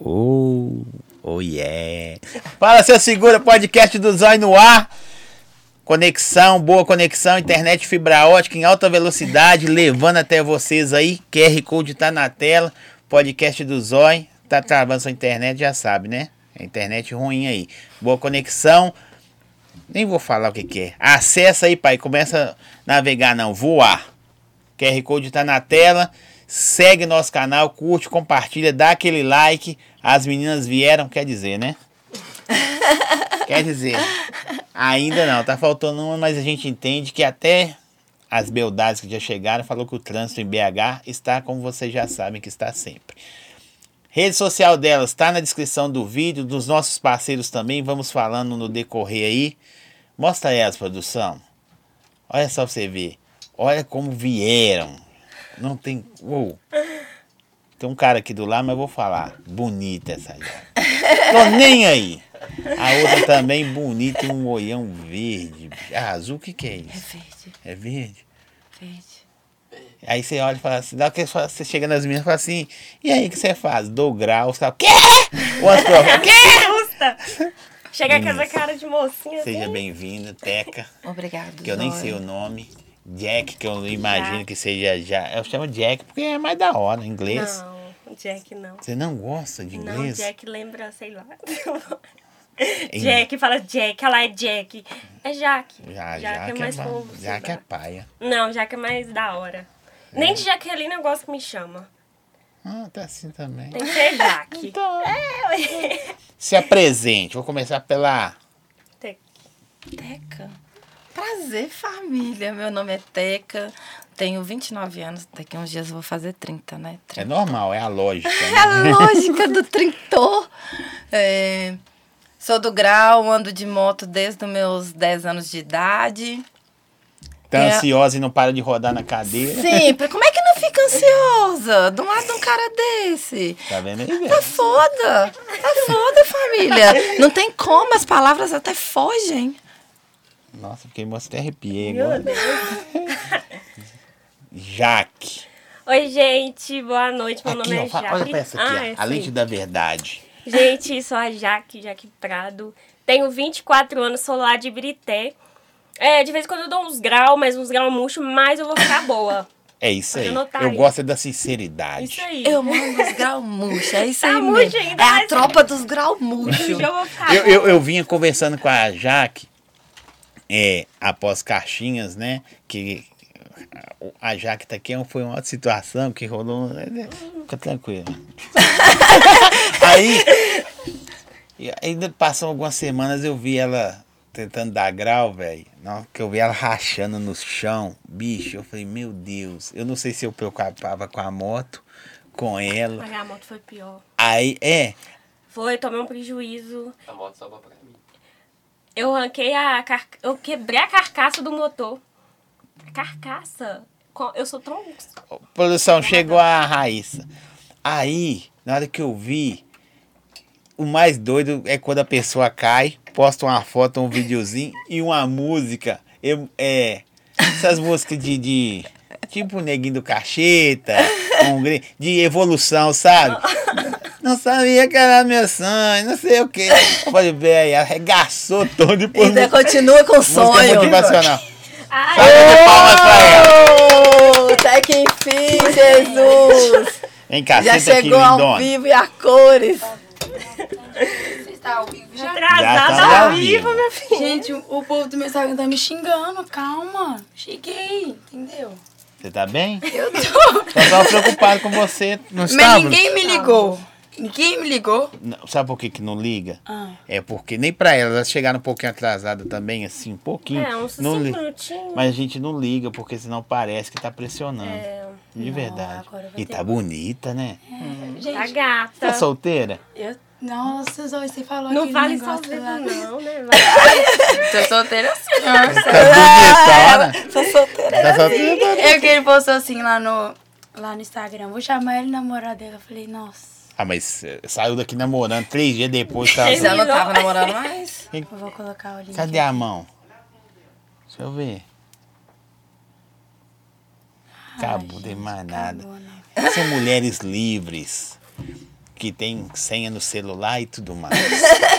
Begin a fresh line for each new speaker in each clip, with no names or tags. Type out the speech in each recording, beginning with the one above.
Oh, oh yeah. Fala, seu segura, podcast do Zói no ar. Conexão, boa conexão, internet fibra ótica em alta velocidade, levando até vocês aí. QR Code tá na tela. Podcast do Zói. Tá travando sua internet, já sabe, né? É internet ruim aí. Boa conexão. Nem vou falar o que, que é. Acessa aí, pai. Começa a navegar, não. Voar. QR Code tá na tela. Segue nosso canal, curte, compartilha, dá aquele like. As meninas vieram, quer dizer, né? quer dizer, ainda não, tá faltando uma, mas a gente entende que até as beldades que já chegaram falou que o trânsito em BH está como vocês já sabem que está sempre. Rede social delas está na descrição do vídeo, dos nossos parceiros também, vamos falando no decorrer aí. Mostra elas, produção. Olha só pra você ver. Olha como vieram. Não tem. Uou. Tem um cara aqui do lado, mas eu vou falar. Bonita essa já. Tô nem aí. A outra também bonita, um olhão verde. Ah, azul, o que, que é
É
isso?
verde,
É verde?
verde.
Aí você olha e fala assim, dá que você chega nas minhas e fala assim, e aí o que você faz? Dou grau, sabe? Quê? Umas provas, quê?
Custa! Chega com essa cara de mocinha
Seja
assim.
bem-vinda, Teca,
Obrigado.
é. que eu nem
Zói.
sei o nome. Jack, que eu imagino que seja já. Eu chamo Jack porque é mais da hora, em inglês.
Não, Jack não.
Você não gosta de
Não,
inglês?
Jack lembra, sei lá. Jack, fala Jack, ela é Jack. É Jack.
Já,
Jack
já,
é
que é,
mais
pa-
povo. sei
já que é
lá.
paia.
Não, Jack é mais da hora. Nem de Jaqueline eu gosto que me chama.
Ah, tá assim também.
Tem que É, ser Jack.
Então, se apresente. Vou começar pela.
Tem-
Teca. Prazer, família. Meu nome é Teca. Tenho 29 anos. Daqui uns dias eu vou fazer 30, né?
É
30.
normal, é a lógica.
É
Né?
a lógica do trintor. É, Sou do grau, ando de moto desde os meus 10 anos de idade.
Tá
É.
ansiosa e não para de rodar na cadeira.
Sempre. Como é que não fica ansiosa? Do lado de um cara desse.
Tá vendo aí, velho?
Tá foda. Tá foda, família. Não tem como, as palavras até fogem.
Nossa, fiquei moço até arrepiei
Meu
agora.
Deus.
Jaque.
Oi, gente, boa noite. Meu
Aqui,
nome
ó,
é
fa-
Jaque.
olha pra essa aqui,
Ah,
ó.
é,
A
sim.
lente da verdade.
Gente, sou a Jaque, Jaque Prado. Tenho 24 anos, sou lá de Brité. É, de vez em quando eu dou uns graus, mas uns graus murcho, mas eu vou ficar boa.
É isso
Pode
aí.
anotar
Eu
aí.
gosto é da sinceridade.
Isso aí.
Eu mando os graúmuchos, é isso
Tá
aí
murcho
mesmo.
ainda,
é a
mas-
tropa dos graúmuchos.
Hoje eu vou ficar
Eu,
boa.
eu, eu vinha conversando com a Jaque, é, após caixinhas, né? Que a Jaque tá aqui foi uma outra situação que rolou. né, Fica tranquila. Aí, e ainda passou algumas semanas, eu vi ela tentando dar grau, velho. Na hora que eu vi ela rachando no chão, bicho, eu falei, meu Deus. Eu não sei se eu preocupava com a moto, com ela.
Mas a moto foi pior.
Aí, é,
Foi, tomei um prejuízo.
A moto salva pra mim.
Eu arranquei a car... Eu quebrei a carcaça do motor. A carcaça? Co- Eu sou tão...
Produção, chegou a Raíssa. Aí, na hora que eu vi, o mais doido é quando a pessoa cai, posta uma foto, um videozinho e uma música. Eu- é, essas músicas de. de- tipo o Neguinho do Cacheta, um gri- de evolução, sabe? Não sabia que era meu sonho, não sei o quê. Eu Falei, velho, arregaçou todo e pôs
Ainda
música
continua com o sonho.
motivacional.
Ai,
Salva de palmas pra ela.
Oh, Até que enfim, Jesus!
Vem cá,
Já
senta aqui,
chegou ao
lindona.
vivo e a cores.
atrasada
Já tá
ao
ao
vivo,
vivo.
meu filho.
Gente, o, o povo do meu Instagram tá me xingando, calma. Cheguei, entendeu?
Você tá bem? Eu tô. Eu tava preocupado com você. Não
Mas
estava?
ninguém me ligou. Ninguém me ligou.
Não, sabe por que, que não liga?
Ah.
É porque nem pra elas, elas chegaram um pouquinho atrasadas também, assim, um pouquinho.
É, uns
não
cinco
li-
minutinhos.
Mas a gente não liga, porque senão parece que tá pressionando. De verdade.
agora vai
E
ter-
tá bonita, né?
Tá
Gente,
gata.
Tá solteira?
eu... Nossa, Zoe, você falou
Não
aquele
vale só
negócio
vivo,
lá.
não, né? Vai-
Tô solteira assim.
Tá bonitona.
Tô solteira.
Tá solteira.
É que ele postou assim lá no, lá no Instagram. Vou chamar ele namorado dele. Eu falei, nossa,
Ah, mas eh, saiu daqui namorando três dias depois. Tá...
Já não tava namorando mais?
eu vou colocar o link.
Cadê a mão? Deixa eu ver. Acabou, não tem mais nada.
Acabou, né?
São mulheres livres. que tem senha no celular e tudo mais.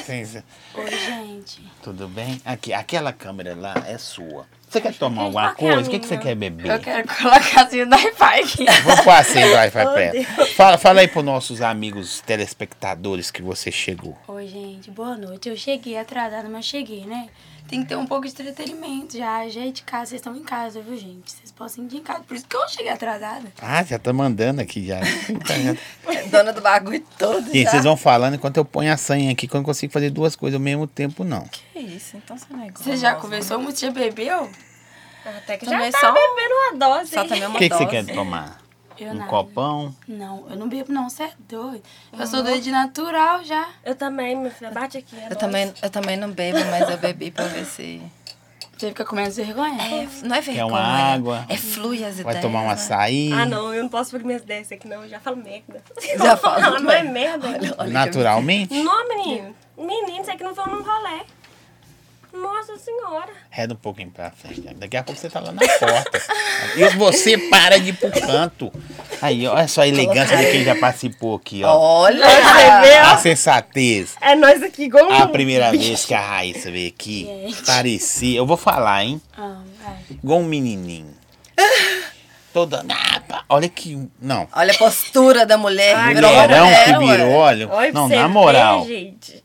Sim,
Oi, gente.
tudo bem? Aqui, aquela câmera lá é sua. Você quer tomar alguma
Qual que é a
coisa? O que, que você
minha?
quer
Eu
beber?
quero colocar assim no wi aqui.
Vou passar o Wi-Fi
Oh,
pra ela. Fala, fala aí pros nossos amigos telespectadores que você chegou.
Oi, gente. Boa noite. Eu cheguei atrasada, mas cheguei, né? Tem que ter um pouco de entretenimento já. Já é de casa, vocês estão em casa, viu, gente? Vocês possam ir em casa. Por isso que eu cheguei atrasada.
Ah, já tá mandando aqui já.
É Dona do bagulho todo.
E
já.
vocês vão falando enquanto eu ponho a senha aqui, que eu não consigo fazer duas coisas ao mesmo tempo, não.
Que isso, então você negócio.
Você já conversou muito? Já bebeu?
Até que já
Já
é
tá
só,
bebendo uma dose.
só tá também
O
uma
que, que você
dose.
quer tomar?
Eu
Um
nada.
copão?
Não, eu não bebo, não. Você é doido. Eu sou doida de natural já.
Eu também, minha filha. Bate aqui. é
Eu também, eu também não bebo, mas eu bebi pra ver se...
Você fica com menos vergonha?
É, não é vergonha.
uma água?
É flui as ideias.
Vai tomar um
né?
açaí?
Ah, não, eu não posso por minhas dessas aqui, não. Eu já falo merda.
Já falo,
Não, não é
mas-
merda.
Olha, olha que-
Naturalmente?
Não, menino. Menino, isso aqui não foi num rolê. Nossa senhora.
Reda um pouquinho pra frente. Daqui a pouco você tá lá na porta. e você para de ir pro canto. Aí, olha só a elegância de quem já participou aqui, ó.
Olha!
A sensatez.
É nós aqui, igual
A
um-
primeira vez que a Raíssa veio aqui, parecia. Eu vou falar, hein?
Ah, vai.
Igual um menininho. Toda. Ah, pá, olha que. Não.
Olha a postura da mulher.
Ah,
virou uma
Mulherão
mulher,
que
ué.
virou, olha.
Olha pra
Não,
você
na
ver,
moral.
gente.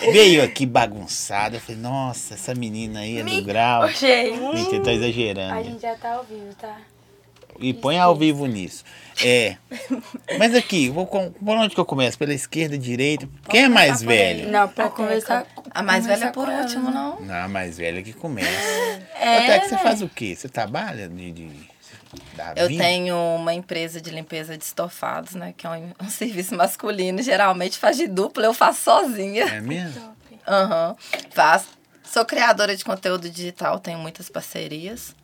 Veio aqui bagunçada. Eu falei, nossa, essa menina aí é do grau.
Ô, gente.
Gente, você tá exagerando.
A é gente já tá ao vivo, tá?
E põe ao vivo nisso. É. Mas aqui, vou com- por onde que eu começo? Pela esquerda, direita? Quem é mais
começar Tá por aí. Ah,
velho?
Não, pra conversar.
A mais velha é
conversar
por
com ela,
último,
né?
não.
Não, a mais velha que começa.
É,
Até que você
né?
faz o quê? Você trabalha de. de- da
Eu
vida?
tenho uma empresa de limpeza de estofados, né? Que é um, um serviço masculino. Geralmente faz de dupla, eu faço sozinha.
É mesmo?
Aham. Faço. Sou criadora de conteúdo digital, tenho muitas parcerias.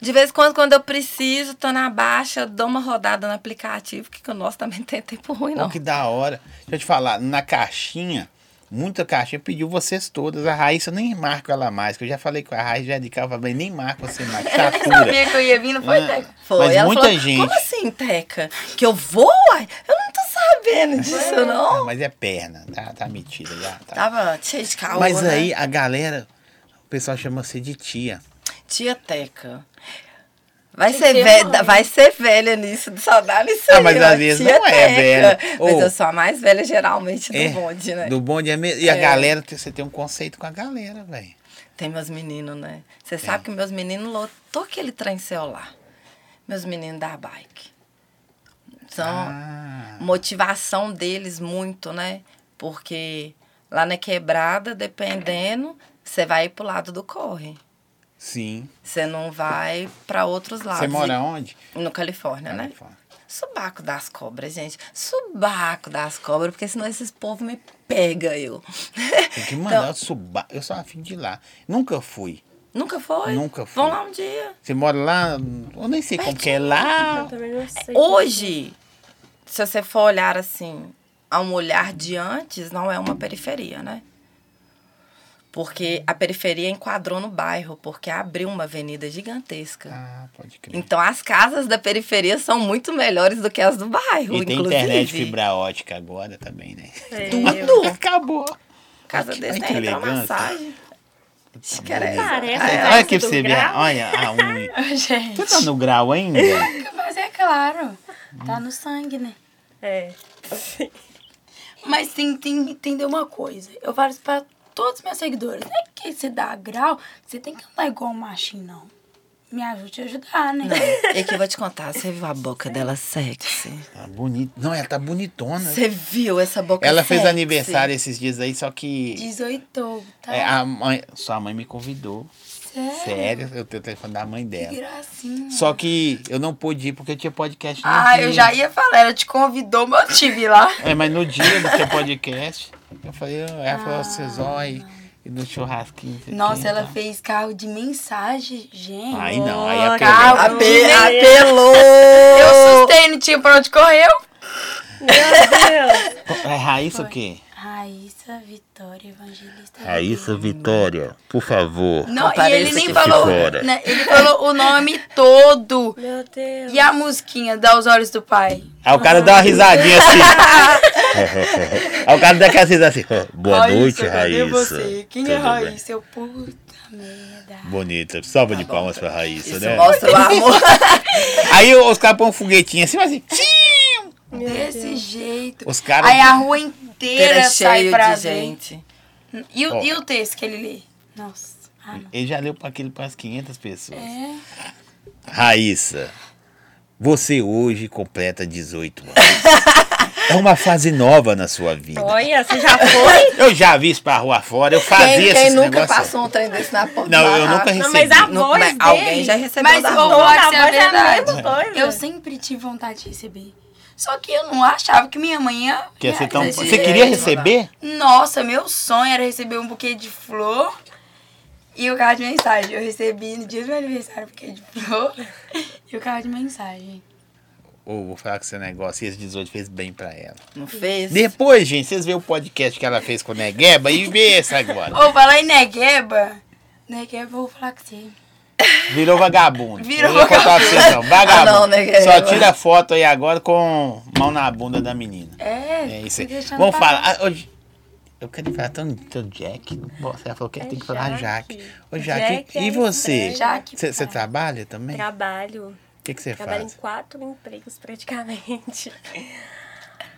De vez em quando, quando eu preciso, tô na baixa, eu dou uma rodada no aplicativo, que o nosso também tem tempo ruim,
Pô,
não.
que da hora. Deixa eu te falar, na caixinha, muita caixinha pediu vocês todas. A Raíssa eu nem marco ela mais, que eu já falei com a Raíssa, já é de cá, eu falei, nem marco você mais, satura.
Sabia que eu ia vir, não foi,
Ah.
Teco?
Foi.
Mas
Ela
muita
falou,
gente-
Como assim, Teca? Que eu vou? Uai, Eu não tô
É.
sabendo disso, não.
Mas é perna, tá, tá metida já. tá.
Tava cheio de calor.
Mas
né?
aí a galera, o pessoal chama você de tia.
Tia Teca. Vai ser,
ser
velha,
mãe.
vai ser velha nisso, só dá licença.
Ah, mas às vezes não é velha.
Mas
Ou-
eu sou a mais velha geralmente do
É,
bonde, né?
Do bonde é mesmo. E a
É.
galera, você tem um conceito com a galera, velho.
Tem meus meninos, né? Você sabe que meus meninos lotou aquele trem seu lá. Meus meninos da bike. São
Ah.
motivação deles muito, né? Porque lá na quebrada, dependendo, você vai pro lado do corre.
Sim.
Você não vai pra outros lados.
Você mora onde? É.
No Califórnia, Ah, né?
Califórnia.
Subaco das cobras, gente. Subaco das cobras, porque senão esses povos me pegam eu.
Tem que mandar eu suba. Eu sou afim de ir lá. Nunca fui.
Nunca foi?
Nunca
Vão
fui.
lá um dia.
Você mora lá? Eu nem sei como que é
Eu
lá.
também não sei.
Hoje, se você for olhar assim, a um olhar de antes, não é uma periferia, né? Porque a periferia enquadrou no bairro, porque abriu uma avenida gigantesca.
Ah, pode crer.
Então as casas da periferia são muito melhores do que as do bairro,
E tem
inclusive.
internet fibra ótica agora também, né?
É, eu-
Tudo acabou.
Casa
Ai, que-
desse
ai,
tem
que
entra uma
elegância.
massagem. Acho que era
Beleza.
essa.
Parece
Ai,
É,
olha aqui pra
do
você ver.
grau.
Olha a unha.
Ô, gente.
Você tá no grau ainda?
Mas é claro, tá no sangue, né?
É.
Mas tem, tem que entender uma coisa. Eu falo isso pra todos os meus seguidores. Não é que você dá grau, você tem que andar igual um machinho, não. Me ajude a ajudar, né?
Não, e que eu vou te contar, você viu a boca dela sexy?
Tá bonito. Não, ela tá bonitona.
Você viu essa boca
Ela fez
sexy?
aniversário esses dias aí, só que
18, tá?
é, a mãe- sua mãe me convidou.
Sério?
Sério, eu tenho o telefone da mãe
Que
dela.
gracinha.
Só que eu não pude ir porque eu tinha podcast no
Ah,
dia.
eu já ia falar, ela te convidou, mas eu tive lá.
É, mas no dia do seu podcast, eu falei, ó, ela falou, vocês vão e e no churrasquinho. não sei
Ah. Nossa,
quem,
ela
tá.
fez carro de mensagem, gente.
Aí não, aí
Ó,
a
calma.
cara.
Ape
Menina.
apelou!
Eu assustei, não tinha pra onde correr. eu-
Meu Deus.
É Raíssa o quê?
Raíssa Vitória Evangelista.
Raíssa Vitória, por favor.
Não, e
Apareça
ele nem
aqui
falou.
fora.
né, ele falou o nome todo.
Meu Deus.
E a musiquinha dá os olhos do pai.
Aí o cara dá uma risadinha assim. Aí o cara dá aquela risadinha assim. Boa
Raíssa,
noite,
cadê
Raíssa.
Você? Quem é
Tudo bem?
Raíssa? Eu, puta merda.
Bonita. Salva de palmas pra Raíssa,
Isso
né?
mostra o amor.
Aí os caras põem um foguetinho assim, mas assim.
Desse jeito.
Os caras.
Aí a rua inteira
Era
sai
cheio
pra
de
ver.
gente.
E, o-
Ó.
e o texto que ele lê? Nossa. Ah, não.
Ele já leu pra aquele para as 500 pessoas.
É.
Raíssa, você hoje completa 18 anos. é uma fase nova na sua vida.
Olha, você já foi?
Eu já vi isso pra rua fora, eu fazia
Quem, quem
esses
nunca
negócios.
passou um trem desse na porta?
Não,
da
eu nunca
rádio?
recebi.
Não, mas a
Não,
voz
mas
dele...
alguém já recebeu
Mas
da rádio.
o
Não,
Pode
a
ser
voz é a
verdade.
mesma coisa.
Eu sempre tive vontade de receber. Só que eu não achava que minha mãe ia.
Que ia ser tão-
ia-
Esse
Você queria
é,
receber?
Nossa, meu sonho era receber um buquê de flor e o carro de mensagem. Eu recebi no dia do meu aniversário um buquê de flor e o carro de mensagem.
Ou vou falar com esse negócio, e esse 18 fez bem pra ela.
Não fez?
Depois, gente, vocês vê o podcast que ela fez com o Negueba e vê esse agora.
Ou falar em Negueba. Negueba, eu vou falar com você.
Virou vagabundo.
Virou
Eu ia contar pra vocês, não. Vagabundo.
Ah, não, Negueba.
Só tira foto aí agora com mão na bunda da menina.
É,
É isso aí.
me deixando
Vamos
pra-
falar. Ah, hoje... Eu quero falar tão tão Jack. Nossa, ela falou que tem que falar
Jaque.
Jaque. Ô, Jaque,
Jaque é
e você?
estranho.
Jaque,
Você você
pai.
trabalha também? O
Trabalho.
que, que você
Trabalho em
faz?
quatro empregos praticamente.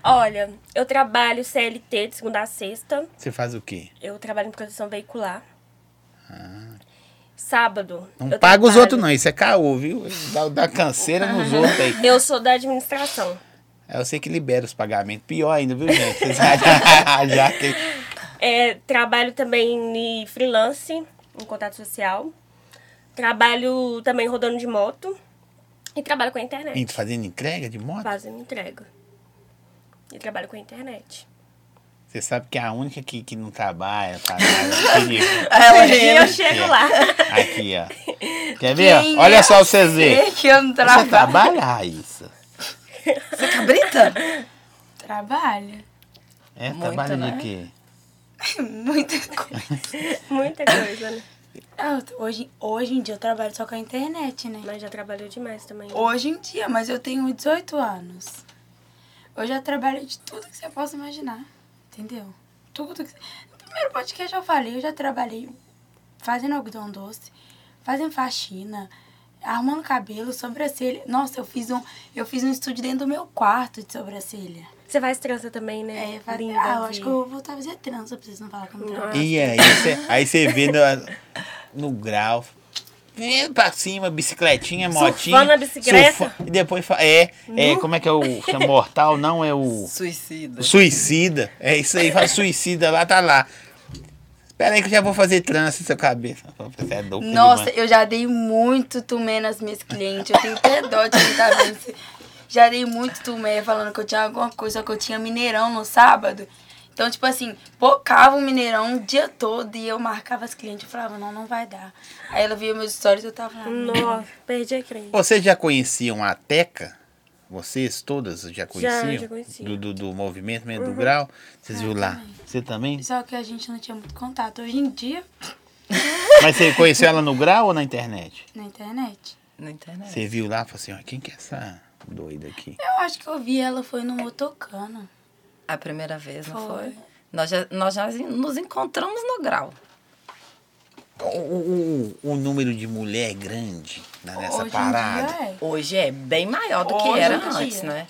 Olha, eu trabalho CLT de segunda a sexta.
Você faz o quê?
Eu trabalho em proteção veicular. Sábado.
Ah. Não
eu
paga os
trabalho-
outros, não. Isso é caô, viu? Dá, dá canseira nos outros aí.
Eu sou da administração.
É você que libera os pagamentos. Pior ainda, viu, gente? Vocês já, já que...
É, trabalho também em freelance, em contato social. Trabalho também rodando de moto. E trabalho com a internet.
Gente, tá Fazendo entrega de moto?
Fazendo entrega. E trabalho com a internet.
Você sabe que é a única que, que não trabalha, tá? Aqui,
Ela
E eu
rindo.
chego lá.
aqui, ó. Quer ver?
Quem
Olha
é
só pra vocês verem.
É que eu não
Você
trabalho.
trabalha, Raíssa?
Você cabrita?
Trabalho?
É,
Muito,
trabalha de
né?
quê?
Muita coisa.
É.
Muita coisa, né?
Ah, eu tô- hoje, hoje em dia eu trabalho só com a internet, né?
Mas já trabalhou demais também.
Hoje em dia, mas eu tenho 18 anos. Eu já trabalho de tudo que você possa imaginar. Entendeu? Tudo que você... No primeiro podcast eu falei, eu já trabalhei fazendo algodão doce, fazendo faxina, arrumando cabelo, sobrancelha. Nossa, eu fiz um, eu fiz um estúdio dentro do meu quarto de sobrancelha.
Você faz trança também, né?
É, eu falei,
Linda,
ah, eu
Vi.
acho que eu vou voltar a fazer trança pra vocês não falar como trança.
E aí, você- aí você vê no, no grau. Vem pra cima, bicicletinha,
Surfando
motinha.
na bicicleta.
surfa- e depois fa- é, é, como é que é o chama mortal? Não, é o
Suicida.
suicida. É isso aí, faz suicida lá, tá lá. Espera aí que eu já vou fazer trança no seu cabelo. Você é louco,
Nossa,
demais.
eu já dei muito tumé nas minhas clientes. Eu tenho até dó de quem tá vendo. isso. Já dei muito tumé falando que eu tinha alguma coisa, só que eu tinha mineirão no sábado. Então, tipo assim, bocava o mineirão o dia todo e eu marcava as clientes. Eu falava, não, não vai dar. Aí ela via meus stories e eu tava lá. não.
Nossa, perdi a crença.
Vocês já conheciam a Teca? Vocês todas já conheciam?
já conhecia.
Do, do, do movimento, mesmo, do grau? Vocês viram lá? Você também?
Só que a gente não tinha muito contato. Hoje em dia,
Mas você conheceu ela no grau ou na internet?
na internet.
Na internet.
Você viu lá e falou assim, ó, quem que é essa doida aqui?
Eu acho que eu vi ela foi no Motocana.
A primeira vez, não
Foi.
foi? Nós já, nós já assim, nos encontramos no grau.
O, o- o- o número de mulher é grande né, nessa
Hoje
parada.
em dia é.
Hoje é bem maior do
Hoje
que era
em dia.
antes, né?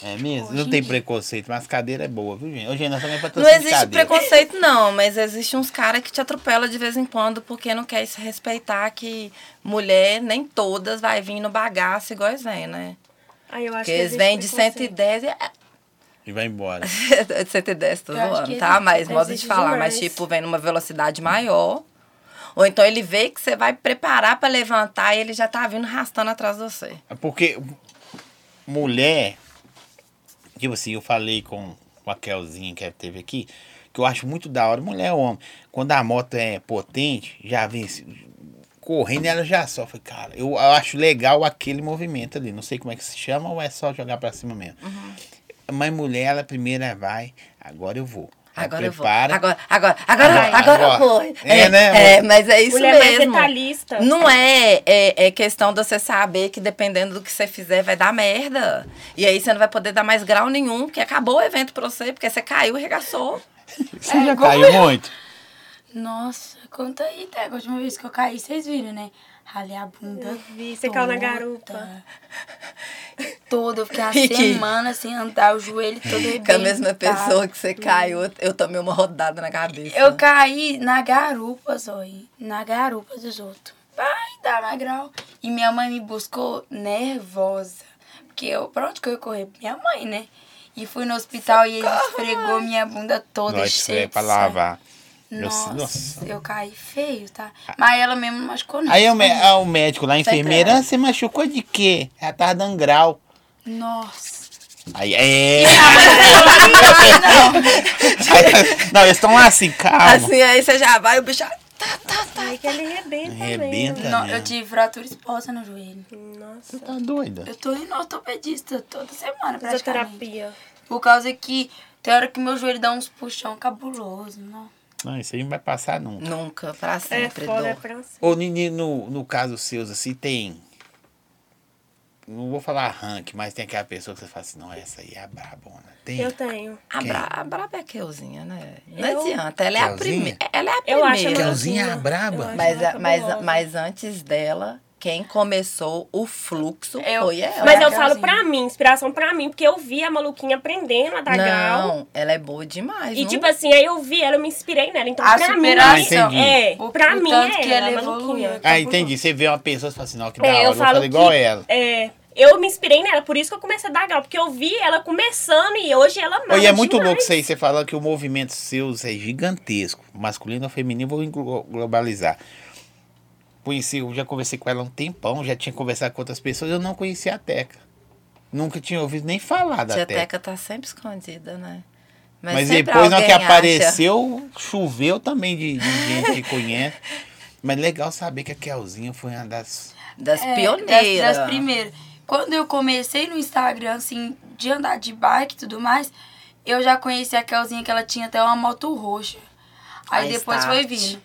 É mesmo?
Hoje
Não
em
tem
dia.
preconceito, mas cadeira é boa, viu, gente? Hoje ainda também pra
Não existe preconceito, não, mas existe uns caras que te atropela de vez em quando porque não quer se respeitar que mulher, nem todas, vai vir no bagaço igual eles vêm, né?
Aí eu acho
Porque
que
eles
existe
vêm de
preconceito.
110 e. é,
E vai embora.
110, tô
Eu acho
zoando,
que
tá?
existe-
Mas modo de
existe
falar, mas
demais.
tipo, vem numa velocidade maior. Ou então ele vê que você vai preparar pra levantar e ele já tá vindo arrastando atrás de você.
É Porque mulher, tipo assim, eu falei com com a Kelzinha que teve aqui, que eu acho muito da hora, mulher ou homem. Quando a moto é potente, já vem assim, correndo, ela já sofre. Cara, eu, eu acho legal aquele movimento ali. Não sei como é que se
Uhum.
chama ou é só jogar pra cima mesmo. Mas mulher, ela primeira vai, agora eu vou.
Agora eu vou.
Prepara.
Agora, agora, agora,
Vai.
agora, agora
Agora.
foi.
É, né, amor?
É, mas é isso
Mulher mais
mesmo.
detalhista.
Não é, é, é questão de você saber que dependendo do que você fizer vai dar merda. E aí você não vai poder dar mais grau nenhum, porque acabou o evento pra você, porque você caiu e regaçou.
Você
É,
já caiu muito?
Nossa, conta aí, Teco. A última vez que eu caí, vocês viram, né? Ralei a bunda.
vi, você caiu na
toda.
garupa.
Toda, eu fiquei uma
E que-
semana sem andar, o joelho todo arrebentado.
Com a mesma pessoa que você caiu, eu tomei uma rodada na cabeça.
Eu caí na garupa, Zoe. Na garupa dos outros. Vai dar mais grau. E minha mãe me buscou nervosa. Porque eu, pra onde que eu ia correr? Minha mãe, né? E fui no hospital e ele esfregou minha bunda toda
Nós
cheia.
é
foi
de
pra
sangue.
lavar. Eu sei-
Nossa,
nossa. Ah.
eu caí feio, tá? Mas ela mesmo não machucou não.
Aí o, mé- ah, o médico lá, a enfermeira, ah, você machucou de quê? Ela tava dando grau.
Nossa.
Aí, é. Aí, Não, eles estão lá assim, calma.
Assim, aí você já vai, o bicho. já- Tá, tá, tá.
Aí que ele rebenta,
Rebenta.
Não,
mesmo.
eu tive fratura exposta no joelho.
mesmo. Nossa,
Tá doida.
Eu tô indo ao ortopedista toda semana, praticamente.
fisioterapia.
Por causa que tem hora que meu joelho dá uns puxão cabuloso, não.
Não, isso aí não vai passar nunca.
Nunca, pra
É
sempre.
foda, é
dor.
pra sempre.
Ou no, no, no caso seus, assim, tem. Não vou falar rank, mas tem aquela pessoa que você fala assim, não, essa aí é a brabona. Tem?
Eu tenho.
A,
Quem?
bra, a braba é a Keuzinha, né?
Eu-
Não adianta, ela é a
Keuzinha?
primeira. Ela é a
Eu acho
primeira.
ela- Kelzinha é a braba?
Eu acho
Mas,
ela
a- mas,
cabulosa.
mas antes dela, quem começou o fluxo
Eu-
foi ela.
Mas é eu
Kelzinha.
falo pra mim, inspiração pra mim, porque eu vi a maluquinha aprendendo a dar grau.
Não, ela é boa demais.
E
não?
tipo assim, aí eu vi ela, eu me inspirei nela. Então,
A
pra mim,
superação.
Ah, entendi.
é,
O-
pra
o
mim
tanto
é
que
ela,
ela
a maluquinha.
evoluiu.
Ah, entendi. Você vê uma pessoa e fala assim, não, que da hora,
É,
eu
eu
vou
falo
fazer igual
que,
ela.
É, eu me inspirei nela, por isso que eu comecei a dar grau, porque eu vi ela começando e hoje ela manda
e é muito
demais.
louco isso aí, você fala que o movimento seus é gigantesco. Masculino ou feminino, vou englo- globalizar. Conheci, eu já conversei com ela há um tempão, já tinha conversado com outras pessoas, eu não conhecia a Teca. Nunca tinha ouvido nem falar da
Tia
Teca.
Teca tá sempre escondida, né?
Mas,
sempre
depois, na hora que
alguém acha.
apareceu, choveu também de, de gente que conhece. Mas legal saber que a Kelzinha foi uma das.
Das
É,
pioneiras.
Das, das primeiras. Quando eu comecei no Instagram, assim, de andar de bike e tudo mais, eu já conheci a Kelzinha que ela tinha até uma moto roxa. Aí
A
depois
Start.
foi vindo.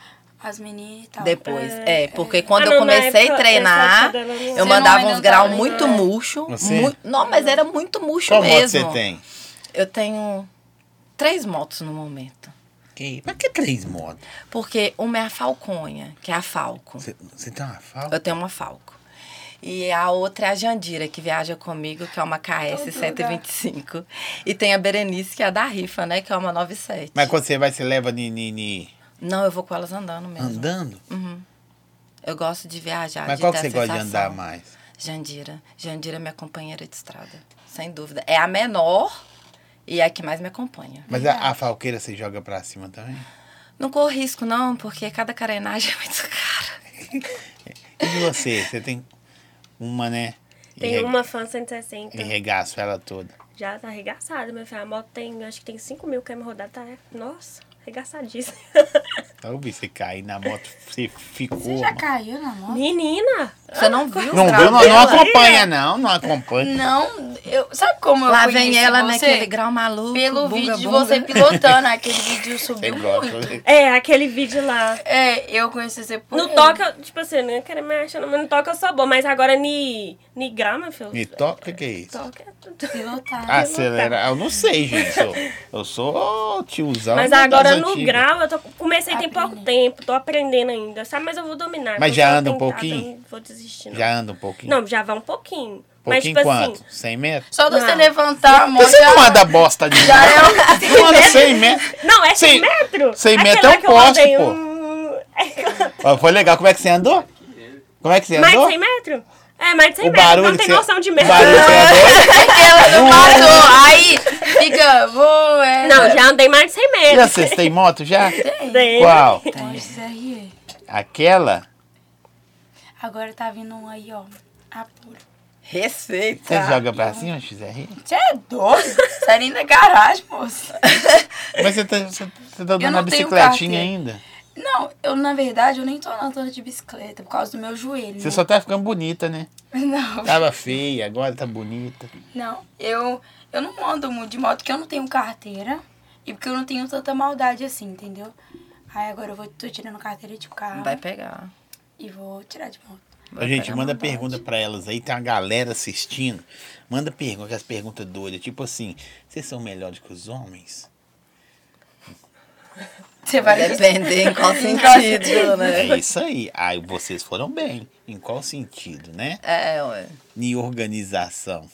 As meninas e tal.
Depois, é, porque quando
Ah,
eu
não, na
comecei
época,
a
essa
treinar,
época dela não-
eu
Você
mandava
não
uns
ainda
graus
né?
tava
muito
treinando.
murcho.
É. Você?
mu- não, mas era muito murcho
Qual moto
mesmo.
você tem?
Eu tenho três motos no momento.
Que, mas que três motos?
Porque uma é a Falconha, que é a Falco.
Você você tem uma
Eu
fala?
tenho uma Falco. E a outra é a Jandira, que viaja comigo, que é uma KS 125. E tem a Berenice, que é a da Rifa, né? Que é uma 97.
Mas quando você vai, você leva ni, ni, ni-
Não, eu vou com elas andando mesmo.
andando?
Eu gosto de viajar.
mas
de
qual
ter
que você
a
gosta de
sensação.
andar mais?
Jandira. Jandira é minha companheira de estrada. Sem dúvida. É a menor e é a que mais me acompanha.
Mas a, a falqueira você joga pra cima também?
Não corro risco, não, porque cada carenagem é muito cara.
E de você? Você tem uma, né? E
Tem
re-
uma fã
E
160.
regaço ela toda.
Já tá arregaçada, meu filho. A moto tem, acho que tem 5 mil km rodada. Tá, nossa, arregaçadíssima.
Eu vi você cair na moto, você ficou.
Você É, já caiu na moto?
Menina!
Você não viu?
Não
os
viu? Não,
graus
não
dela?
acompanha, não. Não acompanha.
Não, eu, sabe como eu
Lá
conheci
vem ela
você?
naquele grau maluco.
Pelo
bunga,
vídeo de
bunga.
você pilotando, aquele vídeo
Você
subiu
gosta.
muito.
né?
É, aquele vídeo lá.
É, eu conheci você por
No
ele.
toque, eu, tipo assim, eu não quero me achar, mas no toque eu sou boa. Mas agora ni, ni grau, meu filho.
Me toca, o que, que é isso?
Toque é tudo.
Pilotar.
Ah, Acelerar, eu não sei, gente. Eu, eu sou tiozão.
Mas
das
agora no
antigas.
grau, eu tô, comecei tem
Aprendendo.
pouco tempo, tô aprendendo ainda, sabe? Mas eu vou dominar.
Mas
eu
já
vou
anda um
tentar,
pouquinho?
eu Não vou desistir, não.
Já anda um pouquinho?
Não, já vai um pouquinho.
pouquinho
mas, tipo
quanto?
assim,
100 metros?
Só de você
Não.
levantar a moto.
Você é não
já-
anda bosta de
Já é um-
Não anda 100 metros.
Não, é 100
Cem-
metros.
cem
Aquele
metros é
lá
um
que eu
poste,
rodei,
pô.
hum, é que eu-
Ó, foi legal. Como é que você andou? Como é que você
Mais de
andou?
100 metros? É, mais de 100
O
metros.
barulho
Não tem
que você-
noção de
o
metro.
barulho que você andou?
Ela não passou. Aí fica, vou, é.
Não, já andei mais de 100
E
metros.
vocês têm moto já?
Dei.
Qual?
Porsche RE.
Aquela?
Agora tá vindo um aí, ó. Apuro.
Receita.
Tá.
Você joga pra cima, XR?
Você é doido? Sai nem da garagem, moça.
Mas você tá, você, você tá dando
não
a
tenho
bicicletinha
carteira.
ainda?
Não, eu na verdade eu nem tô andando de bicicleta por causa do meu joelho.
Você
né?
só tá ficando bonita, né?
Não,
Tava feia, agora tá bonita.
não. Eu, eu não ando muito de moto porque eu não tenho carteira.
E porque eu não tenho tanta maldade assim, entendeu? Aí agora eu vou, tô tirando carteira de carro
Vai pegar.
e vou tirar de moto.
Vai
gente,
pegar
manda
maldade.
pergunta pra elas aí. Tem uma galera assistindo. Manda pergunta, aquelas perguntas doidas. Tipo assim, vocês são melhores que os homens?
Você
Vai
vai
depender em qual
Em qual
sentido,
É
né?
isso aí. Aí vocês foram bem. Em qual sentido, né?
É, ué.
Em organização.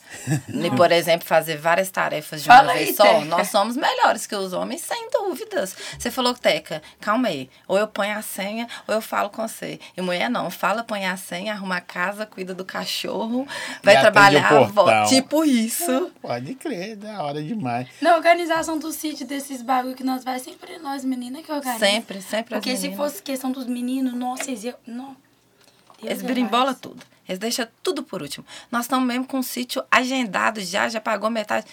E, por exemplo, fazer várias tarefas de
Uhum. Fala
uma
aí,
vez só,
Teca.
nós somos melhores que os homens, sem dúvidas. Você falou, Teca, calma aí. Ou eu ponho a senha, ou eu falo com você. E mulher não, fala, põe a senha, arruma a casa, cuida do cachorro, vai
atende
trabalhar,
o
volta.
portão.
Tipo isso.
Pode crer, da hora demais.
Na organização do sítio desses bagulho que nós vai sempre nós meninas que organiza.
Sempre, sempre as
Uhum. Porque se
meninas.
fosse questão dos meninos, nossa, eles iam... Não. Deus
Eles
é
birimbolam
mais.
tudo. Eles deixam tudo por último. Nós estamos mesmo com um sítio agendado já, já pagou metade.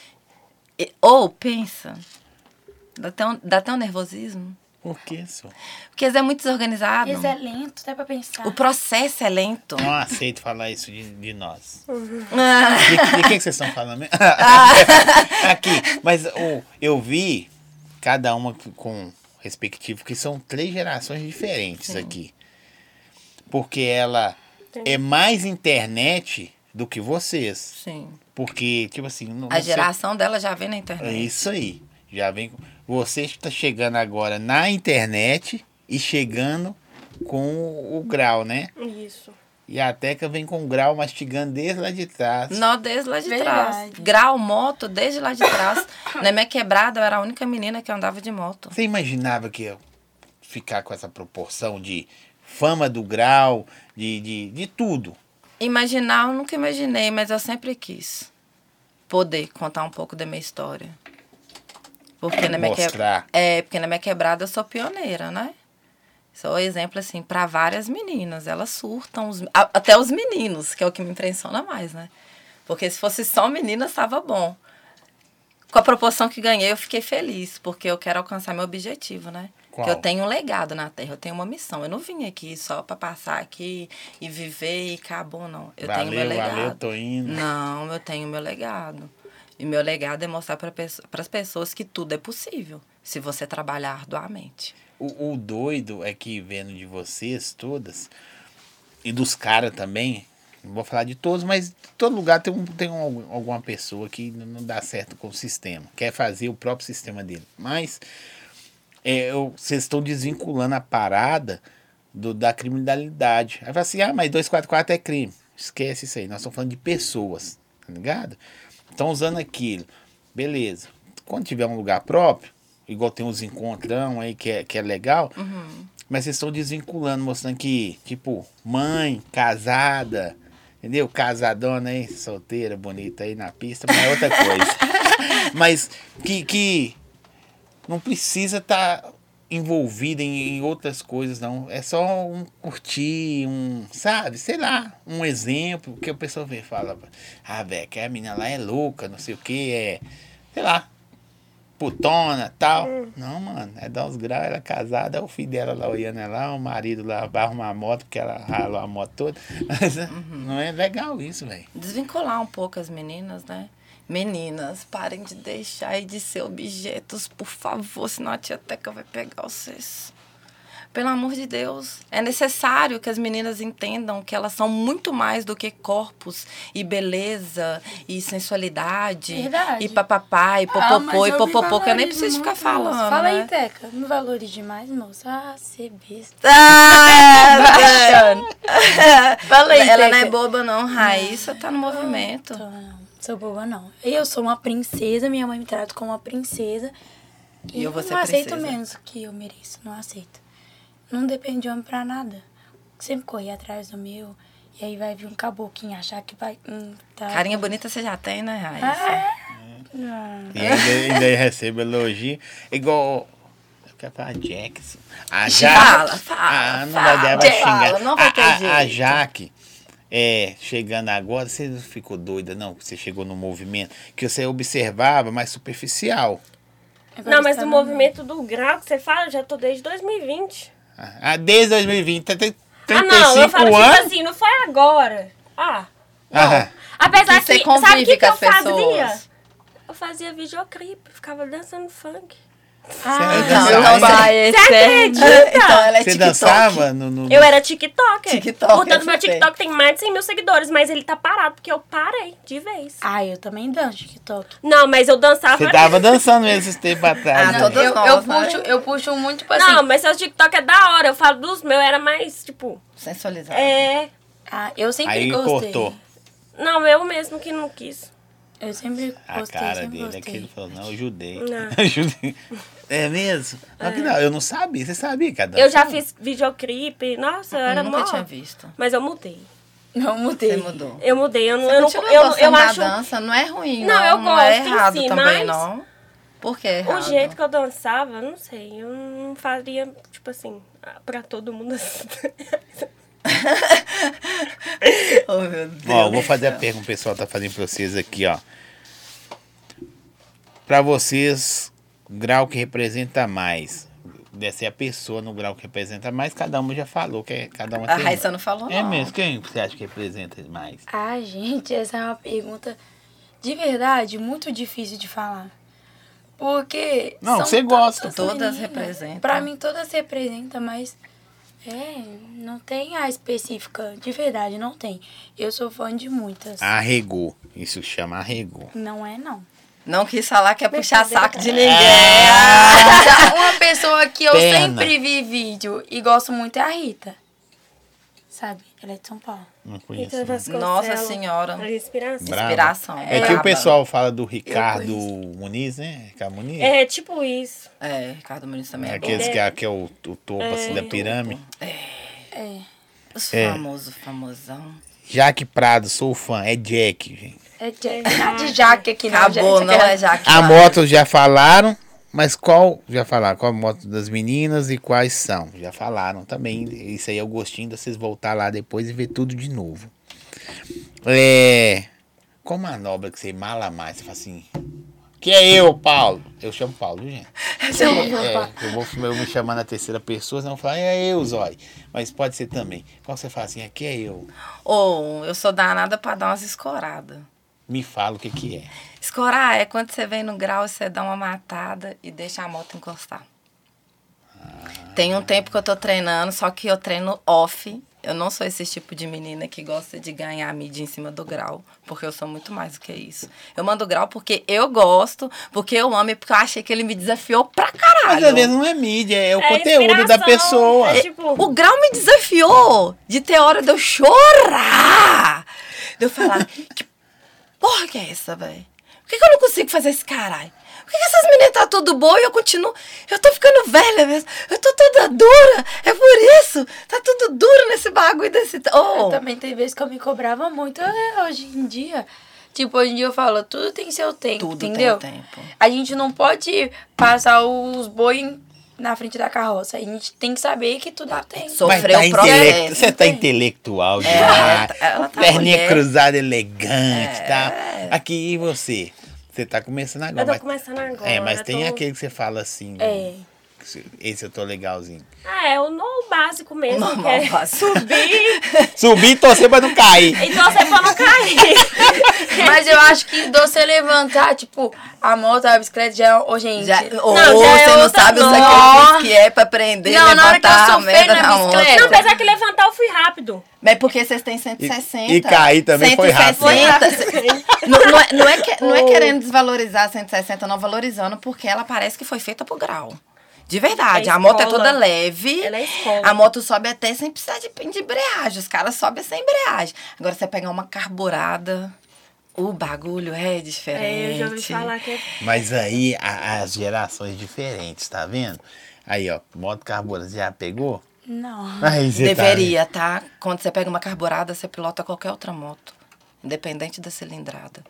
E- Ou, pensa, dá até um, dá até um nervosismo.
Por que isso?
Porque eles é muito desorganizado.
Eles é lento, dá pra pensar.
O processo é lento.
Não aceito falar isso de, de nós.
Ah,
De, de quem que vocês estão falando mesmo? Aqui. Mas ô, eu vi cada uma com respectivo, que são três gerações diferentes aqui. Porque ela é mais internet do que vocês.
Sim.
Porque, tipo assim... não-
A
você-
geração dela já vem na
É
internet.
isso aí. Já vem... com- Você está chegando agora na internet e chegando com o grau, né?
Isso.
E a Teca vem com o grau mastigando desde lá de trás.
Nó desde lá de trás.
Verdade.
Grau, moto, desde lá de trás. Na minha quebrada, eu era a única menina que andava de moto.
Você imaginava que ia ficar com essa proporção de fama do grau, de, de, de tudo?
Imaginar, eu nunca imaginei, mas eu sempre quis poder contar um pouco da minha história. Porque na minha, que-
Mostrar.
é, porque na minha quebrada eu sou pioneira, né? Sou exemplo, assim, para várias meninas. Elas surtam, os- a- até os meninos, que é o que me impressiona mais, né? Porque se fosse só meninas, estava bom. Com a proporção que ganhei, eu fiquei feliz, porque eu quero alcançar meu objetivo, né?
Qual?
Que eu tenho um legado na Terra, eu tenho uma missão. Eu não vim aqui só para passar aqui e viver e acabou, não. Eu
valeu,
tenho meu legado.
valeu, tô indo.
Não, eu tenho meu legado. E meu legado é mostrar para as pessoas que tudo é possível, se você trabalhar arduamente.
O, o doido é que vendo de vocês todas, e dos caras também, não vou falar de todos, mas todo lugar tem, um, tem um- alguma pessoa que n- não dá certo com o sistema, quer fazer o próprio sistema dele. Mas é, eu- vocês estão desvinculando a parada do, da criminalidade. Aí fala assim, ah, mas 244 é crime. Esquece isso aí, nós estamos falando de pessoas, tá ligado? Estão usando aquilo. Beleza. Quando tiver um lugar próprio, igual tem uns encontrão aí que é, que é legal, mas vocês estão desvinculando, mostrando que, tipo, mãe, casada, entendeu? Casadona aí, solteira, bonita aí na pista, mas é outra coisa. mas que, que não precisa estar envolvida em, em outras coisas, não. É só um curtir, um, sabe, sei lá, um exemplo que a pessoa vê e fala, ah, velho, que a menina lá é louca, não sei o que, é, sei lá, putona, tal. Não, mano, é dar uns graus, ela é casada, é o filho dela lá olhando ela, o marido lá vai arrumar a moto, porque ela ralou a moto toda. Mas né, não é legal isso, velho.
Desvincular um pouco as meninas, né? Meninas, parem de deixar e de ser objetos, por favor, senão a tia Teca vai pegar vocês. Pelo amor de Deus, é necessário que as meninas entendam que elas são muito mais do que corpos e beleza e sensualidade
Verdade.
e papapá e
Ah, mas
popopô e
me
popopô que eu nem
valorizo
preciso ficar
muito, moça.
falando.
Fala
né?
aí, Teca. Me valorize demais, moça. Ah, ser besta.
Ah,
Fala aí,
Ela não
Teca.
é boba, não. Raíssa tá no movimento.
Tô, não. Então, Sou boba, não. Eu sou uma princesa, minha mãe me trata como uma princesa.
E eu vou ser
não aceito
princesa.
menos que eu mereço, não aceito. Não depende de homem pra nada. Sempre corri atrás do meu. E aí vai vir um caboclinho achar que vai. Hum, tá.
Ah. Carinha bonita você já tem, né, Raíssa?
é.
Ah, não.
E ainda, ainda recebo elogio. Igual. Eu quero falar Jackson. A Jaque.
Fala, fala,
Ah, não vai
fala,
dar pra
Jack.
xingar.
Fala, não vai
A-
ter
a, a,
jeito.
Jaque, é, chegando agora, você não ficou doida, não? que Você chegou no movimento que você observava, mas superficial.
Agora tá
Não, mas
está
o
no-
né?
movimento do grau que você fala, eu já tô desde 2020.
Ah, desde 2020, tá- tem
ah, não, eu
35
falo
anos.
tipo assim, não foi agora. Ah,
Ah,
é
apesar
E você
que, sabe o
convive
que, que
com
eu
as pessoas.
fazia? Eu fazia videoclipe, ficava dançando funk.
Ah,
Você
Não,
dançava,
então
hein?
vai,
Você acredita?
Então, ela é
Você
TikTok.
dançava? No, no-
Eu era TikToker.
TikToker,
Portanto, meu
eu sei.
TikTok tem mais de 100 mil seguidores, mas ele tá parado, porque eu parei de vez.
Ah, eu também danço TikTok.
Não, mas eu dançava.
Você tava dançando mesmo esses tempos
Ah,
atrás. né?
não, todas
eu, eu,
novas, né?
puxo, eu puxo muito, tipo assim,
Não, mas seus TikTok é da hora. Eu falo dos meus, era mais, tipo.
Sensualizada.
É.
Ah, eu sempre
Aí
gostei.
cortou.
Não, eu mesmo que não quis.
Eu sempre gostei,
A cara
sempre
dele é
gostei.
aqui, ele falou, não, eu judei.
Não.
Eu judei. É mesmo? Não, que não, eu não sabia, você sabia, cada
Eu já fiz videoclipe. Nossa, eu era
Eu nunca
mó-
tinha visto.
Mas eu mudei.
Não,
Você
mudei.
mudou.
Eu mudei. Eu não.
Você
Eu, não,
continua
eu, eu
gostando da
acho.
dança, não é ruim,
Não,
não.
eu
é
gosto em
errado
si,
também,
mas-
não. Por que é errado?
O jeito que eu dançava, não sei. Eu não faria, tipo assim, pra todo mundo. assim.
Oh, meu Deus.
Ó, eu vou fazer a pergunta que o pessoal tá fazendo pra vocês aqui, ó. Pra vocês, o grau que representa mais. Deve ser a pessoa no grau que representa mais, cada uma já falou, que é- cada uma
A
tem um.
Raíssa não falou, não.
É mesmo, quem você acha que representa mais?
Ah, gente, essa é uma pergunta de verdade muito difícil de falar. Porque.
Não,
são
você gosta.
tantas
Todas
meninas.
representam.
Pra mim, todas representam, mas. É, não tem a específica. De verdade, não tem. Eu sou fã de muitas.
Ah. Arregou. Isso chama arregou.
Não é, não.
Não quis falar que é puxar saco de ninguém.
Uma pessoa que eu
Pena.
sempre vi vídeo e gosto muito é a Rita. Sabe? Ela é de São Paulo.
Não conheço.
Então,
não.
Vasconcelos,
Nossa senhora.
a Inspiração.
Brava.
Inspiração.
É que o
braba.
pessoal fala do Ricardo Muniz, né? Ricardo Muniz?
É tipo isso.
É, Ricardo Muniz também é,
É
aquele...
Aqueles que é, que é o, o topo assim, da pirâmide.
É.
Os
É.
famosos, famosão.
Jaque Prado, sou fã. É Jack, gente.
É Jack. Nada de Jaque aqui, não,
Acabou,
gente.
não é Jaque?
A moto já falaram, mas qual. Já falaram, qual a moto das meninas e quais são? Já falaram também. Isso aí é o gostinho de vocês voltar lá depois e ver tudo de novo. É. Qual manobra que você mala mais? Você fala assim. Que é eu, Paulo. Eu chamo Paulo, viu, gente?
Então,
É, eu vou eu me chamar na terceira pessoa, senão eu vou falar, é eu, Zói. Mas pode ser também. Qual você fala assim, aqui é eu.
Ou eu sou danada pra dar umas escoradas.
Me fala o que que é.
Escorar é quando você vem no grau e você dá uma matada e deixa a moto encostar. Tem um tempo que eu tô treinando, só que eu treino off. Eu não sou esse tipo de menina que gosta de ganhar a mídia em cima do grau, porque eu sou muito mais do que isso. Eu mando o grau porque eu gosto, porque eu amo e porque eu achei que ele me desafiou pra
Mas
caralho.
às vezes não é mídia, é o
É
conteúdo da
inspiração,
pessoa.
É tipo,
O grau me desafiou de ter hora de eu chorar. De eu falar, que porra que é essa, velho? Por que, que eu não consigo fazer esse caralho? Por que, que essas meninas tá tudo boa e eu continuo? Eu tô ficando velha mesmo. Eu tô toda dura. É por isso. Tá tudo duro nesse bagulho desse.
Eu
Oh,
também tem vezes que eu me cobrava muito é, hoje em dia. Tipo, hoje em dia eu falo, tudo tem seu tempo,
tudo
entendeu?
tem o tempo.
A gente não pode passar os boi na frente da carroça. A gente tem que saber que tudo dá tempo.
Mas
Sofreu
tá
o processo.
intelectu- Você tá intelectual
É,
demais.
ela tá
Perninha
mulher.
cruzada elegante, tá? Aqui, e você? Você tá começando agora.
eu tô
mas-
começando agora.
É, mas
eu
tem
tô-
aquele que você fala assim.
É.
Esse eu tô legalzinho.
Ah, é o no básico mesmo.
Normal,
que é
básico.
Subir
Subir e torcer pra não cair.
e torcer pra não cair.
Mas eu acho que de você levantar, tipo, a moto, a bicicleta já. Ô, gente.
Já, ou
já
você
é
não
outra
sabe o
norma.
sacrifício que é pra aprender,
Não, na hora que eu
levantar a
surfei
merda
na
na onda.
bicicleta,
não, apesar que levantar eu fui rápido.
Mas é porque vocês têm 160.
E- e cair também foi rápido. né?
160. não, não é, não, é que- não é querendo desvalorizar 160, não valorizando, porque ela parece que foi feita pro grau. De verdade,
É
a moto é
escola.
toda leve.
Ela é escola.
A moto sobe até sem precisar de, de embreagem. Os caras sobem sem embreagem. Agora você pegar uma carburada, o bagulho é
É,
diferente.
eu já ouvi falar que é
Mas aí a- as gerações diferentes, tá vendo? Aí, ó, moto carburante já pegou?
Não.
Aí você tá
Deveria, tá? Quando você pega uma carburada, você pilota qualquer outra moto. Independente da cilindrada.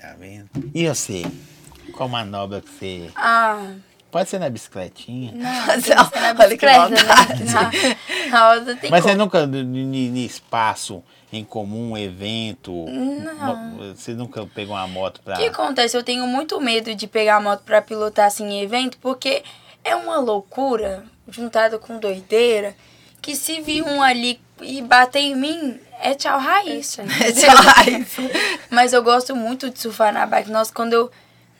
Tá vendo? E você? Qual manobra que você.
Ah,
Pode ser na bicicletinha?
Olha que
olha que
maldade.
né? Na, na outra tem
Mas é
como.
você nunca, em espaço em comum, evento. Não. Você nunca pegou uma moto pra.
Tá.
O que acontece? Eu tenho muito medo de pegar a moto pra pilotar assim em evento, porque é uma loucura juntada com doideira que se vir um ali e bater em mim, é tchau raiz.
Essa é a raiz.
Mas eu gosto muito de surfar na bike. Nossa, quando eu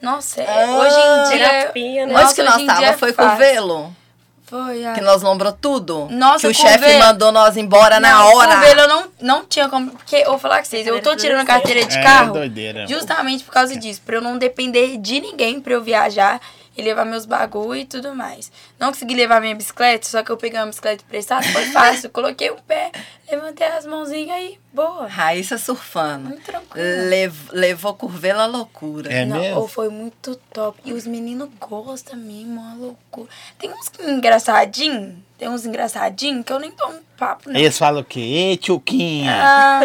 Nossa, é-
Ah,
hoje em dia.
terapia, né?
Nossa,
Onde que nós
hoje em dia
tava?
é
Foi com o
fácil.
velo?
Foi, a...
Que nós lombrou tudo?
Nossa,
que o
com
chefe
velo-
mandou nós embora na
Não,
hora.
Com velo eu não, não tinha como. Porque eu vou falar com
Tá
vocês, eu tô tirando carteira de
É,
carro.
doideira.
Justamente por causa disso, pra eu não depender de ninguém pra eu viajar e levar meus bagulho e tudo mais. Não consegui levar minha bicicleta, só que eu peguei uma bicicleta emprestada, foi fácil. coloquei o pé, levantei as mãozinhas aí, boa.
Raíssa surfando.
Muito tranquilo.
Lev- levou curvelo à loucura.
É
Não,
mesmo?
ou foi muito top. E os meninos gostam mesmo, é uma loucura. Tem uns engraçadinhos, tem uns engraçadinhos que eu nem tomo papo, não.
Aí eles falam o quê? Ei, Tchuquinha!
Ah,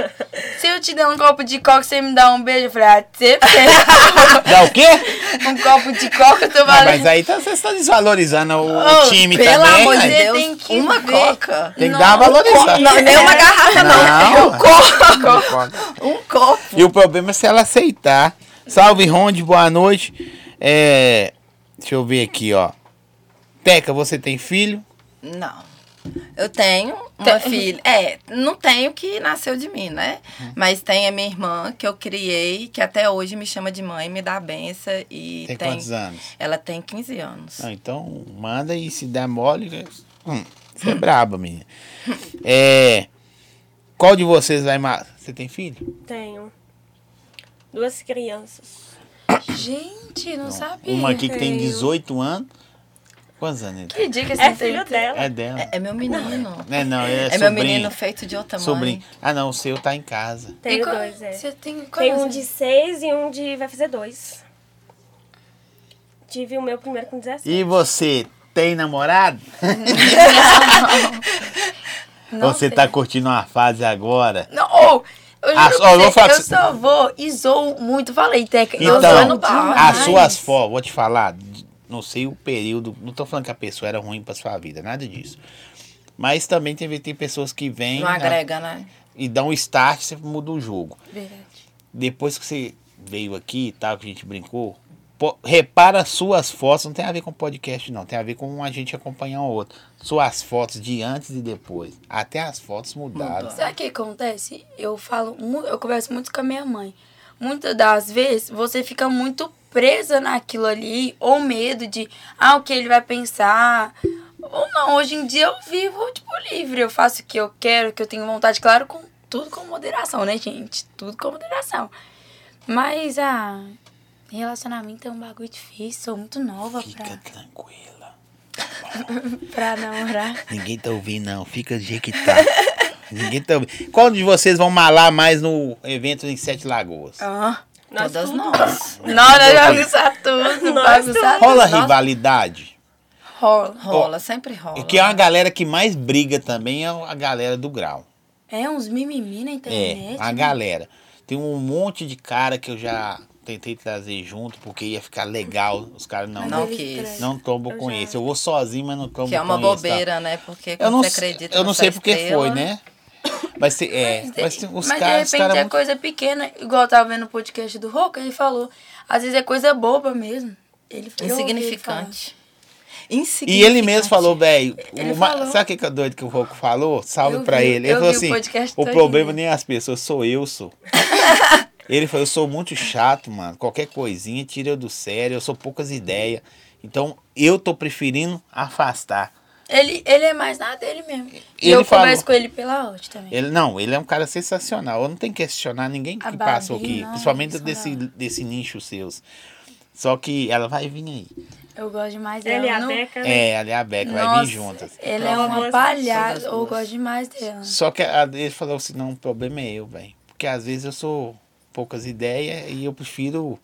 se eu te der um copo de coca, você me dá um beijo? Eu falei, ah, você
Ah.
fez.
Dá o quê?
um copo de coca, eu tô
Ah,
falando.
mas aí tá- vocês estão desvalorizando o, o
Oh,
time
Pelo
também.
amor de
né?
Deus,
tem que
uma
ver.
coca.
Tem que dar uma valorizada.
Não, nem uma garrafa, não.
Não.
Um copo. Um copo.
E o problema é se ela aceitar. Salve, Ronde, boa noite. É, deixa eu ver aqui, ó. Teca, você tem filho?
Não. Eu tenho uma filha. É, não tenho que nasceu de mim, né?
Uhum.
Mas tem a minha irmã que eu criei, que até hoje me chama de mãe, me dá a benção e
Tem,
tem.
quantos anos?
Ela tem 15 anos.
Não, então, manda e se der mole. Hum, você é braba, menina. É, qual de vocês vai mais? Você tem filho?
Tenho duas crianças.
Gente, não sabia.
Uma aqui que tem
tenho.
18 anos. Quantos anos ele tem?
Que dica
É
você
filho
tem?
dela.
É dela.
É, é meu menino.
Não é não, é,
É,
sobrinho.
meu menino feito de outra mãe.
Sobrinho. Ah, não, o seu tá em casa.
E
Tenho
qual-
dois, é.
Você tem qual
Tem
é o
um
seu?
de seis e um de... vai fazer dois. Tive o meu primeiro com 17.
E você tem namorado?
Não
você
tem.
tá curtindo uma fase agora?
Não, ou. eu
Ah, só-
juro pra
eu vou
você,
falar
eu
que-
só vou e zoo muito. Falei, Teca. eu zoo
Então,
no pau.
as
mas-
suas fotos, vou te falar, não sei o período, não tô falando que a pessoa era ruim pra sua vida, nada disso. Mas também tem, tem pessoas que vêm
Não
né,
agrega, né?
e dão um start, você muda o jogo.
Verdade.
Depois que você veio aqui e tal, que a gente brincou, po- repara as suas fotos, não tem a ver com podcast não, tem a ver com um a gente acompanhar o outro. Suas fotos de antes e depois, até as fotos mudaram.
Sabe o que acontece? Eu falo, mu- eu converso muito com a minha mãe. Muitas das vezes você fica muito presa naquilo ali, ou medo de, ah, o que ele vai pensar. Ou não, hoje em dia eu vivo, tipo, livre. Eu faço o que eu quero, o que eu tenho vontade, claro, com tudo com moderação, né, gente? Tudo com moderação. Mas, ah, relacionamento é um bagulho difícil, sou muito nova
Fica
pra,
tranquila.
pra namorar.
Ninguém tá ouvindo, não. Fica do jeito que tá. Ninguém tá ouvindo. Qual de vocês vão malar mais no evento em Sete Lagoas?
Ah.
Nós
Todas
tudo.
nós.
Não, não, já bagunçar tudo,
Nós
bagunçar
Rola
tudo. Nossa,
rivalidade.
Rola.
Rola, sempre rola.
O que é uma galera que mais briga também é a galera do grau.
É uns mimimi na internet. né?
É, a galera. Tem um monte de cara que eu já tentei trazer junto porque ia ficar legal. Os caras não,
Não
não,
quis.
não tombo
Eu
com
já-
esse. Eu vou sozinho, mas não tombo
Que é uma
com esse, tá?
bobeira, né? Porque
Eu
quando
não,
você
sei-
acredita
eu não
nessa
sei porque foi,
estrela,
né? Mas, se- é, mas tem- os
Mas
caras, os
de repente
caras
é
muito-
coisa pequena, igual eu tava vendo o podcast do Roca, ele falou. Às vezes é coisa boba mesmo. Ele eu ouvi ele
Insignificante.
E
Insignificante.
ele mesmo falou, velho.
Ele
uma-
falou.
Sabe o que que é doido que o Roco falou? Salve
Eu
pra
vi,
ele. Ele
eu
falou
vi o
assim:
podcast
o
todinho.
problema nem é as pessoas, sou eu, sou. ele falou: eu sou muito chato, mano. Qualquer coisinha tira eu do sério, eu sou poucas ideias. Então eu tô preferindo afastar.
falar. Ele, ele é mais nada dele mesmo. e
Ele
eu
falou.
converso com ele pela áudio também.
Ele, não, ele é um cara sensacional. Eu não tenho que questionar ninguém que
A
passou
Babi,
aqui,
nossa.
principalmente desse, desse nicho seus. Só que ela vai vir aí.
Eu gosto demais dela.
Ele e a
não-
Beca. né?
É, ela e a Beca vai
Nossa,
vir juntas.
Ele
Não,
é
eu gosto
uma palhaça.
das
Eu
duas.
gosto demais dela.
Só que a- ele falou assim, não, o problema é eu, velho. Porque às vezes eu sou poucas ideias e eu prefiro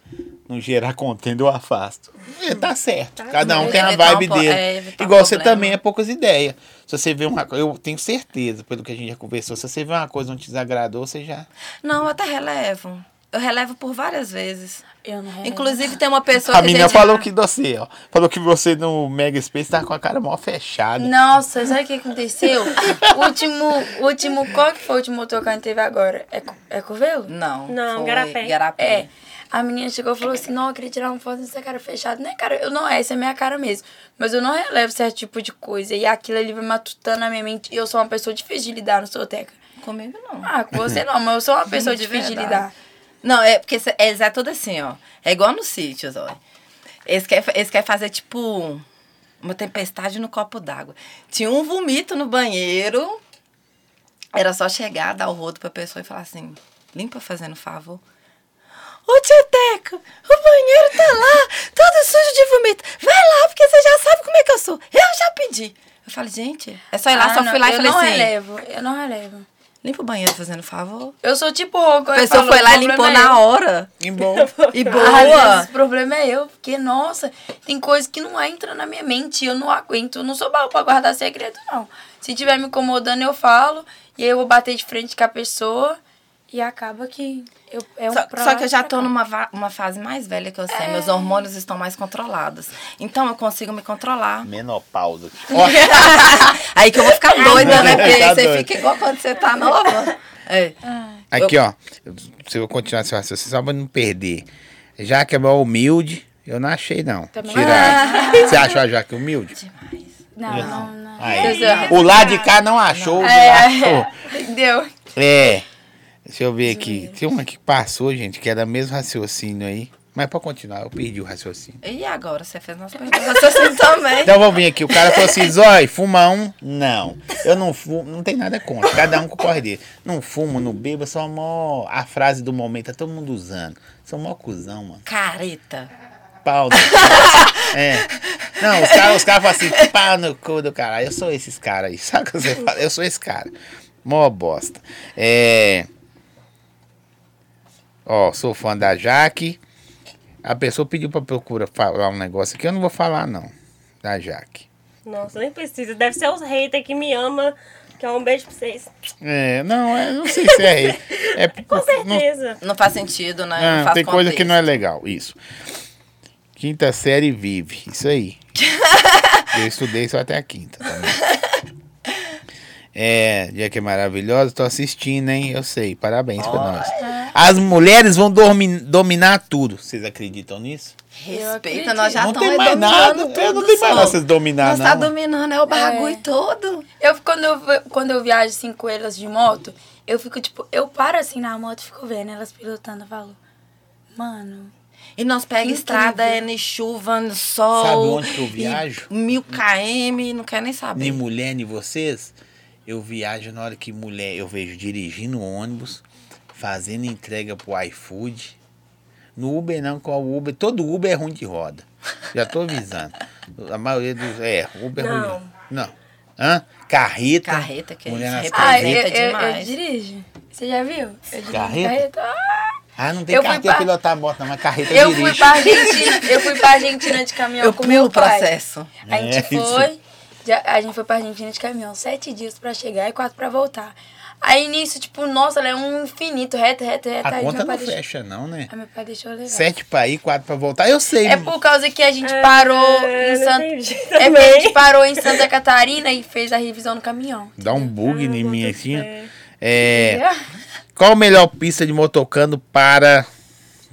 não gerar contenda, eu afasto. E tá certo. Cada um tem a
Evitar um
vibe
po-
dele.
é, evitar um
Igual você
problema.
também é poucas ideias. Se você vê uma coisa, eu tenho certeza, pelo que a gente já conversou, se você vê uma coisa que não te desagradou, você já.
Não, eu até relevo. Eu relevo por várias vezes.
Eu não
Inclusive, tem uma pessoa
É. A
que.
menina
gente-
falou que você, ó. Falou que você no Mega Space tá com a cara mó fechada.
Nossa, sabe o que aconteceu? O último, o último, qual que foi o último motor que a gente teve agora? É, co- é Covelo?
Não.
Não,
foi
Garapé.
É.
Garapé.
A menina chegou e falou assim: não, eu queria tirar uma foto dessa cara fechada. Não é cara, eu não, essa é minha cara mesmo. Mas eu não relevo certo tipo de coisa. E aquilo ali vai matutando na minha mente. E eu sou uma pessoa difícil de lidar, não sou teca.
Comigo não.
Ah, com você não, mas eu sou uma pessoa
De
difícil de
verdade.
lidar.
Não, é porque cê- eles é tudo assim, ó. É igual nos sítios, ó. Eles querem, eles querem fazer tipo uma tempestade no copo d'água. Tinha um vomito no banheiro. Era só chegar, dar o rodo pra pessoa e falar assim: limpa fazendo favor. Ô tia Teca, o banheiro tá lá, todo sujo de vomito. Vai lá, porque você já sabe como é que eu sou. Eu já pedi. Eu falo, gente, é só ir lá,
Ah,
só
não,
fui lá e
eu
falei
não
assim:
relevo, eu não relevo.
limpa o banheiro fazendo favor.
Eu sou tipo rouco.
A pessoa foi lá e
é
limpou na hora.
Em bom.
E
Boa.
boa.
O problema é eu, porque, nossa, tem coisa que não entra na minha mente, eu não aguento. Eu não sou baú pra guardar segredo, não. Se tiver me incomodando, eu falo, e aí eu vou bater de frente com a pessoa, e acaba que eu, é um
Só,
pra É.
só
lá
que eu
e
já
pra
tô
cá.
numa va- uma fase mais velha que eu sei. Meus hormônios estão mais controlados. Então eu consigo me controlar.
Menopausa. Ó,
Aí que eu vou ficar doida, né?
Tá
Porque aí você
doida.
fica igual quando você tá nova. É.
Ah.
aqui, ó. Se eu continuar esse raciocínio, só pra não perder. Jaque é mó humilde. Eu não achei, não. Tirar. Você achou a Jaque humilde?
Não, não, não.
Aí. O lá de cá não achou, o de lá achou.
Entendeu?
É. Deixa eu ver aqui. Tem uma que passou, gente, que era mesmo raciocínio aí. Mas pode continuar, eu perdi o raciocínio.
E agora? Você fez nossa pergunta. Você assim também.
Então vamos vir aqui. O cara falou assim: Zói, fuma um? Não. Eu não fumo, não tem nada contra. Cada um com o corre dele. Não fumo, não bebo, é só mó. A frase do momento, tá todo mundo usando. São mó cuzão, mano.
Careta.
Pau no cu. É. Não, os caras os cara falam assim: pau no cu do caralho. Eu sou esses caras aí. Sabe o que você fala? Eu sou esse cara. Mó bosta. É. Ó, sou fã da Jaque. A pessoa pediu pra procurar falar um negócio aqui. Eu não vou falar, não. Da Jaque.
Nossa, nem precisa. Deve ser os haters que me ama. Que é um beijo pra vocês.
É, não, é, não sei se é. é
Com
não,
certeza.
Não faz sentido, né?
não,
faz
tem coisa que
contexto.
não é legal, isso. Quinta série vive, isso aí. Eu estudei só até a quinta também. É, dia que é maravilhosa, tô assistindo, hein? Eu sei, parabéns pra nós. As mulheres vão dormi- dominar tudo. Vocês acreditam nisso?
Eu
Respeita,
acredito.
nós já
não
estamos
tem mais nada,
dominando
eu
tudo.
não tem mais nada
só.
vocês dominar,
Nós
não.
tá dominando, é o bagulho todo.
Eu, quando, eu, ve- quando eu viajo assim com elas de moto, eu fico tipo, eu paro assim na moto e fico vendo elas pilotando. Eu falo, mano,
E nós pega
Incrível.
estrada, é nem chuva, no sol.
Sabe onde que eu
e
viajo?
Mil km, não quero nem saber.
nem mulher, nem vocês. Eu viajo na hora que mulher, eu vejo dirigindo ônibus, fazendo entrega pro iFood. No Uber não, com o Uber, todo Uber é ruim de roda. Já tô avisando. A maioria dos é, Uber é ruim. de
Não.
roda. Não. Hã? Carreta.
Carreta, que
mulher nas
isso, representa.
Ah, eu,
carretas.
eu, eu,
demais.
dirijo. Você já viu? Eu dirijo
Carreta?
carreta. Ah!
Ah, não tem
Eu fui
carteira
pra-
pilotar a moto, não, mas carreta
Eu
dirige.
fui pra Argentina. Eu fui pra Argentina de caminhão
Eu
com
pulo
meu
o
pai.
processo.
A gente
É, isso.
foi. já- a gente foi pra Argentina de caminhão. Sete dias pra chegar e quatro pra voltar. Aí nisso, tipo, nossa, ela é um infinito, reto, reto, reto.
A
aí
conta
meu pai
não
deixou.
fecha, não, né?
Aí meu pai deixou eu levar.
Sete pra ir, quatro pra voltar. Eu sei,
É por causa que a gente parou
É,
em
não
Santa.
entendi
É porque a gente
também.
parou em Santa Catarina e fez a revisão no caminhão.
Dá um
Ah,
bug em mim assim.
fé.
É.
Entendeu?
Qual a melhor pista de motocando para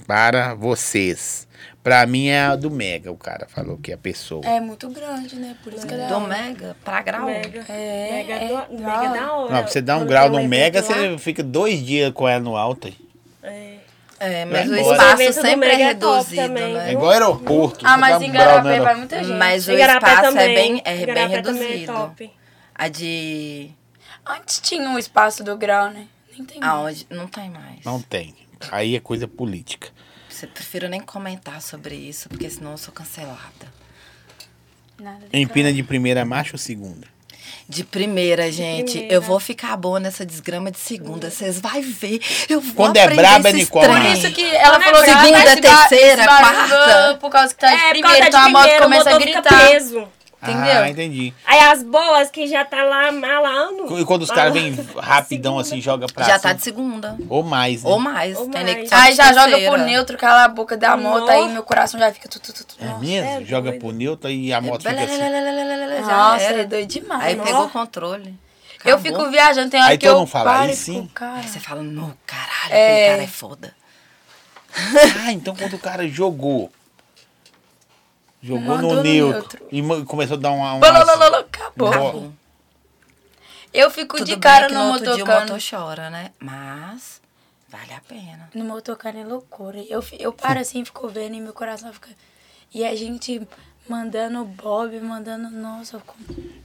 para vocês? Pra mim é a do Mega, o cara falou que é a pessoa.
É muito grande, né? Por isso que ela é.
Do Mega pra grau.
Mega.
É,
mega,
é
do-
da
mega
hora.
da hora.
Não, pra você dar um
Quando
grau
tem
no Mega,
evento lá,
você fica dois dias com ela no alto. hein?
é.
É, mas o
Vai embora.
Os
espaço
eventos do
sempre é
Mega é top
reduzido,
também,
É
né?
viu?
igual aeroporto.
Ah,
você dá
mas
um
em
grau no
Garapé vai
aeroporto.
muita gente.
Mas o
Igarapé
espaço é
também.
bem, é bem
Igarapé também é
reduzido.
top.
A de.
Antes tinha um espaço do grau, né? Nem tem mais.
Aonde? Não tem mais.
Não tem. Aí é coisa política.
Você prefiro nem comentar sobre isso, porque senão eu sou cancelada.
Nada de
Empina de primeira marcha ou segunda?
De primeira, gente,
primeira.
eu vou ficar boa nessa desgrama de segunda. Vocês vão ver. Eu vou
Quando é
aprender
braba,
esse
Nicole.
Por
trem.
isso que ela
Quando é
falou que ela
segunda,
vai se ba-
terceira,
se barrigando
quarta.
Por causa que tá de
É,
primeiro,
primeiro,
então a moto
primeiro,
começa a
motor fica
gritar.
preso.
Entendeu?
Ah, entendi.
Aí as boas que já tá lá malando.
E quando os caras vêm rapidão
Segunda.
assim, joga pra
Já tá
cima.
de segunda.
Ou mais, né?
Ou mais.
Ou
tem
mais.
nego que tá
Aí
de
já joga
terceira.
pro neutro, cala a boca da moto,
Nossa.
aí meu coração já fica... Tu, tu, tu, tu.
É mesmo?
é
joga
doido.
pro neutro e a moto fica assim.
Belelelelelelelele, Já
Nossa,
era.
é doido demais.
Aí
né?
pegou o controle.
Eu
Acabou.
fico viajando, tem hora
Aí
que
todo
eu
mundo fala,
paro
aí
e
sim.
fico, cara...
Aí é você fala, no caralho,
É.
aquele cara é foda.
Ah, então quando o cara jogou. Jogou
Mandou
no
no
neutro.
neutro.
E ma- começou a dar uma. uma
Bololololo, Acabou.
Boa.
Acabou.
Eu fico
Tudo
de
bem
cara
que
no
outro dia o
motocano.
motor chora, né? Mas vale a pena.
No motocano é loucura. Eu, fi- eu paro assim, fico vendo e meu coração fica... E a gente mandando Bob, mandando. Nossa, eu com-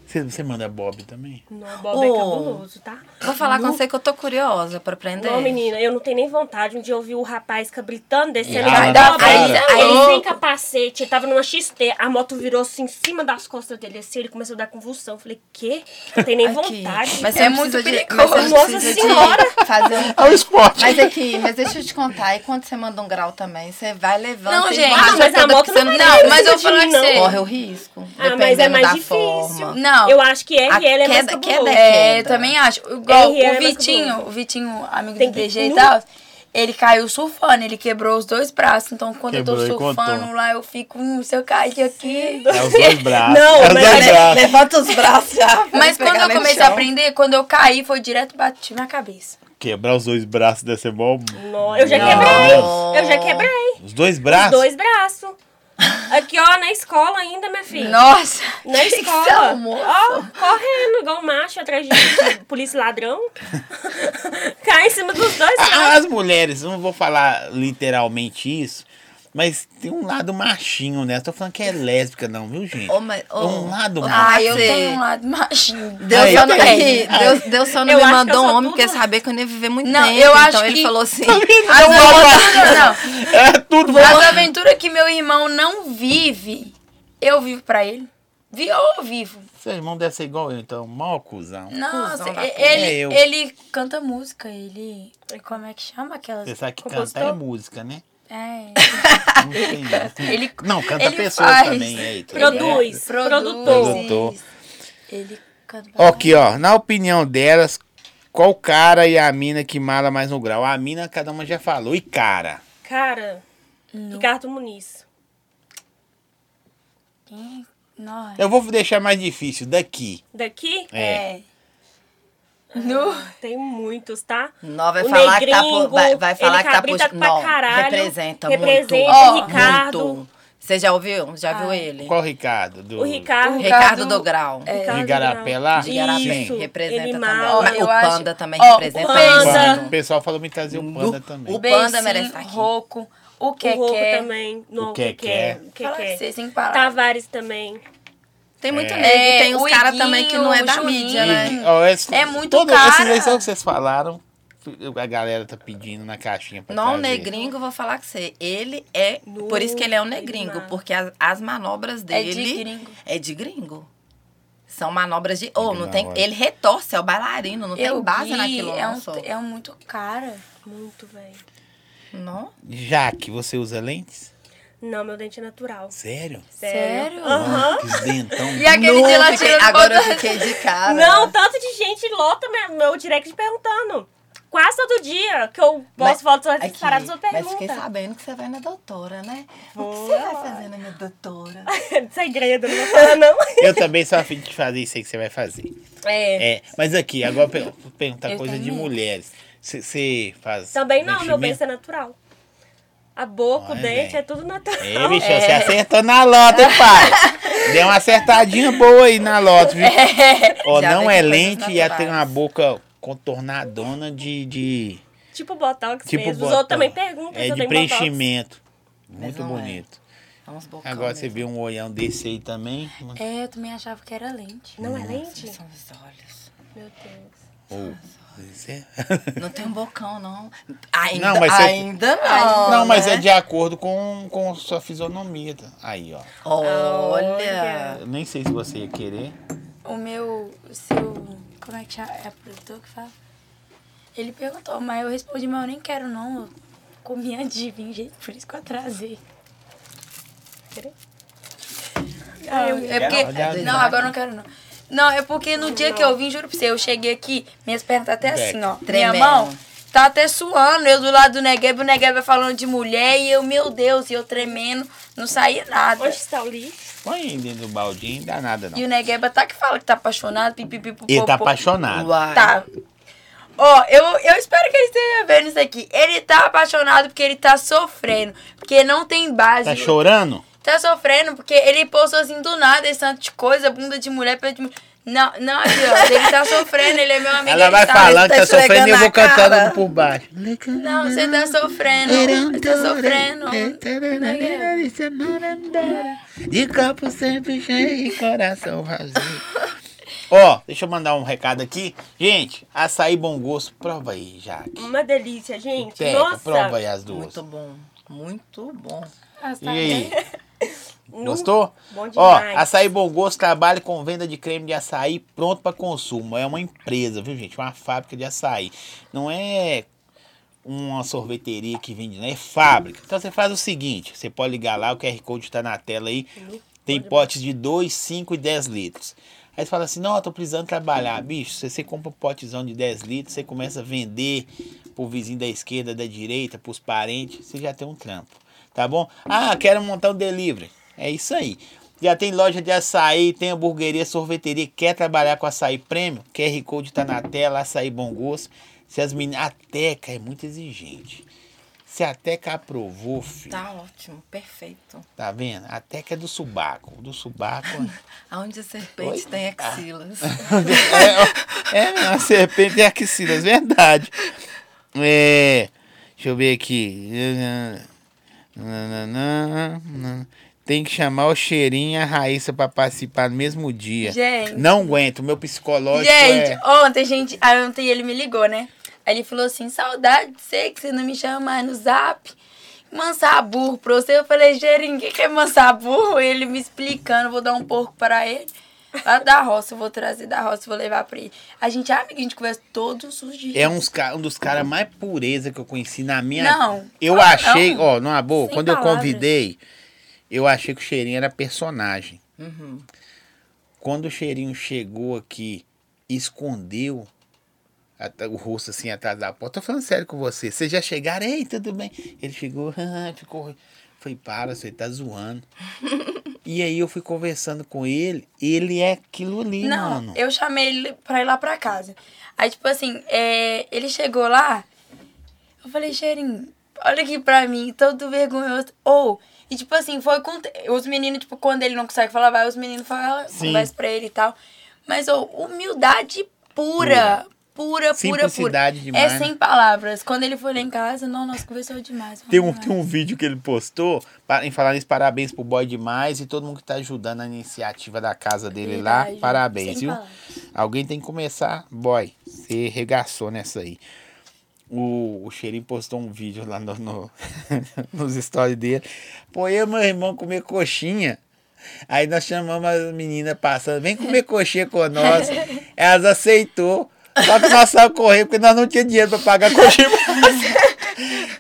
Você, você manda Bob também?
Não, o Bob é
Ô.
cabuloso, tá?
Vou falar com você que eu tô curiosa pra aprender.
Não, menina, eu não tenho nem vontade. Um dia eu vi o rapaz cabritando, descendo
rala
na
na
dobra.
cara.
Aí,
Aí-
ele sem capacete, ele tava numa XT, a moto virou assim em cima das costas dele, assim, ele começou a dar convulsão. Eu falei, quê? Não tem nem
Aqui.
vontade.
Mas
Mas
você é muito
de,
perigoso.
mas você
Nossa
um precisa de
Senhora!
fazer um...
É o esporte.
Mas aqui, mas deixa eu te contar, e quando você manda um grau também, você vai levando.
Não,
você
gente,
esbarra
não,
Ah, mas a
toda
moto
que você
não vai
Não,
descer
mas eu
de
falo
mim,
que
não.
você corre o risco,
ah,
dependendo
mas é mais
da
difícil.
forma.
Não.
Eu acho que RL é
A
mais
queda-
cabuloso.
queda
É,
queda.
também acho. Igual
RL é
o
mais
Vitinho,
cabuloso.
o Vitinho, amigo
Tem
do
que-
DG e
nu-
tal, ele caiu surfando, ele quebrou os dois braços. Então, quando eu tô
Quebrou e
surfando
contou.
lá, eu fico, hum, se eu cair aqui.
É os dois braços.
Não,
é os
mas-
dois
mas-
braços.
Levanta os braços já.
Mas
pra pegar
quando eu
no
comecei a
chão.
aprender, quando eu caí, foi direto bati minha cabeça.
Quebrar os dois braços deve ser bom.
Não, eu já
Não.
quebrei. Eu já quebrei.
Os dois
Os
braços?
dois braços. Aqui, ó, na escola ainda, minha filha.
Nossa!
Na
que você
escola.
arrumou?
Ó, correndo, igual um macho atrás de polícia e ladrão. Cai em cima dos dois.
A- Ah, As mulheres, não vou falar literalmente isso, mas tem um lado machinho nessa. Tô falando que é lésbica, não, viu, gente?
Ô, mas- ô,
um lado
ô,
macho.
Ah,
Ai, eu
Você-
tenho um lado machinho.
Deus
Aí,
é
só não,
tá
aqui,
vendo?
Deus, Deus só não
Eu
me
acho que
mandou
eu
um
sou
homem, porque
tudo-
saber que eu não ia viver muito
Não,
tempo.
eu acho
então ele
que-
falou
Tá
Tá
assim.
As aventuras, não.
É tudo
As aventuras que meu irmão não vive, eu vivo pra ele. Vi ou vivo.
Seu irmão deve ser igual eu, então. Mó cuzão.
Nossa,
da
e-
É eu.
ele, ele canta música, ele. Como é que chama aquelas.
Você sabe que
compositor?
cantar é música, né?
É.
Não tem isso.
Ele-
Não, canta
ele
pessoas
faz.
também. Aí, tá
Produz.
certo?
é Produtor.
Produtor.
Ele canta.
Ó, Aqui, ó. Na opinião delas, qual cara e a mina que mala mais no grau? A mina, cada uma já falou. E cara?
Cara, Ricardo Muniz.
Ih, Nossa.
Eu vou deixar mais difícil. Daqui.
Daqui
É.
No...
tem muitos, tá?
Não, vai
O
falar que tá por.
Negringo,
Vai, vai falar
ele
que tá
cabrita
por.
pra
Não,
caralho,
representa, muito.
representa,
Ó,
Ricardo. Ah.
muito. Você já ouviu? Já viu ele?
Qual Ricardo? Do...
O Ricardo.
Ricardo
Ricardo-
do Grau.
De Igarapé lá?
De Igarapé.
Sim.
É, Isso.
Representa
Ele
também.
mala.
Mas
Eu
o
acho-
Panda também
Ó, o
representa.
Panda. Uhum.
muito.
O pessoal falou me trazer o panda também.
O Panda
Beicinho,
merece estar aqui.
Roco, o
O
é
Rouco
Keké.
também. Não,
O
o
Keké.
Keké. O
Fala que
Keké.
vocês sem parar.
é? Tavares também.
Tem muito
É.
negro e tem
É,
uns
o
caras também que não é
Iguinho,
da
o
mídia, né?
Juninho.
E, ó, esse-
É muito
todo
cara.
Esse versão que vocês falaram, a galera tá pedindo na caixinha pra
Não, o
trazer.
negringo, vou falar com você. Ele é.
No,
por isso que ele é um
que
negringo,
massa.
porque as, as manobras
É de
dele.
gringo.
É de gringo. São manobras de. Ou não
da
tem.
hora.
Ele retorce, é o bailarino, não
Eu
tem base
vi,
naquilo.
É
não,
um,
só.
é um muito cara.
Muito, velho.
Não?
Jaque, você usa lentes?
Não, meu dente é natural.
Sério?
Sério?
Aham.
Que dentão.
E aquele
Não,
dia lá
fiquei-
tirando
agora eu
foto-
fiquei de cara.
Não, tanto de gente lota meu, meu direct perguntando. Quase todo dia que eu posto fotos antes de
Aqui,
é
parar, eu
mas fiquei
pergunta.
sabendo que você vai na doutora, né? O que
Vou
você vai
lá.
fazer na minha doutora?
Segredo, não vou falar não.
Eu também sou afim de fazer isso aí que você vai fazer.
É.
É, mas aqui, agora per- vou perguntar
Eu
coisa de
também.
mulheres. Você faz.
Também não, meu
bem
beijo é natural. A boca,
Olha,
o dente,
véi.
é tudo natural.
Ei, bicho, você acertou na lota, hein, pai? Deu uma acertadinha boa aí na lota, viu? Ó,
Já
não
vem
é
com coisas
lente e ela tem uma
naturais.
boca contornadona de. de
Tipo botox
tipo
mesmo. Os
botão.
outros também perguntam
É
se eu
de
tenho botox.
preenchimento. Muito
não é.
bonito.
É uns bocão
Agora você
mesmo.
vê um olhão desse aí também.
É, eu também achava que era lente.
Não é lente?
São os olhos.
Meu Deus.
É.
Ou. isso é-
Não tem um bocão, não. Ainda
Não, mas você-
ainda não.
Não, mas
né?
é de acordo com, com sua fisionomia. tá? Aí, ó.
Olha.
Olha.
Eu nem sei se você ia querer.
O meu, o seu, como é que chama? É produtor que fala? Ele perguntou, mas eu respondi, mas eu nem quero não. Eu comi antes de vir, gente, por isso que eu atrasei. Ah, eu- é porque,
Olha, olha.
não, agora eu não quero não. Não, é porque no dia que eu vim, juro pra você, eu cheguei aqui, minhas pernas tá até assim, ó.
Tremendo.
Minha mão tá até suando. Eu do lado do Negueba, o Negueba falando de mulher e eu, meu Deus, e eu tremendo, não saía nada.
Onde está o lixo?
Põe aí dentro do baldinho, não dá nada, não.
E o Negueba tá que fala que tá apaixonado, pipipi,
Ele tá apaixonado.
Uai.
Tá. Ó, eu, eu espero que ele esteja vendo isso aqui. Ele tá apaixonado porque ele tá sofrendo. Porque não tem base.
Tá chorando?
Tá sofrendo porque ele postou assim do nada esse tanto de coisa, bunda de mulher, pé de mulher. Não, não, adianta. Ele tá sofrendo, ele é meu amigo.
Ela
ele
vai
tá-
falando que
tá
tá sofrendo e eu
esfregando
vou
a cara.
cantando por baixo.
Não, você tá sofrendo. Você tá sofrendo.
É, tá De copo sempre cheio e coração vazio. Ó, deixa eu mandar um recado aqui. Gente, açaí bom gosto, prova aí, Jaque.
Uma delícia, gente.
Pega,
Nossa.
prova aí as duas.
Muito bom. Muito bom.
E aí?
Nu.
Gostou?
Bom
Ó,
demais.
Açaí Bom Gosto trabalha com venda de creme de açaí pronto para consumo. É uma empresa, viu, gente? Uma fábrica de açaí. Não é uma sorveteria que vende, né? É fábrica. Então você faz o seguinte: você pode ligar lá, o QR Code tá na tela aí. Tem potes de 2, 5 e 10 litros. Aí você fala assim: não, eu tô precisando trabalhar. Bicho, se você compra um potezão de 10 litros, você começa a vender pro vizinho da esquerda, da direita, pros parentes, você já tem um trampo. Tá bom? Ah, quero montar um delivery. É isso aí. Já tem loja de açaí, tem hamburgueria, sorveteria. Quer trabalhar com açaí prêmio? QR Code tá na tela, açaí bom gosto. Se as meninas. A Teca é muito exigente. Se a Teca aprovou, filho. Tá,
Tá ótimo. Perfeito.
vendo? A Teca é do subaco. Do subaco.
Aonde a serpente
Oi? Ah.
tem axilas.
é, é, mesmo, a serpente é axila, é verdade. É, deixa eu ver aqui. Tem que chamar o cheirinho e a Raíssa pra participar no mesmo dia.
Gente.
Não aguento, meu psicológico
Gente,
é...
ontem, gente, aí ontem ele me ligou, né? Aí ele falou assim: saudade de você, que você não me chama mais no zap. Mansar burro pra você. Eu falei, Gerinho, o que, que é mansar burro? Ele me explicando, vou dar um porco pra ele. Lá da roça, eu vou trazer da roça, vou levar pra ele. A gente é amigo, a gente conversa todos os dias.
É uns ca- um dos caras mais pureza que eu conheci na minha
Não.
Eu
Ah,
achei,
não.
ó, numa boa,
Sem
quando eu
palavras.
convidei, eu achei que o cheirinho era personagem. Quando o cheirinho chegou aqui, escondeu ata- o rosto assim atrás da porta. Tô falando sério com você. Vocês já chegaram? Ei, tudo bem? Ele chegou, ficou. Falei, para, você tá zoando. e aí eu fui conversando com ele, ele é aquilo ali,
Não,
mano.
eu chamei ele pra ir lá pra casa. Aí, tipo assim, é, ele chegou lá, eu falei, cheirinho, olha aqui pra mim, todo vergonhoso. Ou, e tipo assim, foi com. te- Os meninos, tipo, quando ele não consegue falar, vai, os meninos falam, "Ah,
Sim.
conversa pra ele e tal. Mas, ou, humildade pura. Pura, pura, pura.
Simplicidade demais. né?
É sem palavras. Quando ele foi lá em casa, não, nós conversou demais.
Tem um, tem um vídeo que ele postou, pa- em falar nisso, parabéns pro boy demais e todo mundo que tá ajudando a iniciativa da casa dele lá,
Verdade,
parabéns,
sem
viu?
palavras.
Alguém tem que começar, boy, você regaçou nessa aí. O, o Cheirinho postou um vídeo lá no, no- nos stories dele. Pô, eu e meu irmão comer coxinha. Aí nós chamamos as meninas passando, vem comer coxinha com nós. Elas aceitou. Só que nós saímos correr porque nós não tínhamos dinheiro pra pagar coxinha.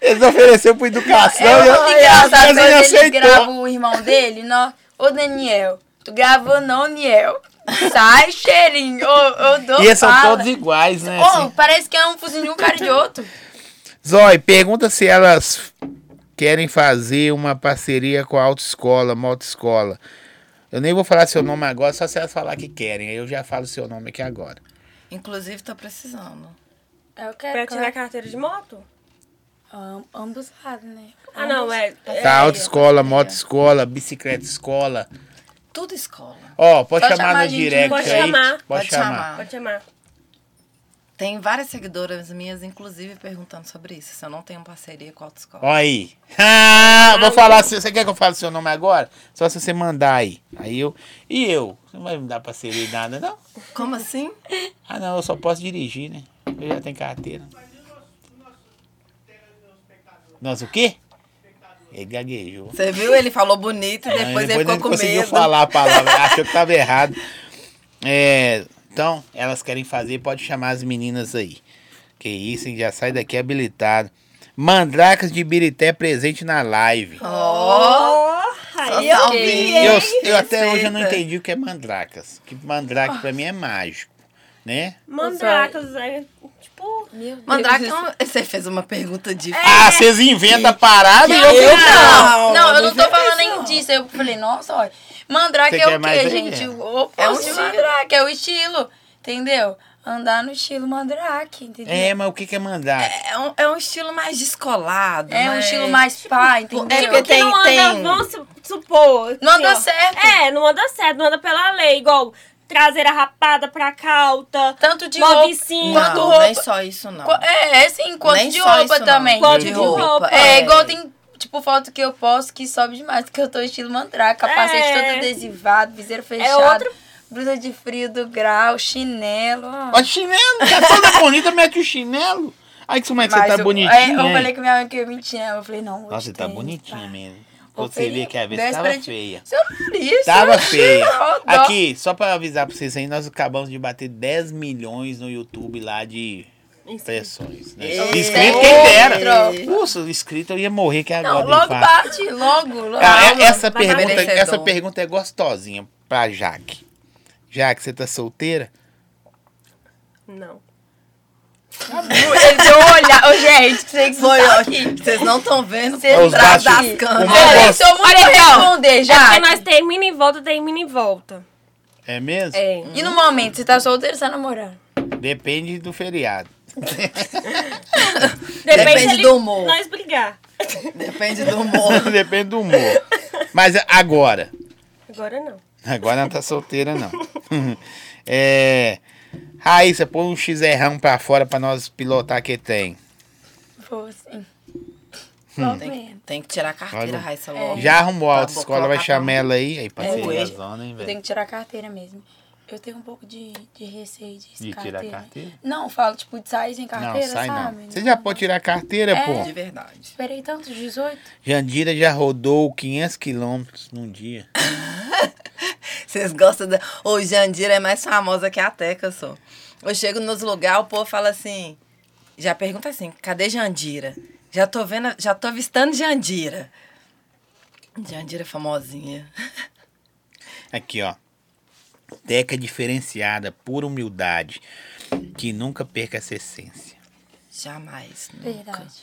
Eles ofereceram pra educação.
É
e
muito engraçado
as
quando
meninas
ele
aceitou.
grava o irmão dele, nó. Ô, Daniel, tu gravou não, Daniel? Sai, cheirinho. Eu, dou
E eles são
fala.
todos iguais, né?
Ô,
assim.
parece que é um fuzil de um cara e de outro.
Zói, pergunta se elas querem fazer uma parceria com a autoescola, motoescola. Eu nem vou falar seu nome agora, só se elas falar que querem. Aí eu já falo seu nome aqui agora.
Inclusive, tô precisando.
Pra
Eu quero
tirar carteira de moto?
ambos lados, né?
Ah, não, é. é
Tá, autoescola, motoescola, bicicleta escola.
Tudo escola.
Ó, pode,
Pode
chamar,
chamar a
no
gente,
direct
pode
aí.
chamar.
Pode,
Pode
chamar.
chamar.
Pode chamar.
Tem várias seguidoras minhas, inclusive, perguntando sobre isso. Se eu não tenho parceria com a autoescola.
Ó aí. Ah, vou falar, se- você quer que eu fale seu nome agora? Só se você mandar aí. Aí eu, e eu? Você não vai me dar parceria e nada, não?
Como assim?
Ah, não, eu só posso dirigir, né? Eu já tenho carteira. Nossa, o quê? Ele gaguejou.
Você viu? Ele falou bonito e
Aí
depois, ele ficou
não
com
É, conseguiu
medo.
falar a palavra, achou que tava errado. É, então, elas querem fazer, pode chamar as meninas aí. Que isso, hein? Já sai daqui habilitado. Mandracas de Birité presente na live.
Ó,
aí,
só
ó.
salve.
E eu, eu até hoje eu não
Receita.
entendi o que é mandracas. Que mandraca pra mim é mágico, né?
Mandracas, é. Tipo.
Meu Deus.
Mandrake, é um- você fez uma pergunta difícil.
É.
Ah, vocês inventam a parada e eu fico
é? não,
não, não, eu não
não
tô falando nem disso. Eu falei, nossa, olha. Mandrake
Você
é
quer
o
mais
quê,
aí?
gente? O
É um
oposto de
estilo.
mandrake, é o estilo. Entendeu? Andar no estilo mandrake, entendeu?
É, mas o que que é mandar?
É um, é um estilo mais descolado.
É um
né?
estilo mais pá, entendeu?
é
Tipo, que
porque tem-
não anda,
tem-
vamos su- supor.
Não
assim,
anda
ó.
certo.
É, não anda certo, não anda pela lei. Igual traseira rapada pra calta,
Tanto de roupa.
movicinho.
Quanto
Não,
roupa-
nem só isso não.
Qu- É, sim, quanto
Nem
de
só
roupa
isso, não.
também.
Quanto
de
de
roupa.
roupa.
É, igual tem, tipo, foto que eu posto que sobe demais, que eu tô estilo mandrake, capacete
É.
todo adesivado, viseiro fechado,
outro-
blusa de frio do grau, chinelo. ó.
Olha o chinelo, tá toda bonita, mete o chinelo. Aí que como é que você
Mas
tá
eu-
bonitinha,
é, eu
hein?
falei com minha mãe que eu mentia, né? eu falei, não, hoje
Nossa, você tá
tem,
bonitinha
pá.
mesmo.
Ô,
Você vê
Felipe,
que a vez
desce
tava
pra-
feia.
Seu nariz,
Tava
né?
feia.
Ó, dó.
Aqui, só pra avisar pra vocês aí, nós acabamos de bater 10 milhões no YouTube lá de impressões. Né?
Eita.
Inscrito quem dera.
Eita.
Puxa, inscrito eu ia morrer que agora.
Não,
de
logo
infarto.
bate, logo, logo.
Ah, é- essa,
vai dar
pergunta,
merecedor.
essa pergunta é gostosinha pra Jaque. Jaque, você tá solteira?
Não.
Ele deu um olhar. Ô, gente, sei que
Foi
foi tá aqui.
ótimo. Vocês não estão vendo
Vocês
Os
atrás
baixos-
das
o
câmeras.
mal-
Olha, eu sou muito
Olha, então,
responder,
É porque
já.
nós termina e volta, termina e volta.
É mesmo?
É.
E no momento, você tá solteiro ou você tá namorando?
Depende do feriado.
Depende
se ele-
do humor.
Nós brigar.
Depende do humor.
Depende do humor. Mas agora.
Agora não.
Agora não tá solteira, não. é. Raíssa, põe um XRão pra fora pra nós pilotar que tem.
Vou sim.
Hum.
Volta mesmo.
Tem que tirar a carteira,
Olha.
Raíssa, logo.
Já arrumou a
Tá,
autoescola,
vou
vai
colocar
chamar
pra-
ela aí. Aí, parceria
É,
da
hoje.
zona, hein,
Eu tenho
velho?
que tirar a carteira mesmo. Eu tenho um pouco de, de receio de,
De tirar a carteira?
Não, eu falo, tipo, de sair sem
Não,
carteira,
sai
sabe?
não. Você já pode tirar a carteira,
É.
De
pô.
verdade.
Esperei tantos 18.
Jandira já rodou 500 quilômetros num dia.
Vocês gostam da. Ô, Jandira é mais famosa que a Teca, só. Eu chego nos lugares, o povo fala assim. Já pergunta assim: cadê Jandira? Já tô vendo, já tô avistando Jandira. Jandira é famosinha.
Aqui, ó. Teca diferenciada, pura humildade. Que nunca perca essa essência.
Jamais. Nunca.
Verdade.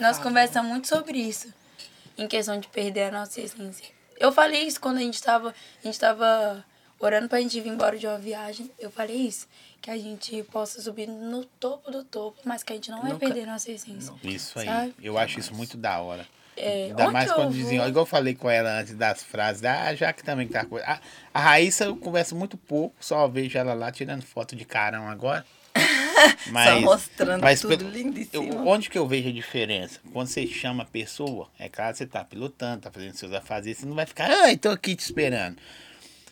Nós conversamos muito sobre isso. Em questão de perder a nossa essência. Eu falei isso quando a gente tava. A gente tava orando pra gente vir embora de uma viagem. Eu falei isso. Que a gente possa subir no topo do topo, mas que a gente não vai
Nunca-
perder a nossa essência.
Isso aí.
Sabe?
Eu acho isso muito da hora.
É,
Ainda
onde
mais
eu
quando dizem,
vou?
ó, igual eu falei com ela antes das frases, da ah, Jaque também que tá com. A, a Raíssa eu converso muito pouco, só vejo ela lá tirando foto de carão agora.
Só mostrando
mas
tudo
pelo-
lindíssimo.
eu- onde que eu vejo a diferença? Quando você chama a pessoa, é claro, você tá pilotando, tá fazendo seus afazeres, você não vai ficar, ai, tô aqui te esperando.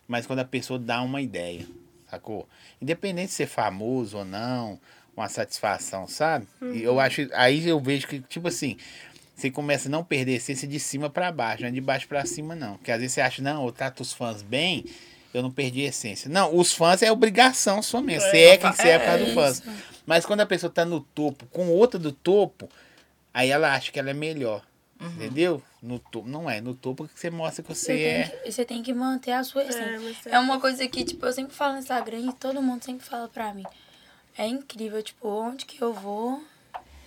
Mas quando a pessoa dá uma ideia, sacou? Independente de ser famoso ou não, uma satisfação, sabe? E eu acho, aí eu vejo que, tipo assim, você começa a não perder a essência de cima pra baixo, não é de baixo pra cima, não. Porque às vezes você acha, não, eu trato os fãs bem, eu não perdi a essência. Não, os fãs é obrigação sua mesmo. Você é quem você é por causa do fãs. Mas quando a pessoa tá no topo, com outra do topo, aí ela acha que ela é melhor. Entendeu? No topo. Não é, no topo que você mostra que
Você
você
tem,
é.
que, você tem que manter a sua essência.
você-
É uma coisa que, tipo, eu sempre falo no Instagram e todo mundo sempre fala pra mim. É incrível, tipo, onde que eu vou,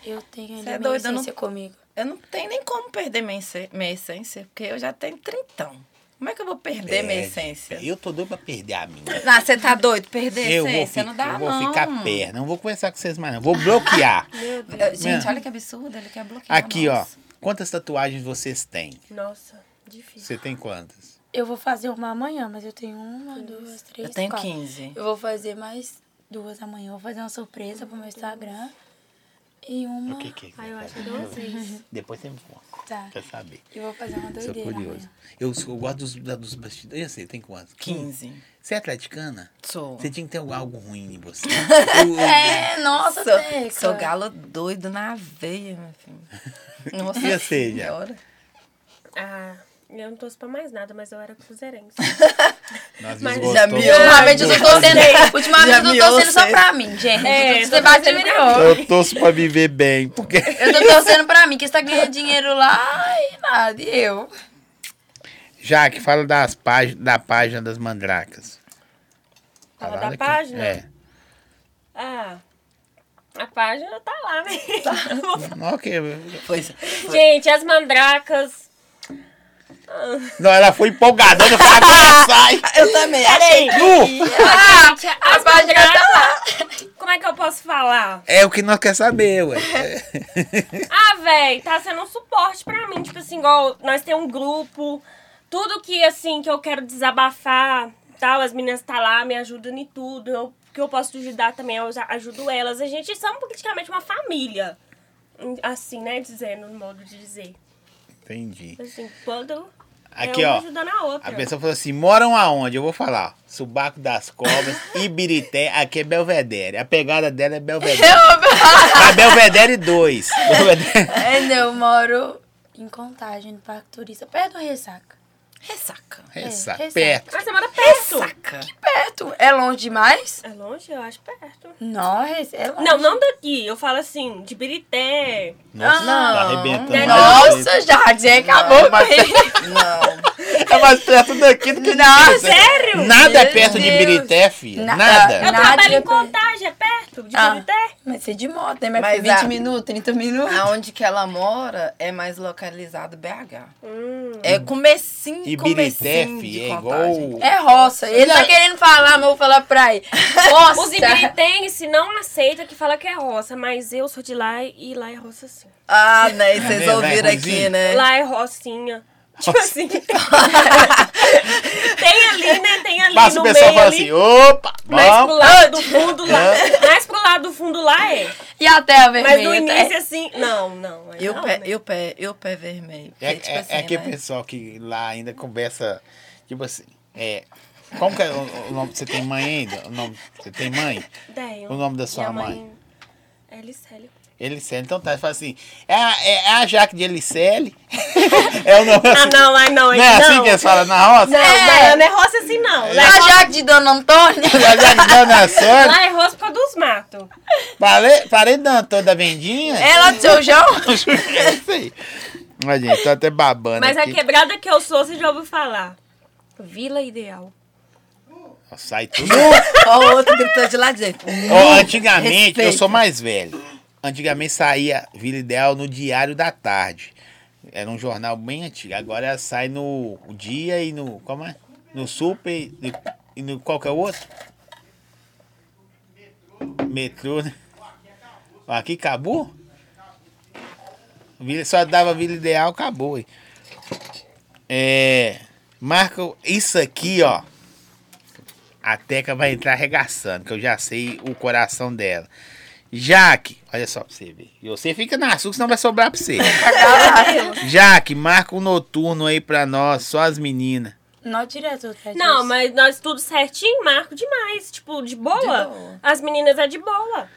eu tenho ali
Você é
minha
doida, eu não-
essência comigo.
Eu não tenho nem como perder minha, esse- minha essência, porque eu já tenho trintão. Como é que eu vou perder minha
Perde.
essência?
é. Eu tô doido pra perder a minha.
Ah, você tá doido? Perder a
Eu vou,
essência?
ficar,
não dá,
eu vou
não.
ficar perto. Não vou conversar com vocês mais, não. Vou bloquear.
Eh,
Né?
Gente, olha que absurdo, ele quer bloquear.
Aqui, ó.
nós.
Quantas tatuagens vocês têm?
Nossa, difícil.
Você tem quantas?
Eu vou fazer uma amanhã, mas eu tenho uma, duas, três,
Eu tenho
quatro.
15.
Eu vou fazer mais duas amanhã. Eu vou fazer uma surpresa pro meu Instagram. E uma.
O que que é? que
Ai, eu
você
acho
faz?
que eu sei.
Depois você me conta.
Tá.
Quer saber?
E vou fazer uma
Sou
doideira.
é?
né?
curioso.
amanhã.
Eu, sou- eu gosto dos, da- dos bastidores. Eu sei, tem quantas?
15.
Você é atleticana?
Sou.
Você tinha que ter algo ruim em você. Eu- eu-
É, nossa,
Sou,
Teca.
sou galo doido na veia, meu filho. Nossa
E você, já?
senhora.
Ah, eu não torço pra mais nada, mas eu era cruzeirense.
Nós
Mas-
desgostamos.
Já miou.
Ultimamente eu tô torcendo. Ultimamente eu tô
miou,
torcendo só
sei.
pra mim, gente.
É,
Você
tô
bate
torcendo
melhor.
pra
Eu torço pra viver bem, porque...
Eu tô torcendo pra mim, que você tá ganhando dinheiro lá e nada. E eu?
Jaque, fala das pag... da página das mandracas.
Fala
Falaram
da
aqui.
página?
É.
Ah, a página tá lá, né?
Não, ok.
Pois é.
Gente, as mandracas.
Não, ela foi empolgadona, eu falei, agora sai!
Eu também.
Peraí!
Nu!
Ah, gente, as mandracas. Como é que eu posso falar?
É o que nós quer saber, ué.
Ah, véi, tá sendo um suporte pra mim. Tipo assim, igual nós temos um grupo. Tudo que, assim, que eu quero desabafar, hospital, as meninas tá lá me ajudando em tudo. Eu, o que eu posso ajudar também, eu já ajudo elas. A gente são praticamente uma família. Assim, né? Dizendo, no modo de dizer.
Entendi.
Assim, quando.
Aqui,
é uma
ó.
ajudando a outra.
A pessoa falou assim: moram aonde? Eu vou falar. ó. Subaco das Cobras, Ibirité, aqui é Belvedere. A pegada dela é Belvedere. A Belvedere 2. Belvedere-
Ainda É, eu moro em Contagem, no Parque Turista, perto do Ressaca.
Ressaca.
É,
Essa,
ressaca.
perto.
Ah, você mora perto.
Ressaca.
Perto. É longe demais?
É longe? Eu acho perto.
Não, Res- é longe.
Não, não daqui. Eu falo assim, de Birité.
Nossa, tá arrebentando.
é
mais uma
Nossa, Jade, você acabou
Mas-
com
Não.
vez. É mais perto daqui do que de
Nossa,
Ibirité.
sério?
Nada é
Meu
perto de
Deus.
Ibirité, filha.
Na-
Eu
Nada.
na-
trabalho em
é perto.
Contagem, é perto de
Ah.
Birité.
Mas você de moto, né? Mas,
Mas
20
a-
minutos, 30 minutos.
Aonde que ela mora é mais localizado BH.
Hum.
É comecinho,
Ibirité,
comecinho de
filha, é
Contagem.
igual.
É roça. Ele tá querendo falar, mas eu vou falar praia.
Os
Roça.
ibiritenses não aceita que fala que é roça, mas eu sou de lá e lá é roça sim.
Ah, né? e
É,
Vocês
né,
ouviram
vai,
aqui,
cozinha.
né?
Lá é rocinha. Tipo assim. tem ali, né? Tem ali
Passa
no
o pessoal e
meio
fala
ali.
assim: É. opa,
mais pro
bom.
lado do fundo lá. Mais pro lado do fundo lá é.
E a terra vermelha. tá?
Mas no início assim. Não, não. é
E o
não,
pé,
né?
e o pé, e o pé vermelho.
É,
Porque, tipo
é,
assim,
é aquele
né?
pessoal que lá ainda conversa, tipo assim, é. Como que é o, o nome? Você tem mãe ainda? O nome, você tem mãe?
Tenho.
O nome da sua
Minha
mãe?
É Elicélia.
Elicele. Então tá, fala assim, é a, é a Jaque de Elicele? é o nome
Ah,
assim.
não, mas não.
não é assim
não.
que eles falam na roça?
Não, lá não é roça assim não.
Tá
Lá é
A
roça,
Jaque de Dona Antônia.
A Jaque de Dona Sônia,
lá é roça por causa dos matos.
parei, parei dando toda a vendinha.
Ela do seu João.
É isso aí. Mas, gente, tô até babando
Mas é a
aqui.
quebrada que eu sou, você já ouviu falar. Vila Ideal.
Sai tudo.
Ó, o outro
tá
gritou de lá de dentro.
Ó, antigamente, eu
respeita.
sou mais velho. Antigamente saía Vila Ideal no Diário da Tarde. Era um jornal bem antigo. Agora ela sai no Dia e no. Como é? No Super e no, e no qualquer outro. Metrô, né? Aqui acabou? Vila- Só dava Vila Ideal, acabou. hein? É. Marco, isso aqui, ó. A Teca vai entrar arregaçando, que eu já sei o coração dela. Jaque, olha só pra você ver. E você fica na sua, que senão vai sobrar pra você.
Tá
Jaque, marca um noturno aí pra nós, só as meninas.
Não direto,
Não, mas nós tudo certinho, marco demais. Tipo, de boa. As meninas é de boa.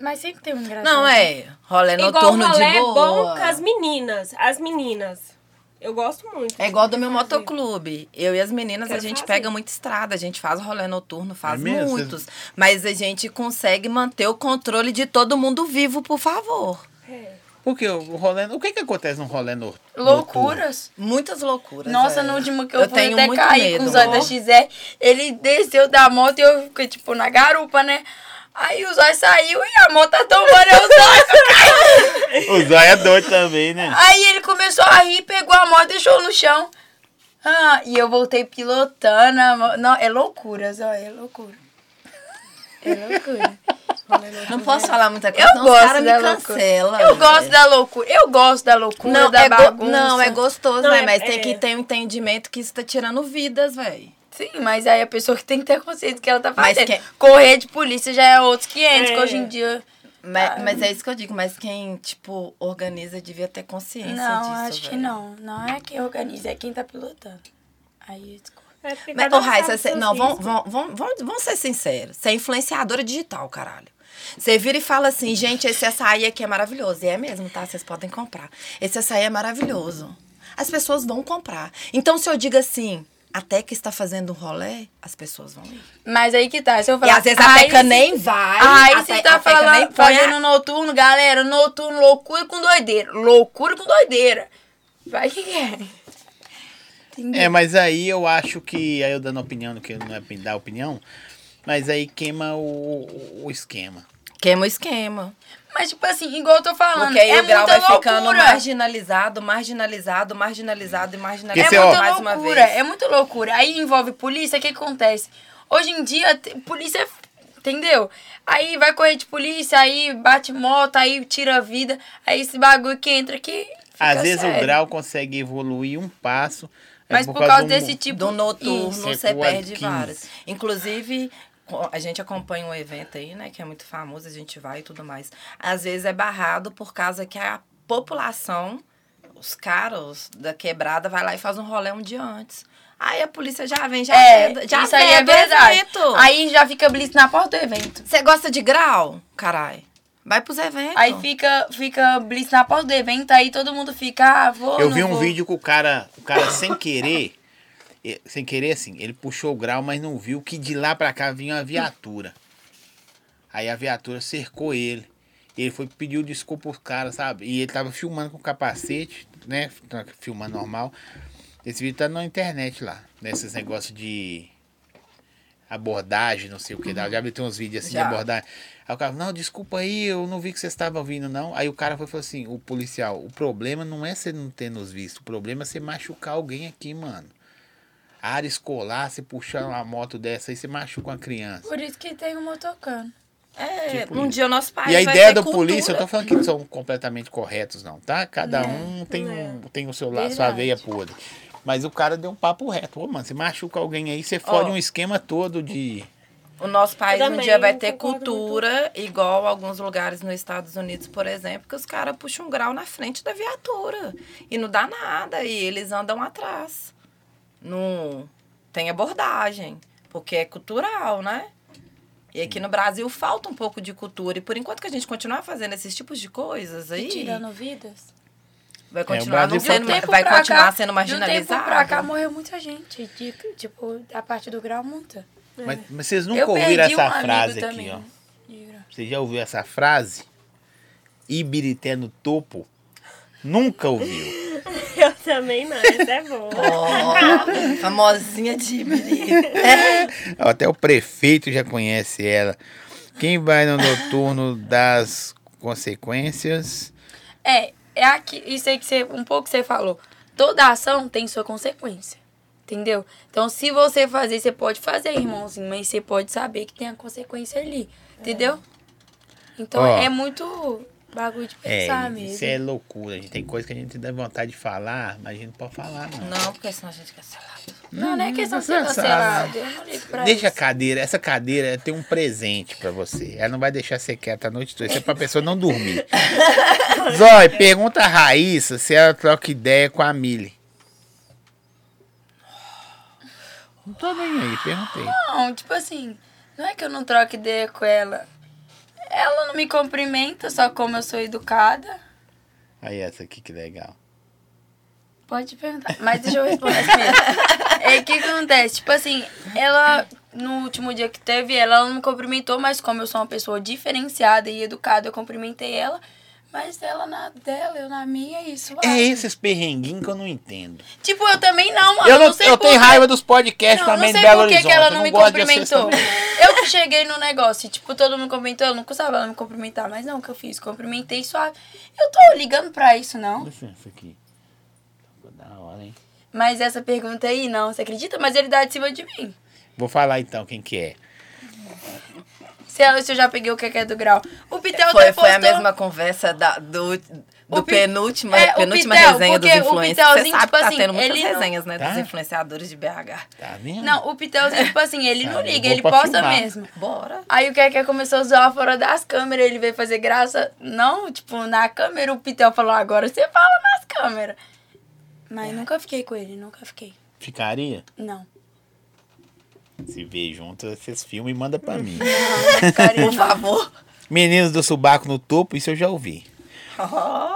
Mas sempre tem um engraçado.
Não, é. Rolê
Igual o
noturno
rolê
de
é
boa.
bom com as meninas. As meninas. Eu gosto muito.
É igual do meu motoclube. Eu e as meninas,
Quero
a gente
fazer.
pega muita estrada, a gente faz rolê noturno, faz
É mesmo?
muitos. Mas a gente consegue manter o controle de todo mundo vivo, por favor.
É.
Porque o rolê, o que que acontece num rolê no, noturno?
Loucuras.
Muitas loucuras.
Nossa,
é.
no último que eu, fui,
tenho
até
muito
caí
medo.
com os olhos da XR. Ele desceu da moto e eu fiquei, tipo, na garupa, né? Aí os olhos saiu e a moto tá tomando os olhos.
O Zóia é doido também, né?
Aí ele começou a rir, pegou a moto e deixou no chão. Ah, e eu voltei pilotando a moto. Não, é loucura, Zó, é loucura. É loucura.
Não posso falar muita coisa,
Eu
não, os
gosto
caras
da
me
loucura.
cancela.
É. Eu gosto da loucura. Eu gosto da loucura,
não,
da
é go-
bagunça.
não, é gostoso,
Não,
né?
é-
Mas
é.
tem que ter um entendimento que isso tá tirando vidas, velho.
Sim, mas aí a pessoa que tem que ter consciência do que ela tá
Mas
fazendo.
que-
Correr de polícia já é outros 500,
É.
que hoje em dia... Ah.
Mas, mas é isso que eu digo, mas quem, tipo, organiza devia ter consciência
não,
disso.
acho que
velho.
não. Não é quem organiza, é quem tá pilotando. Aí, desculpa.
É porque
Mas,
cada
ô,
um sabe
Raíssa,
os
cê-
seus
não, vamos,
riscos.
vamos, vamos, vamos- vamos ser sinceros. Você é influenciadora digital, caralho. Você vira e fala assim, gente, esse açaí aqui é maravilhoso. E é mesmo, tá? Vocês podem comprar. Esse açaí é maravilhoso. As pessoas vão comprar. Então, se eu digo assim, a Teca está fazendo um rolê, as pessoas vão ir.
Mas aí que tá, se eu
E
falar...
às vezes a
"Ai,
Teca
se-
nem vai.
Aí
a
você
Te-
tá
a Teca nem
falando,
põe a-
fazendo noturno, galera. Noturno, loucura com doideira. Loucura com doideira. Vai que quer.
É, mas aí eu acho que. Aí eu dando opinião, que não é pra dar opinião. Mas aí queima o- o- o esquema.
Queima o esquema.
Mas, tipo assim, igual eu tô falando,
Porque aí
é
o grau
muita
vai
loucura.
ficando marginalizado, marginalizado, marginalizado e
É
Porque
marginalizado.
cê, ó-
muita
mais uma
loucura,
vez.
é muita loucura. Aí envolve polícia, o que acontece? Hoje em dia, te- polícia, é f- entendeu? Aí vai correr de polícia, aí bate moto, aí tira a vida. Aí esse bagulho que entra aqui, fica
Às vezes
sério.
o grau consegue evoluir um passo. Aí
Mas por, causa, desse tipo.
Do noturno
Isso.
Isso.
você
Recuado
perde
15.
várias. Inclusive, co- a gente acompanha um evento aí, né? Que é muito famoso, a gente vai e tudo mais. Às vezes é barrado por causa que a população, os caras da quebrada, vai lá e faz um rolê um dia antes. Aí a polícia já vem, já
É,
veda- já
isso aí é
veda o
verdade.
evento.
Aí já fica blitz na porta do evento.
Você gosta de grau? Carai. Vai pros eventos.
Aí fica, fica blitz na porta do evento, aí todo mundo fica, ah, vou.
Eu
não
vi um
vou.
vídeo com o cara, o cara sem querer, eh, sem querer assim, ele puxou o grau, mas não viu que de lá pra cá vinha uma viatura. Aí a viatura cercou ele. E ele foi pediu desculpa pros caras, sabe? E ele tava filmando com o capacete, né? Tá Filmando normal. Esse vídeo tá na internet lá. Nesses negócios de abordagem, não sei o que. dá. Já vi tem uns vídeos assim
Já.
de abordagem. Aí o cara, não, desculpa aí, eu não vi que vocês estavam vindo, não. Aí o cara foi e falou assim, o policial, o problema não é você não ter nos visto, o problema é você machucar alguém aqui, mano. A área escolar, você puxar uma moto dessa aí, você machuca uma criança.
Por isso que tem um motocano.
É,
tipo
um dia o nosso país
E a
vai
ideia
ter
da
cultura.
polícia, eu tô falando que são completamente corretos, não, tá? Cada um tem, um tem o seu lado, sua
É, Verdade.
veia podre. Mas o cara deu um papo reto. Ô, mano, você machuca alguém aí, você fode um esquema todo de.
O nosso país um
também
dia vai ter
concordo muito.
cultura, igual alguns lugares nos Estados Unidos, por exemplo, que os caras puxam um grau na frente da viatura. E não dá nada, e eles andam atrás. Não tem abordagem, porque é cultural, né? E aqui no Brasil falta um pouco de cultura. E por enquanto que a gente continuar fazendo esses tipos de coisas
E
aí,
tirando vidas.
vai
É,
continuar,
o
não
Brasil
sendo,
foi-
vai
um pra
continuar
cá-
sendo
Do tempo pra cá
marginalizado.
morreu muita gente. de- tipo, a parte do grau, muita.
Mas, mas vocês
É. Eu
nunca ouviram
perdi um
essa
amigo
frase
também,
aqui, ó.
de grau.
Você já ouviu essa frase? Ibirité no topo? Nunca ouviu.
Eu também não, mas é bom.
Ó, famosinha de Ibiri.
Até o prefeito já conhece ela. Quem vai no noturno das consequências?
É, é aqui, isso aí que você, um pouco que você falou. Toda ação tem sua consequência. Entendeu? Então, se você fazer, você pode fazer, irmãozinho, mas você pode saber que tem a consequência ali. Entendeu? Então,
Ó.
é muito bagulho de
É,
pensar mesmo.
isso é loucura. A gente tem coisa que a gente dá vontade de falar, mas a gente não pode falar, não.
Não, porque senão a gente é cancelado.
Não, não é questão de
você
ser
sabe.
cancelado. Eu não ligo pra
Deixa a
isso.
cadeira, essa cadeira tem um presente pra você. Ela não vai deixar você quieta a noite toda. Isso é pra pessoa não dormir. Zói, pergunta a Raíssa se ela troca ideia com a Mili. Não tô nem aí, perguntei.
Não, tipo assim, não é que eu não troco ideia com ela. Ela não me cumprimenta, só como eu sou educada.
Aí essa aqui que legal.
Pode perguntar.
Mas deixa eu responder essa primeiro. É que acontece, tipo assim, ela no último dia que teve ela, ela não me cumprimentou, mas como eu sou uma pessoa diferenciada e educada, eu cumprimentei ela. Mas ela na dela, eu na minha, isso.
É esses perrenguinhos que eu não entendo.
Tipo, eu também não, mano.
Eu, não,
sei
eu
por
tenho
quê.
raiva dos podcasts
Não, não
também
sei
de Belo
por que,
Horizonte.
que ela não
eu
me
gosto de vocês
cumprimentou.
também.
Eu que cheguei no negócio, e, tipo, todo mundo cumprimentou, eu não custava ela me cumprimentar, mas não, o que eu fiz? Cumprimentei suave. Eu tô ligando pra isso, não.
Deixa isso aqui. Tá Da hora, hein?
Mas essa pergunta aí, não, você acredita? Mas ele dá de cima de mim.
Vou falar então quem que é.
Se eu, se eu já peguei o que que é do grau. O Pitel
foi,
até
foi a
postou-
mesma conversa da, do,
O
do
Pi-
penúltima,
é, o
penúltima
Pitel,
resenha dos
porque o
influencers. Você
Pitelzinho,
sabe
tipo
que tá
assim,
tendo muitas
ele não-
resenhadores
Tá?
dos influenciadores de BH.
Tá vendo?
Não, o Pitelzinho, tipo assim, ele não
Sabe, eu
liga,
vou
ele
pra
posta
filmar.
mesmo.
Bora.
Aí o que é que começou a zoar fora das câmeras, ele veio fazer graça. Não, tipo, na câmera o Pitel falou, agora você fala nas câmeras.
É.
Mas nunca fiquei com ele, nunca fiquei.
Ficaria?
Não.
Se vê junto, vocês filmam e manda pra mim.
Por favor.
Meninos do Subaco no Topo, isso eu já ouvi.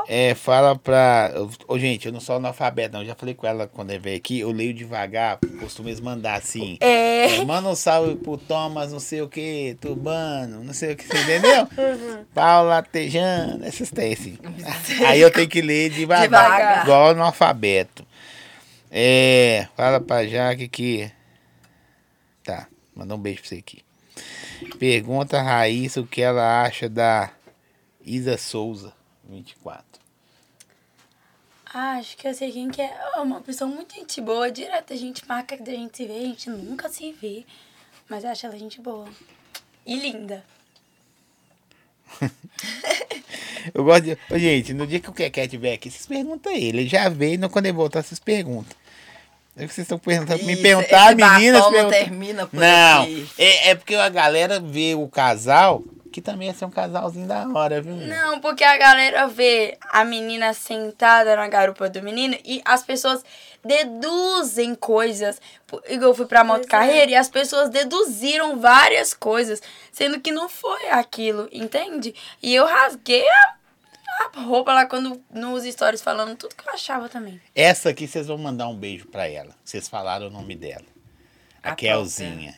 É, fala pra. Ô, gente, eu não sou analfabeto, não. Eu já falei com ela quando ela veio aqui. Eu leio devagar, costumo eles mandar assim.
É.
É, Manda um salve pro Thomas, não sei o que, Tubano, não sei o que, você entendeu?
Uhum.
Paula Tejano, essas tem assim. Aí eu tenho que ler devagar,
Devagar.
igual no alfabeto. É, fala pra Jaque que. Tá, mandar um beijo pra você aqui. Pergunta a Raíssa o que ela acha da Isa Souza, 24.
Ah, acho que eu sei quem que é. É uma pessoa muito gente boa, direto a gente marca que a gente se vê, a gente nunca se vê. Mas eu acho ela gente boa. E linda.
Eu gosto de. Ô, gente, no dia que o Keké tiver aqui, vocês perguntam a ele. Ele já veio, não- quando ele voltar, vocês perguntam. É o que vocês estão perguntando. Me
Isso,
perguntar,
esse bafão
meninas.
não
pergunta-
termina por
Não,
aqui.
é, é porque a galera vê o casal, que também ia ser um casalzinho da hora, viu?
Não, porque a galera vê a menina sentada na garupa do menino e as pessoas deduzem coisas. Pô, igual Eu fui pra moto carreira e as pessoas deduziram várias coisas, sendo que não foi aquilo, entende? E eu rasguei a, a roupa lá quando nos stories falando tudo que eu achava também.
Essa aqui vocês vão mandar um beijo pra ela. Vocês falaram o nome dela. A,
A
Kelzinha.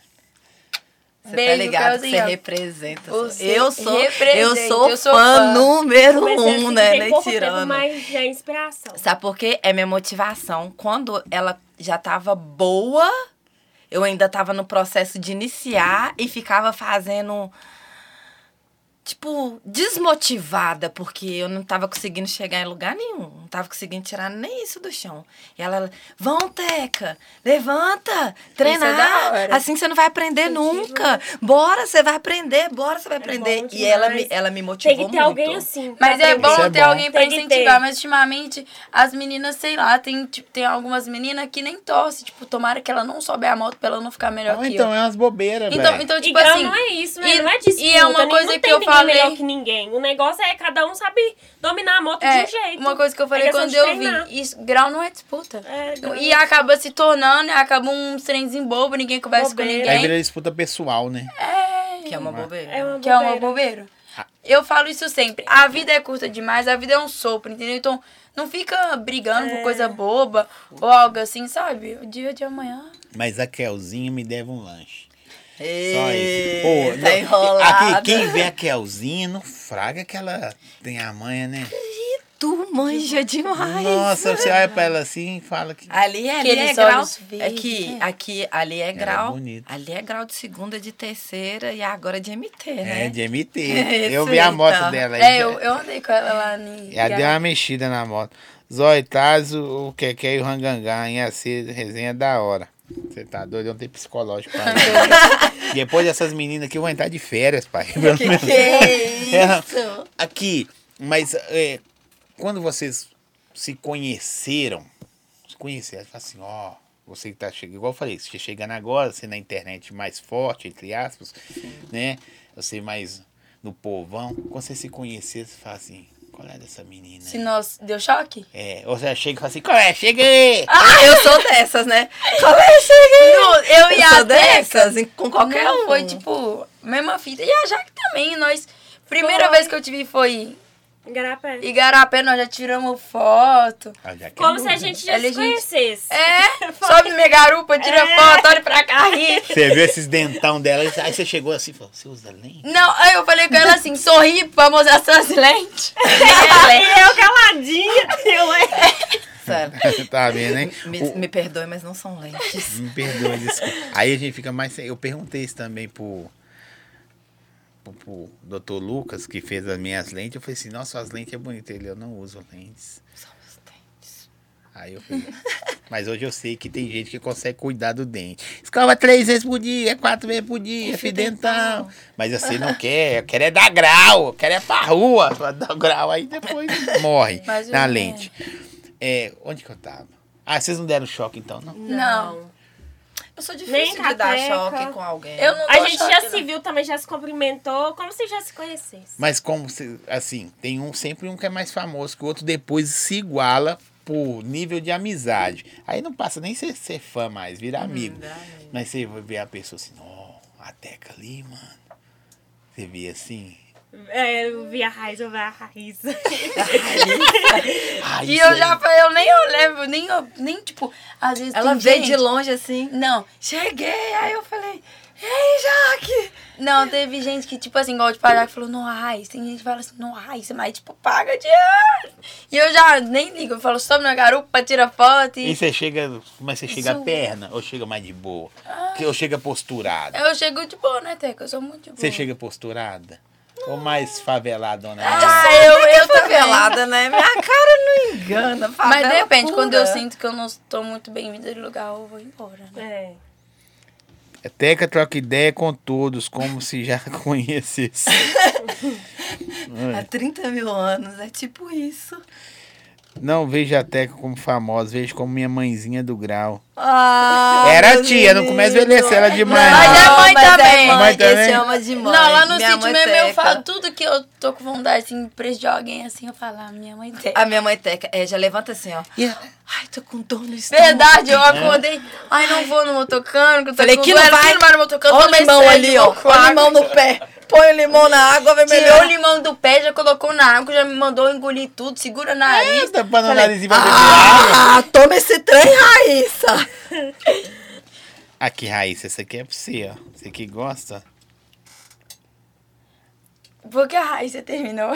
Você tá
Beijo,
ligado que você
Kelzinha.
representa.
Você
eu sou, eu
representa,
sou
eu sou
fã,
fã.
número
Comecei a
um,
seguir
né?
tem
Nem
pouco tempo,
tirando.
Mas é inspiração.
Sabe por quê? É minha motivação. Quando ela já tava boa, eu ainda tava no processo de iniciar e ficava fazendo. Tipo, desmotivada, porque eu não tava conseguindo chegar em lugar nenhum. Não tava conseguindo tirar nem isso do chão. E ela, vão, Teca, levanta, treinar.
é
da hora.
assim você não vai aprender nunca. Bora, você vai aprender, bora, você vai aprender. e
É demais.
ela me, ela me motivou
Tem que ter
muito.
alguém assim. pra
Mas é
aprender.
bom
Isso é
ter
bom.
alguém pra
Tem que
incentivar.
ter.
Mas ultimamente, as meninas, sei lá, tem, tipo, tem algumas meninas que nem torce. Tipo, tomara que ela não souber a moto pra ela não ficar melhor
Ou
que
então
eu.
é umas bobeiras,
Então,
velho.
então, tipo
Igual
assim.
não é isso, né?
e-
não é disputa.
e é uma
nem-
coisa
não
que
tem
eu
ninguém
falei-
melhor que ninguém. O negócio é cada um sabe dominar a moto de um jeito.
é, Uma coisa que eu falei
É questão
quando
de
eu
treinar.
vi, isso, grau não é disputa.
É, grau
e acaba se tornando, né? acaba um trenzinho bobo, ninguém conversa
Bobeira.
com
Aí
ninguém.
vira disputa pessoal, né?
Que é uma bobeira.
É uma
Que é uma
bobeira.
bobeira. Eu falo isso sempre. A vida é curta demais, a vida é um sopro, entendeu? Então, não fica brigando
É.
por coisa boba ou algo assim, sabe? O dia de amanhã.
Mas a Kelzinha me deve um lanche. Só isso.
Ei,
Pô,
tá
não,
enrolado.
Aqui, quem vê a Kelzinha, não fraga que ela tem a manha, né?
Tu manja demais.
Nossa, você olha pra ela assim e fala que.
Ali, ali é
Aqueles
grau.
olhos verdes,
Aqui,
né?
aqui, ali é grau.
bonito.
Ali é grau de segunda, de terceira e agora de MT, né?
É, de MT.
Isso
eu vi a
aí,
moto
então.
dela aí.
É, eu, eu andei com ela lá em.
Ela deu uma mexida na moto. Zoitazo, o Keké e o Rangangá, hein? Assim, resenha da hora. Você tá doido? Eu não tenho psicológico pra isso. Depois dessas meninas aqui, eu vou entrar de férias, pai.
Que que é isso?
Aqui, mas é, quando vocês se conheceram, se conheceram, fala assim, ó, você que tá chegando, igual eu falei, você chegando agora, você na internet mais forte, entre aspas, né? Você mais no povão. Quando você se conhecer, você fala assim, qual é dessa menina?
Se nós deu choque?
É, ou você chega e fala assim, qual é? Chega aí!
Ah, Eu sou dessas, né? Qual é isso aí?
eu e
sou
a
dessas,
Teca.
em- com qualquer
Não,
um.
Foi tipo, mesma fita. E a Jaque também, nós. Primeira
Foi.
vez que eu te vi foi
Garapé.
em Igarapé, nós já tiramos foto.
Ah, já que é
é. Como se
novo.
a gente já
Ela,
se
gente-
conhecesse.
É, sobe minha garupa, tira
É.
foto, olha pra cá, ri.
Você viu esses dentão dela, aí você chegou assim e falou, você usa lente?
Não, aí eu falei com ela assim, sorri pra mostrar suas lentes. Ela,
É.
E eu caladinha. Eu é.
Sério.
tá vendo, hein?
Me,
O-
me perdoe, mas não são lentes.
Me perdoa, desculpa. Aí a gente fica mais. sem- Eu perguntei isso também pro, pro, pro Dr. Lucas, que fez as minhas lentes. Eu falei assim: nossa, suas lentes é bonita. Ele, eu não uso lentes.
São os dentes.
Aí eu falei. Mas hoje eu sei que tem gente que consegue cuidar do dente. Escova três vezes por dia, quatro vezes por dia, fio dentão. Mas você não quer, eu quero é dar grau, eu quero é pra rua. pra Dar grau, aí depois morre
Mas eu
na
não
lente. É, onde que eu tava? Ah, vocês não deram choque então, não?
Não.
Eu sou
Nem
difícil de dar
cateca.
choque com alguém.
Eu não
A
dou
gente
choque,
já
não.
se viu também, já se cumprimentou. Como se já se conhecesse.
Mas como se- assim, tem um sempre um que é mais famoso que o outro depois se iguala por nível de amizade. Aí não passa nem ser, ser fã mais, vira
Hum,
amigo.
né?
Mas você vai ver a pessoa assim, ó, a Teca ali, mano. Você vê assim.
É, eu vi a raiz, eu vi a raiz.
Ah,
E
isso
eu
aí.
já falei, eu nem olhei, eu nem, eu nem tipo, às vezes
Ela
tem
veio
gente-
de longe assim.
Não,
Cheguei, aí eu falei, ei, Jaque!
não, teve gente que, tipo assim, igual de parar que falou, no raiz. Tem gente que fala assim, no raiz, mas tipo, paga de ano. E eu já nem ligo, eu falo, sobe na garupa, tira foto e...
E você chega, mas você chega a perna ou chega mais de boa?
Ah.
Que- Ou chega posturada?
Eu chego de boa, né, Teca? Eu sou muito de boa.
é Você chega posturada? Ou mais faveladona?
Ah, eu, eu
Tá
também.
velada, né? Minha cara não engana.
Mas
favela é
depende, quando eu
pura.
sinto que eu não estou muito bem-vinda de lugar, eu vou embora, né?
É.
É Teca troca ideia com todos, como se já conhecesse. Hum.
Há 30 mil anos, é tipo isso.
Não vejo a Teca como famosa, vejo como minha mãezinha do grau.
Ah,
Era a
meu
tia, não começa a envelhecer ela demais.
Mas é
né?
mãe
Mas é
também.
mãe. Mãe também?
Esse ama de mãe.
Não, lá no
Minha
sítio
mãe
mesmo eu
teca.
falo tudo que eu tô com vontade, assim, preço de alguém, assim, eu falo, ah, minha mãe tem.
A minha mãe teca. É, já levanta assim, ó.
Yeah.
Ai, tô com dor no estômago.
Verdade, eu acordei. Ai, não vou no motocânico. tô
né? Falei
com
que não
dor,
vai.
que não vai no motocânico.
Olha o
tomei
limão
sede,
ali, ó.
vou
Olha o
água.
limão no pé. Põe o limão na água, vai
Tirou o
melhor.
limão do pé, já colocou na água, já me mandou engolir tudo, segura na
É.
nariz.
Tá pra não dar nariz e vai beber água.
Ah, toma esse trem, Raíssa.
Aqui, Raíssa, essa aqui é pra você, ó. Você que gosta.
Porque a Raíssa terminou.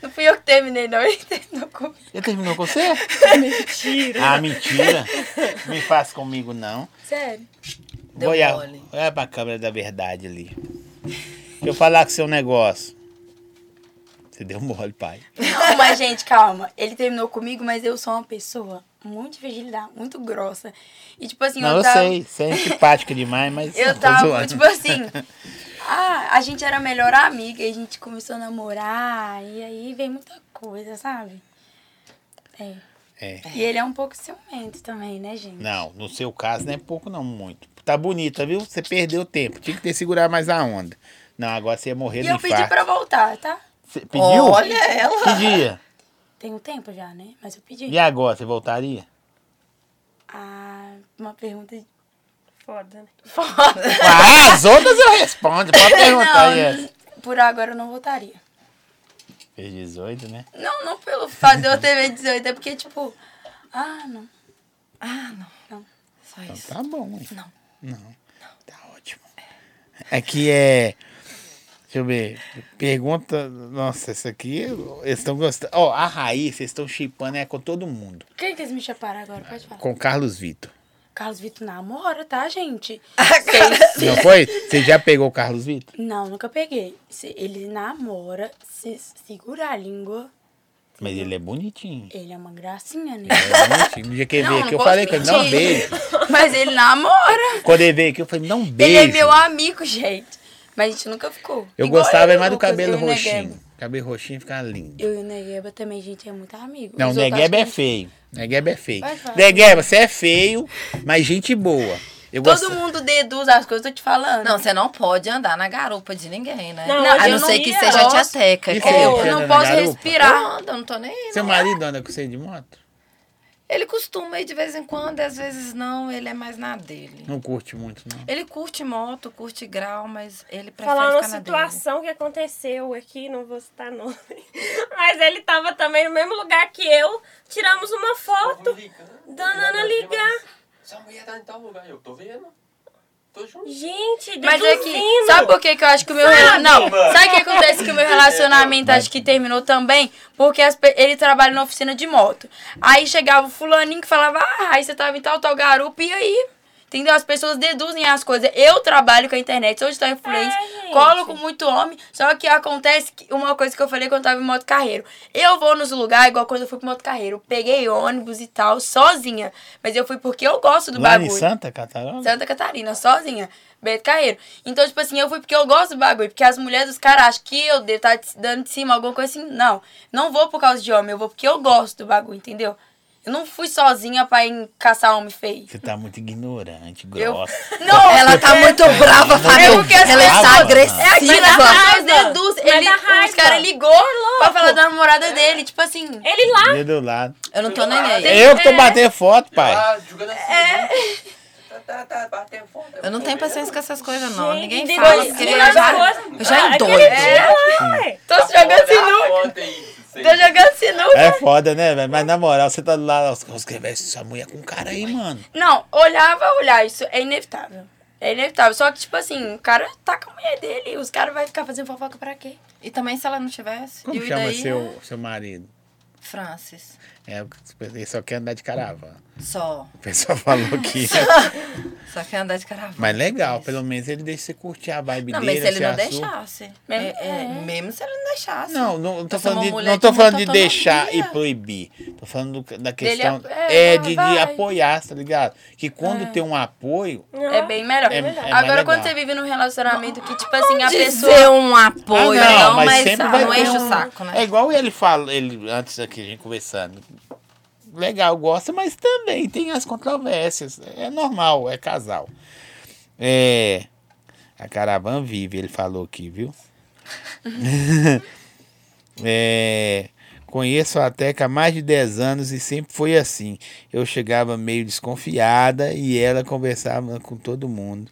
não fui eu que terminei, não. Ele terminou comigo.
Já terminou com você? mentira. Ah, mentira. Não me faz comigo, não.
Sério.
Deu
Olha,
mole.
olha pra câmera da verdade ali. Deixa eu falar com seu negócio. Você deu mole, pai.
Não, mas, gente, calma. Ele terminou comigo, mas eu sou uma pessoa muito fragilidade, muito grossa. E, tipo assim,
Não,
eu
eu
tava...
sei. Você é simpática demais, mas...
Eu
tô
tava,
zoando.
tipo assim. Ah, a gente era a melhor amiga, e a gente começou a namorar, e aí vem muita coisa, sabe? É.
É.
E ele é um pouco ciumento também, né, gente?
Não, no seu caso não é pouco, não, muito. Tá bonita, viu? Você perdeu tempo. Tinha que ter segurado mais a onda. Não, agora você ia morrer
E
do
eu
é infarto.
pedi pra voltar, tá?
Você pediu?
Olha ela.
Que dia?
Tem um tempo já, né? Mas eu pedi.
E agora, você voltaria?
Ah, uma pergunta de.
Foda, né?
Foda.
Ah, as outras eu respondo. Pode perguntar, Jess.
não, por agora eu não voltaria.
Fez 18, né?
Não, não pelo fato de eu ter feito 18, é porque, tipo. Ah, não.
Ah, não.
Não.
Só
Então
isso.
tá bom, hein?
Não.
Não. Tá ótimo. Aqui é. Deixa eu ver. Pergunta. Nossa, essa aqui. Eles estão gostando. Ó, a raiz, vocês estão chipando é com todo mundo.
Quem que eles me chaparam agora? Pode falar.
Com o Carlos Vitor.
Carlos Vitor namora, tá, gente?
Não foi? Você já pegou o Carlos Vitor?
Não, nunca peguei. Se ele namora, se segurar a língua,
Mas ele é bonitinho.
ele é uma gracinha, né?
É bonitinho. No dia que ele
Não,
veio
não
aqui, eu
posso
falei com ele, não
mentir.
beijo.
Mas ele namora.
Quando ele veio aqui, eu falei, não beijo.
Ele é meu amigo, gente. Mas a gente nunca ficou.
Eu
Igual
gostava é
eu e
mais do
Lucas,
cabelo
eu e o
roxinho.
Negueba.
Cabelo roxinho ficava lindo.
Eu e o Negueba também, gente, é muito amigo.
Não,
Os outros
Negueba é
acham que-
feio. Negueba é feio.
Vai, vai.
Negueba, você é feio, mas gente boa. Eu
Todo
gosto...
mundo deduz as coisas, eu tô te falando.
Não, você não pode andar na garupa de ninguém, né?
Não,
a
hoje
não
eu não
ser que
ia.
seja a tia
Nossa.
Teca.
Isso
que
aí,
é-
eu
Você
não
anda na
posso
garupa?
respirar.
Eu ando, eu não tô nem aí,
Seu
não.
marido
é.
anda com você de moto?
Ele costuma ir de vez em quando, e às vezes não, ele é mais na dele.
Não curte muito, não.
Ele curte moto, curte grau, mas ele prefere
Falar uma
ficar na
situação que aconteceu aqui, não vou citar nome. Mas ele tava também no mesmo lugar que eu. Tiramos uma foto da Nana ligar.
Sua mulher tá em tal lugar, eu tô vendo. Tô junto.
Gente,
Mas é que,
deduzindo.
sabe por que, que eu acho que o meu rela- Não, sabe o que acontece que o meu relacionamento acho que terminou também? Porque as pe- ele trabalha na oficina de moto. Aí chegava o fulaninho que falava, ah, aí você tava em tal, tal garupa, e aí? Entendeu? As pessoas deduzem as coisas. Eu trabalho com a internet, sou digital influencer,
É, gente.
colo com muito homem, só que acontece que- uma coisa que eu falei quando eu tava em moto carreiro. Eu vou nos lugares, igual quando eu fui pro moto carreiro, peguei ônibus e tal, sozinha. Mas eu fui porque eu gosto do
Lá em
bagulho.
Santa Catarina?
Santa Catarina, sozinha. Beto Carreiro. Então, tipo assim, eu fui porque eu gosto do bagulho. Porque as mulheres dos caras acham que eu devo estar dando de cima, alguma coisa assim. Não. Não vou por causa de homem. Eu vou porque eu gosto do bagulho, entendeu? Eu não fui sozinha pra ir caçar homem feio. É.
Você tá muito ignorante, grossa.
Não!
dele. Ela tá muito brava,
Eu
Fábio.
porque
Ela
as
está
pessoas-
É aquilo, as
agressiva.
pessoas
Raiva.
deduzem.
Mas
Ele,
dá raiva. Tá
os caras ligou pra falar da namorada dele. Tipo assim...
Ele lá,
Dedo é do lado. É
Eu não tô nem aí.
Eu que
é.
tô batendo foto, pai.
Ah, jogando assim. É. Tá, tá, tá, batendo foto.
Eu não tenho paciência com essas coisas, não.
Gente,
Ninguém
deduzindo
fala.
as
porque Eu já,
coisas.
eu já
Ah,
endoido. É,
aquele dia lá, ué.
Tô jogando
Tá
sinuca. Tô jogando sinuca.
É foda, né, velho? Mas na moral, você tá lá, os caras velho, essa mulher com um cara aí, mano.
Não, olhar vai olhar, isso é inevitável. É inevitável. Só que, tipo assim, o cara tá com a mulher dele, os caras vão ficar fazendo fofoca pra quê?
E também se ela não tivesse.
Como
e o
chama
daí?
seu, seu marido?
Francis.
É, ele só quer andar de caravana.
Só.
O pessoal falou que. é,
Só quer andar de caravana.
Mas legal, pelo menos ele deixa você curtir a vibe
Não,
dele.
mas se ele
seu
não
assunto.
deixasse.
Mesmo-
É, é, mesmo se ele não deixasse.
Não, não eu tô
Eu sou uma
falando de,
mulher
não
que
tô
tem
falando de
muita
deixar e
autonomia.
proibir. Tô falando do- da questão.
apo-
É,
é,
de,
não,
de
vai.
apoiar, tá ligado? Que quando
É.
tem um apoio.
É bem melhor.
É- é mais
Agora, quando
legal.
você vive num relacionamento que, tipo assim, a
dizer
pessoa.
um apoio,
Ah,
não, mas,
sempre vai
não
ter
enche
um-
o saco, né?
É igual ele fala, ele, antes aqui a gente conversando. legal, gosta, mas também tem as controvérsias. É normal, é casal. É. A caravana vive, ele falou aqui, viu? é. Conheço a Teca há mais de 10 anos e sempre foi assim. Eu chegava meio desconfiada e ela conversava com todo mundo.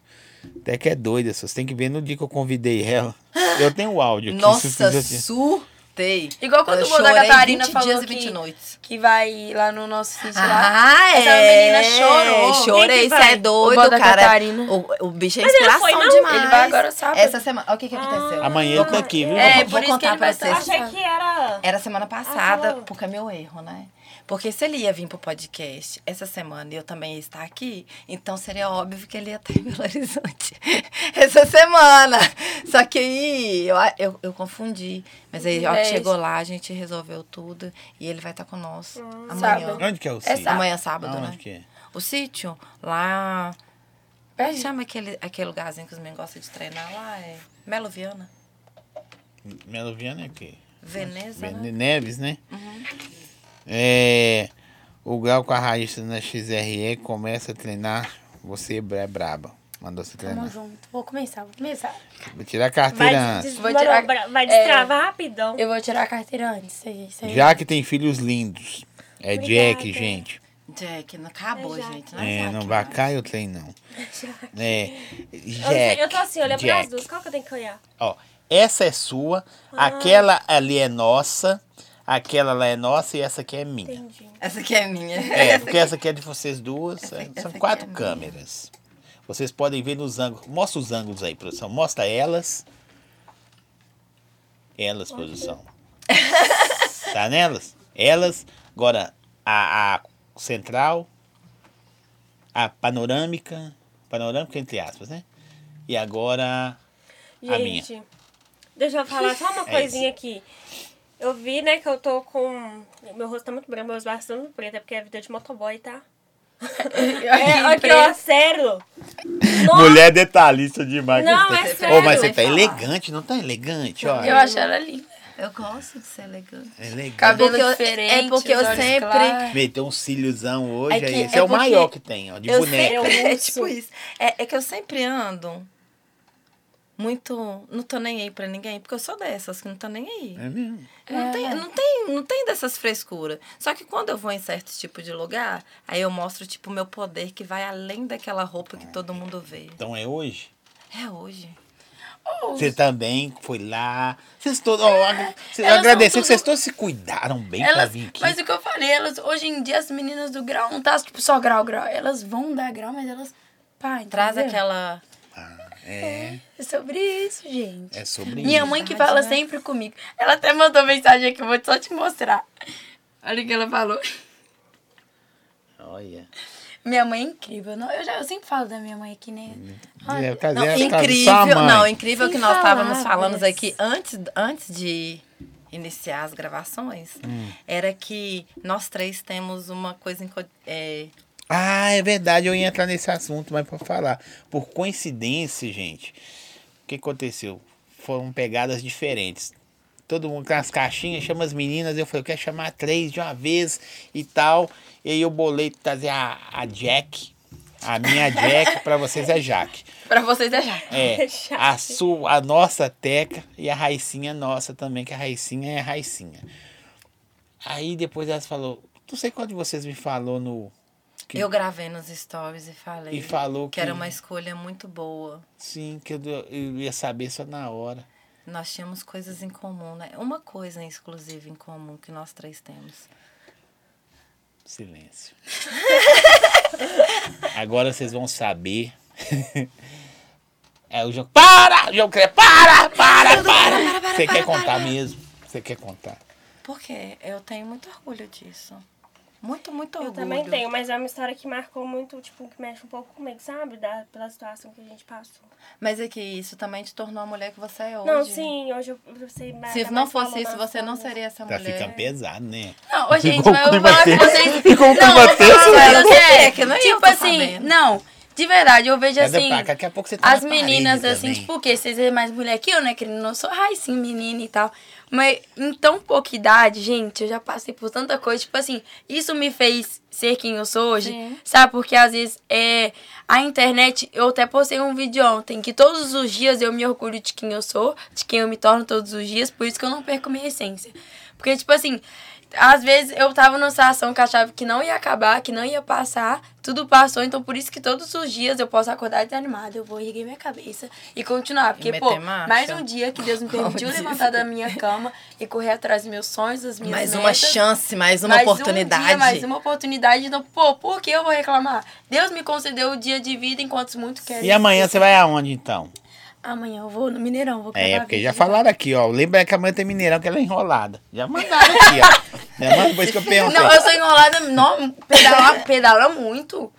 Teca é doida, só você tem que ver no dia que eu convidei ela. Eu tenho o áudio aqui.
Nossa,
se você-
surtei.
Igual quando
Eu
o Mô da
chorei
Catarina
20
falou
dias e
que-
20 noites.
Que vai lá no nosso sítio lá.
Ah,
Essa
é.
menina chorou.
Quem que
Chorei, você
vai?
é doido,
O Boda
cara.
Catarina.
O, o bicho é
Mas ele não foi,
inspiração
não?
demais.
Ele vai agora sábado.
Essa semana. O que, que aconteceu?
Amanhã
Ah,
ele tá aqui, viu?
É,
vou
por isso que
contar
ele
pra
vai
vocês.
estar.
Achei que era.
Era semana passada,
Ah, tá.
porque é meu erro, né?
Porque se ele ia vir pro podcast essa semana e eu também ia estar aqui, então seria óbvio que ele ia estar em Belo Horizonte essa semana. Só que aí eu, eu, eu confundi. Mas aí, ó, que
É
chegou lá, a gente resolveu tudo e ele vai estar com nós amanhã.
Hum, Sábado.
Onde que é o
É
sítio?
sábado.
Amanhã sábado,
Aonde
né?
que é?
O sítio, lá.
Perde.
Chama aquele, aquele lugarzinho que os meninos gostam de treinar lá, é Melo Viana.
Melo Viana é o quê?
Veneza,
Vene-
né?
Neves, né?
Uhum.
É, o Gal com a raiz na XRE começa a treinar. Você é braba. Mandou você
Tamo
treinar.
junto. Vou começar, vou começar.
Vou tirar a
Vai,
carteira
des-
antes.
Vou tirar-
manobra- vai
é.
destravar rapidão.
Eu vou tirar a carteira.
Ter antes, isso aí, isso aí.
Já que tem filhos lindos. É
Obrigada.
Jack, gente.
Jack, É, não acabou, né? gente. Não,
É,
Jack,
não vai
não.
cair o trem, não. É,
né? Eu, não sei,
Jack,
eu tô assim, olha
Jack.
pras duas. Ah. Qual que eu tenho que olhar?
Ó, essa é sua, aquela ali é nossa, aquela lá é nossa e essa aqui é minha.
Entendi.
Essa aqui é minha.
É, porque essa aqui é de vocês duas. é,
aqui-
São
essa aqui
quatro
é minha.
câmeras. Vocês podem ver nos ângulos. Mostra os ângulos aí, produção. Mostra elas. Elas, produção. tá nelas? Elas. Agora a, a central. A panorâmica. Panorâmica, entre aspas, né? E agora. A minha.
Gente, deixa eu falar só uma
É
coisinha aqui. Eu vi, né, que eu tô com. Meu rosto tá muito branco, meus braços estão muito pretos, é porque é vida de motoboy, tá? É, aqui, ó, sério. Nossa,
detalhista demais.
Não,
gostei.
é
Ô, mas você
sério, vai
tá
falar.
elegante, não tá elegante? Olha. é
Eu acho ela linda.
Eu gosto de ser elegante.
Elegante.
Cabelo
Porque eu-
diferente.
é porque eu
os olhos
sempre-
claros.
Meteu um cíliozão hoje,
É que-
aí esse é,
é
o
porque
maior que tem, ó, de
eu
boneca.
sempre-
Eu
é
uso.
tipo isso. É, é que eu sempre ando muito. Não tô nem aí pra ninguém, porque eu sou dessas que não tô nem aí.
É mesmo?
Não, tem, não, tem, não tem dessas frescuras. Só que quando eu vou em certo tipo de lugar, aí eu mostro, tipo, o meu poder que vai além daquela roupa que todo mundo vê.
Então é hoje?
É hoje.
Você também foi lá. Vocês todos. Ó, agra- eu
É, Elas
agradecer
são
que
tudo-
vocês todos se cuidaram bem pra
Elas,
vir aqui.
mas o que eu falei, elas, hoje em dia as meninas do grau não tá tipo só grau, grau. Elas vão dar grau, mas elas. Pá, entendeu?
Traz aquela.
Ah, é,
É sobre isso, gente.
é sobre
Minha
isso.
mãe que fala sempre comigo. Ela até mandou mensagem aqui, eu vou só te mostrar. Olha o que ela falou.
Olha.
Minha mãe é incrível. Não, eu, já, eu sempre falo da minha mãe aqui, né? Olha,
É, quer
Não,
dizer, tá- sua
incrível,
mãe.
não, incrível que nós estávamos falando
Infaláveis.
aqui antes, antes de iniciar as gravações,
Hum.
era que nós três temos uma coisa em co- é,
Ah, é verdade, eu ia entrar nesse assunto, mas pra falar. Por coincidência, gente, o que aconteceu? Foram pegadas diferentes. Todo mundo com as caixinhas, chama as meninas. Eu falei, eu quero chamar três de uma vez e tal. E aí eu bolei trazer a, a Jack. A minha Jack, pra vocês é Jaque.
Pra vocês é já.
É,
Jaque.
a, sua, a nossa Teca e a Raicinha nossa também, que a Raicinha é a Raicinha. Aí depois elas falou, não sei qual de vocês me falou no... que-
Eu gravei nos stories e falei
E falou
que era
que-
uma escolha muito boa.
Sim, que eu, eu ia saber só na hora.
Nós tínhamos coisas em comum, né? Uma coisa exclusiva em comum que nós três temos.
Silêncio. Agora vocês vão saber. É o João. Para! João Cre, para! Para, para! Você quer contar mesmo? Você quer contar?
Porque eu tenho muito orgulho disso. Muito, muito
Eu
orgulho.
também tenho, mas é uma história que marcou muito, tipo, que mexe um pouco comigo, sabe? Da, pela situação que a gente passou.
Mas é que isso também te tornou a mulher que você é hoje.
Não, sim, hoje eu, eu sei mais.
Se
dar
não
mais valor
fosse isso,
nas
você não
coisas.
seria essa
Tá
mulher.
ficando pesado, né?
Não, ô, gente,
Ficou um
mas eu
clima
vou falar com
tenso.
vocês.
Ficou um clima
eu vou falar
tenso,
com
né?
vocês.
É, que nem eu
tipo
tô
assim,
sabendo.
não. De verdade, eu vejo
Cadê
assim.
Paca? Daqui a pouco você tá
As
na
meninas,
parede
assim,
também.
tipo, porque vocês é mais mulher que eu, né? Que não sou ai, sim, menina e tal. Mas em tão pouca idade, gente, eu já passei por tanta coisa. Tipo assim, isso me fez ser quem eu sou hoje. Sabe? Porque às vezes é, a internet, eu até postei um vídeo ontem, que todos os dias eu me orgulho de quem eu sou, de quem eu me torno todos os dias, por isso que eu não perco minha essência. Porque, tipo assim, às vezes eu tava numa situação que eu achava que não ia acabar, que não ia passar, tudo passou, então por isso que todos os dias eu posso acordar desanimada, eu vou erguer minha cabeça e continuar. Porque,
meter
pô,
marcha.
mais um dia que Deus me
Como
permitiu
diz.
levantar da minha cama e correr atrás dos meus sonhos, das minhas
Mais
metas.
uma chance, mais uma
Mais um
oportunidade.
dia, mais uma oportunidade, então, pô, por que eu vou reclamar? Deus me concedeu o dia de vida enquanto muito querem.
E amanhã você vai aonde então?
Amanhã eu vou no Mineirão, vou
É,
gravar
porque
vídeo.
já falaram aqui, ó. Lembra que amanhã tem Mineirão, que ela é enrolada. Já mandaram aqui, ó. Já mandaram, depois que eu perguntei.
Não, eu sou enrolada, não, pedala, pedala muito. O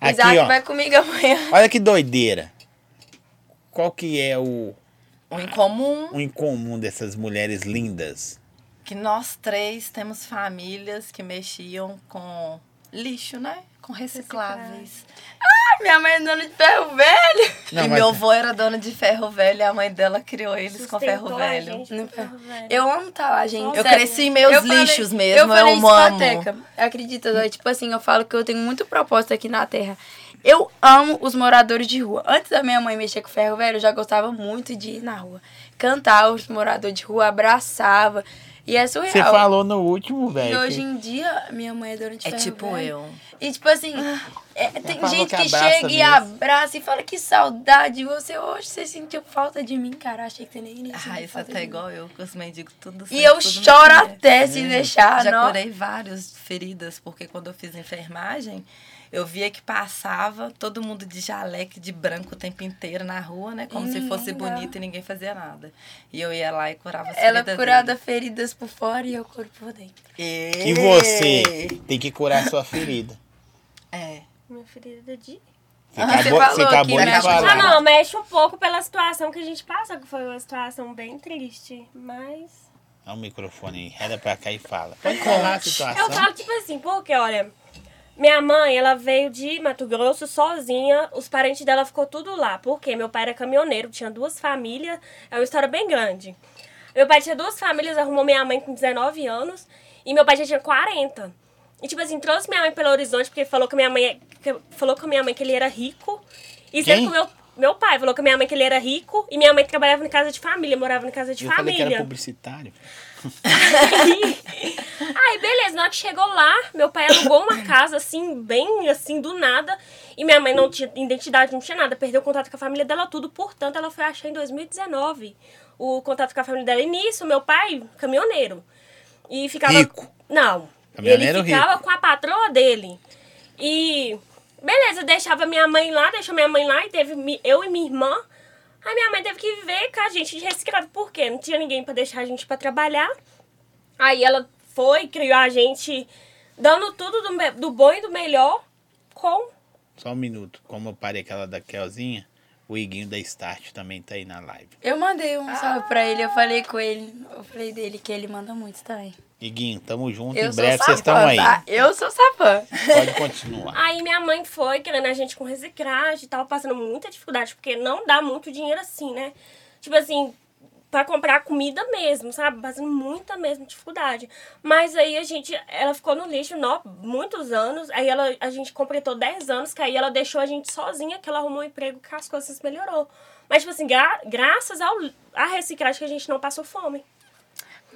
Aqui,
Isaac
ó.
vai comigo amanhã.
Olha que doideira. Qual que é o,
Um incomum
o incomum dessas mulheres lindas?
que nós três temos famílias que mexiam com lixo, né? Com recicláveis.
Minha mãe andando de ferro velho.
Não,
e
mas-
meu avô era dono de ferro velho e a mãe dela criou eles com
Sustentou
ferro
a
velho. é.
gente
Não
com ferro velho.
Eu amo tá lá, gente.
Eu
sério.
cresci em meus
Eu falei-
lixos mesmo, eu,
falei
amo.
isso com a Teca. Acredita, Dói? tipo assim, eu falo que eu tenho muito propósito aqui na Terra. Eu amo os moradores de rua. Antes da minha mãe mexer com ferro velho, eu já gostava muito de ir na rua. Cantar os moradores de rua, abraçava. E é surreal.
Você falou no último, velho.
E
que-
hoje em dia, minha mãe é dona de
É
ferro
tipo
velho.
eu.
E tipo assim,
Ah,
é, tem
falou
gente
que
que,
abraça
chega e
mesmo.
abraça e fala que saudade. Você hoje, você sentiu falta de mim, cara. Achei que você nem ia sentir
Ah, isso
falta
até
de mim.
igual eu, com os mendigos tudo
E eu
tudo me
choro
queria.
até se deixar,
é. Uhum. Já
não.
curei várias feridas, porque quando eu fiz enfermagem, eu via que passava todo mundo de jaleque, de branco o tempo inteiro na rua, né? Como
E
se
ninguém
fosse
dava.
bonito e ninguém fazia nada. E eu ia lá e curava as
Ela
feridas
curada
dele.
feridas por fora e eu curo por dentro.
E você tem que curar sua ferida.
É.
Minha ferida de...
Você
Ah, você
acabou, você
falou
acabou
aqui,
de
né?
falar.
Ah, não, mexe um pouco pela situação que a gente passa, que foi uma situação bem triste, mas...
Dá o microfone aí, reda pra cá e fala. Pode falar a situação.
Eu falo, tipo assim, porque, olha, minha mãe, ela veio de Mato Grosso sozinha, os parentes dela ficou tudo lá, porque meu pai era caminhoneiro, tinha duas famílias, é uma história bem grande. Meu pai tinha duas famílias, arrumou minha mãe com 19 anos, e meu pai já tinha 40. E, tipo assim, trouxe minha mãe pelo horizonte, porque falou que minha mãe, é, que- falou com minha mãe que ele era rico, e
Quem?
sendo que meu, meu pai falou com minha mãe que ele era rico, e minha mãe trabalhava em casa de família, morava em casa de
Eu falei
família.
que era publicitário.
Aí, beleza, na hora que chegou lá, meu pai alugou uma casa, assim, bem assim, do nada. E minha mãe não tinha identidade, não tinha nada, perdeu o contato com a família dela, tudo. Portanto, ela foi achar em 2019 o contato com a família dela. E nisso, meu pai, caminhoneiro. E ficava.
Rico.
Não.
Caminhoneiro
ele ficava
rico.
com a patroa dele. E. Beleza, deixava minha mãe lá, deixou minha mãe lá e teve mi- eu e minha irmã. Aí minha mãe teve que viver com a gente de reciclado, porque não tinha ninguém pra deixar a gente pra trabalhar. Aí ela foi, criou a gente, dando tudo do, me- do bom e do melhor com.
Só um minuto. Como eu parei aquela da Kelzinha, o Iguinho da Start também tá aí na live.
Eu mandei um salve pra ele, eu falei com ele, eu falei dele que ele manda muito também.
Iguinho, tamo junto.
Eu
em
sou
breve vocês estão
sapã,
aí.
tá? Eu sou sapã.
Pode continuar.
Aí minha mãe foi, querendo a gente com reciclagem, tava passando muita dificuldade, porque não dá muito dinheiro assim, né? Tipo assim, pra comprar comida mesmo, sabe? Passando muita mesmo dificuldade. Mas aí a gente, ela ficou no lixo nó, muitos anos, aí ela, a gente completou 10 anos, que aí ela deixou a gente sozinha, que ela arrumou um emprego, que as coisas melhorou. Mas, tipo assim, gra- graças ao, à reciclagem que a gente não passou fome.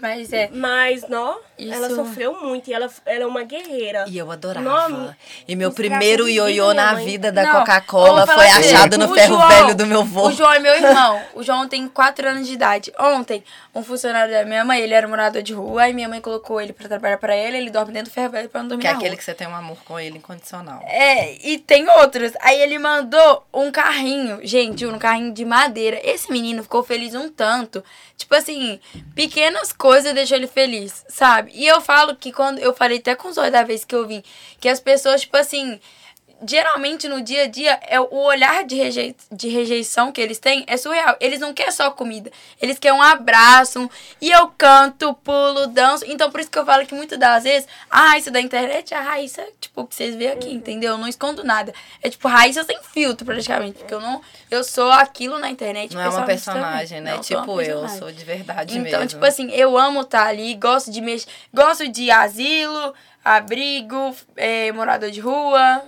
Mas é,
Mas, não, ela
Isso.
sofreu muito e ela, ela é uma guerreira.
E eu adorava.
Nome-
e meu
os
primeiro
traços de vida,
ioiô
minha
na
mãe.
vida da
Não,
Coca-Cola
eu vou
foi
falar pra você,
achado no
o
ferro
João-
velho do meu avô.
O João é meu irmão. O João tem 4 anos de idade. Ontem, um funcionário da minha mãe, ele era morador de rua, e minha mãe colocou ele pra trabalhar pra ele, ele dorme dentro do ferro velho pra não dormir
Que é
na
aquele
rua.
que você tem um amor com ele incondicional.
É, e tem outros. Aí ele mandou um carrinho, gente, um carrinho de madeira. Esse menino ficou feliz um tanto. Tipo assim, pequenas coisas deixou ele feliz, sabe? E eu falo que quando. Eu falei até com os olhos da vez que eu vim, que as pessoas, tipo assim. geralmente no dia a dia é o olhar de, rejei de rejeição que eles têm é surreal. Eles não querem só comida, eles querem um abraço. um- E eu canto, pulo, danço. Então por isso que eu falo que muitas das vezes, a Raíssa da internet é a Raíssa, tipo, o que vocês veem
Uhum.
aqui, entendeu? Eu não escondo nada. É tipo Raíssa sem filtro praticamente, porque eu não eu sou aquilo na internet.
Não é uma
pessoalmente tipo, também.
personagem, né?
Não sou uma
tipo eu,
personagem.
sou de verdade mesmo.
Então, tipo assim, eu amo estar ali, gosto de mexer, gosto de asilo, abrigo, eh, morador de rua.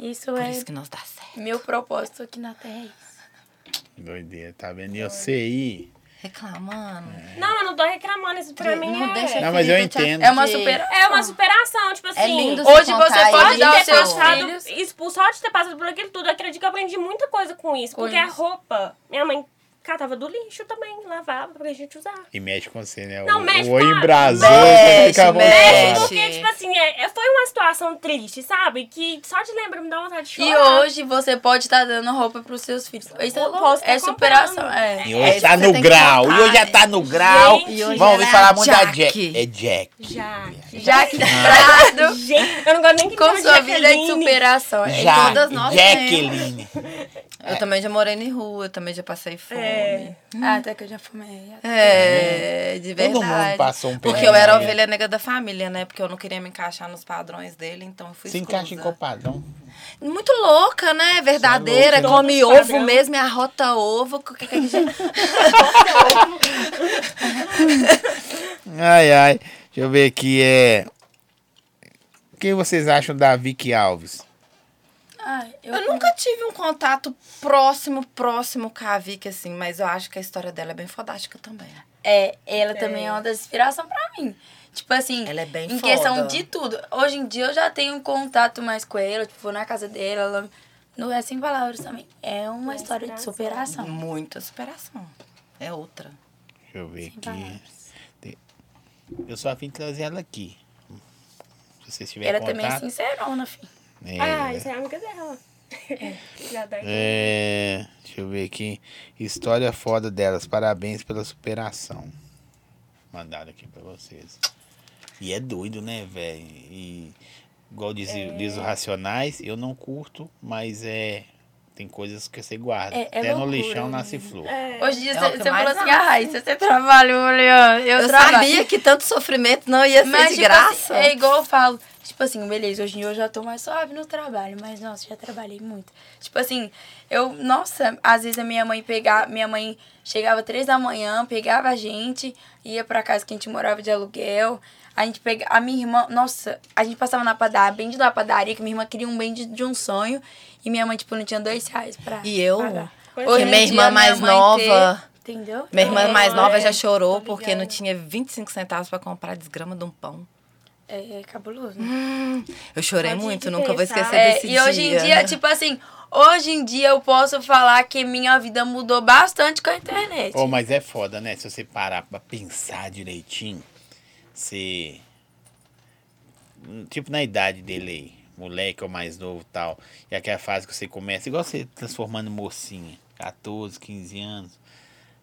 Isso
Por
é
isso que nós dá certo.
meu propósito aqui na Terra. é isso.
Doideira, tá vendo? E eu sei.
Reclamando.
Não, eu não tô reclamando. Isso pra mim
Não
é...
deixa
É. Não,
a
mas eu
tá?
ferida te
entendo.
É uma
atingir.
super.
É uma superação, tipo assim.
É lindo
Hoje
se contar
você pode
isso,
dar
Pode
aos
ter
seus
passado,
filhos.
expul- só de ter passado por aquilo tudo, eu acredito que eu aprendi muita coisa com isso.
Com
porque a
isso.
roupa, minha mãe catava do lixo também, lavava pra gente usar.
E mexe com você, né?
Não,
o,
mexe,
o
claro.
embrasou,
Mexe,
você fica à
mexe.
vontade.
Porque, tipo assim, é- é- foi uma situação triste, sabe? Que só de lembrar me dá vontade de chorar.
E hoje você pode estar dando roupa pros seus filhos. Isso
Eu posso
é,
tá
é superação. É.
E
É
hoje
isso
tá
que você
no
tem que
grau.
contar,
E hoje já
né?
tá no grau.
Gente, E hoje
Vamos ouvir
ela é
falar
a
muito da
Jack.
Jack. É Jack.
Já.
Jack Prado,
Gente, eu não gosto nem que
tá
é
com
chama
sua vida é de
Jaqueline.
superação. É.
Já,
todas nós
Jacqueline.
Eu também já morei em rua, eu também já passei fome.
É.
É,
Ah, até que eu já fumei.
de verdade.
É. Todo mundo passou um
Porque
perrengue.
eu era a ovelha negra da família, né? Porque eu não queria me encaixar nos padrões dele, então eu fui
Se encaixa em
exclusa.
qual padrão?
Muito louca, né? Verdadeira,
Você é louca.
come
Todo
ovo
padrão.
mesmo e arrota ovo. que- que- que- que-
Ai, ai. Deixa eu ver aqui. É... O que vocês acham da Vicky Alves?
Ah,
Ai, eu,
Eu nunca tive um contato próximo, próximo com a Vicky, assim, mas eu acho que a história dela é bem fodástica também.
É, ela também é uma das inspiração pra mim. Tipo assim,
Ela é bem
em
foda.
questão de tudo. Hoje em dia eu já tenho um contato mais com ela, tipo, vou na casa dela, ela não é sem palavras também. É uma história de superação.
Muita superação. É outra.
Deixa eu ver aqui. Tem- Eu só vim trazer ela aqui. Se vocês tiverem
Ela também é
contato.
sincerona, filho.
é,
Ah, isso é amiga dela. Já dá
Tá
aqui.
é, Deixa eu ver aqui. História foda delas. Parabéns pela superação. Mandaram aqui pra vocês. E é doido, né, velho? E igual diz,
É.
diz o Racionais, eu não curto, mas é. Tem coisas que você guarda.
É- é
Até no
loucura,
lixão
né?
nasce flor.
Hoje em dia
É o
você
que
você
mais
falou assim,
acha.
ah, Raíssa, você trabalhou, Leon. Eu,
Eu,
trabalho.
sabia que tanto sofrimento não ia ser de
tipo
graça.
assim, é igual eu falo. Tipo assim, beleza, hoje em dia eu já tô mais suave no trabalho, mas nossa, já trabalhei muito. Tipo assim, eu, nossa, às vezes a minha mãe pegava, minha mãe chegava três da manhã, pegava a gente, ia pra casa que a gente morava de aluguel. A gente pega, a minha irmã, nossa, a gente passava na padaria, bem da padaria, que minha irmã queria um bem de, de um sonho, e minha mãe, tipo, não tinha dois reais pra.
E eu?
pagar.
Porque
Hoje em
minha irmã
dia,
mais
mãe
nova-
ter- entendeu?
Minha irmã
É,
mais nova já
é,
chorou
tô
porque não
ligada.
tinha 25 centavos pra comprar a desgrama de um pão.
É, é cabuloso, né?
Eu chorei
Pode
muito,
te
nunca vou
pensar.
esquecer
É,
desse
e
dia.
hoje em dia,
né?
tipo assim, hoje em dia eu posso falar que minha vida mudou bastante com a internet.
Oh, mas é foda, né? Se você parar pra pensar direitinho, você. Hum, Tipo na idade dele aí, moleque ou mais novo e tal. E aquela fase que você começa, igual você transformando em mocinha, 14, 15 anos.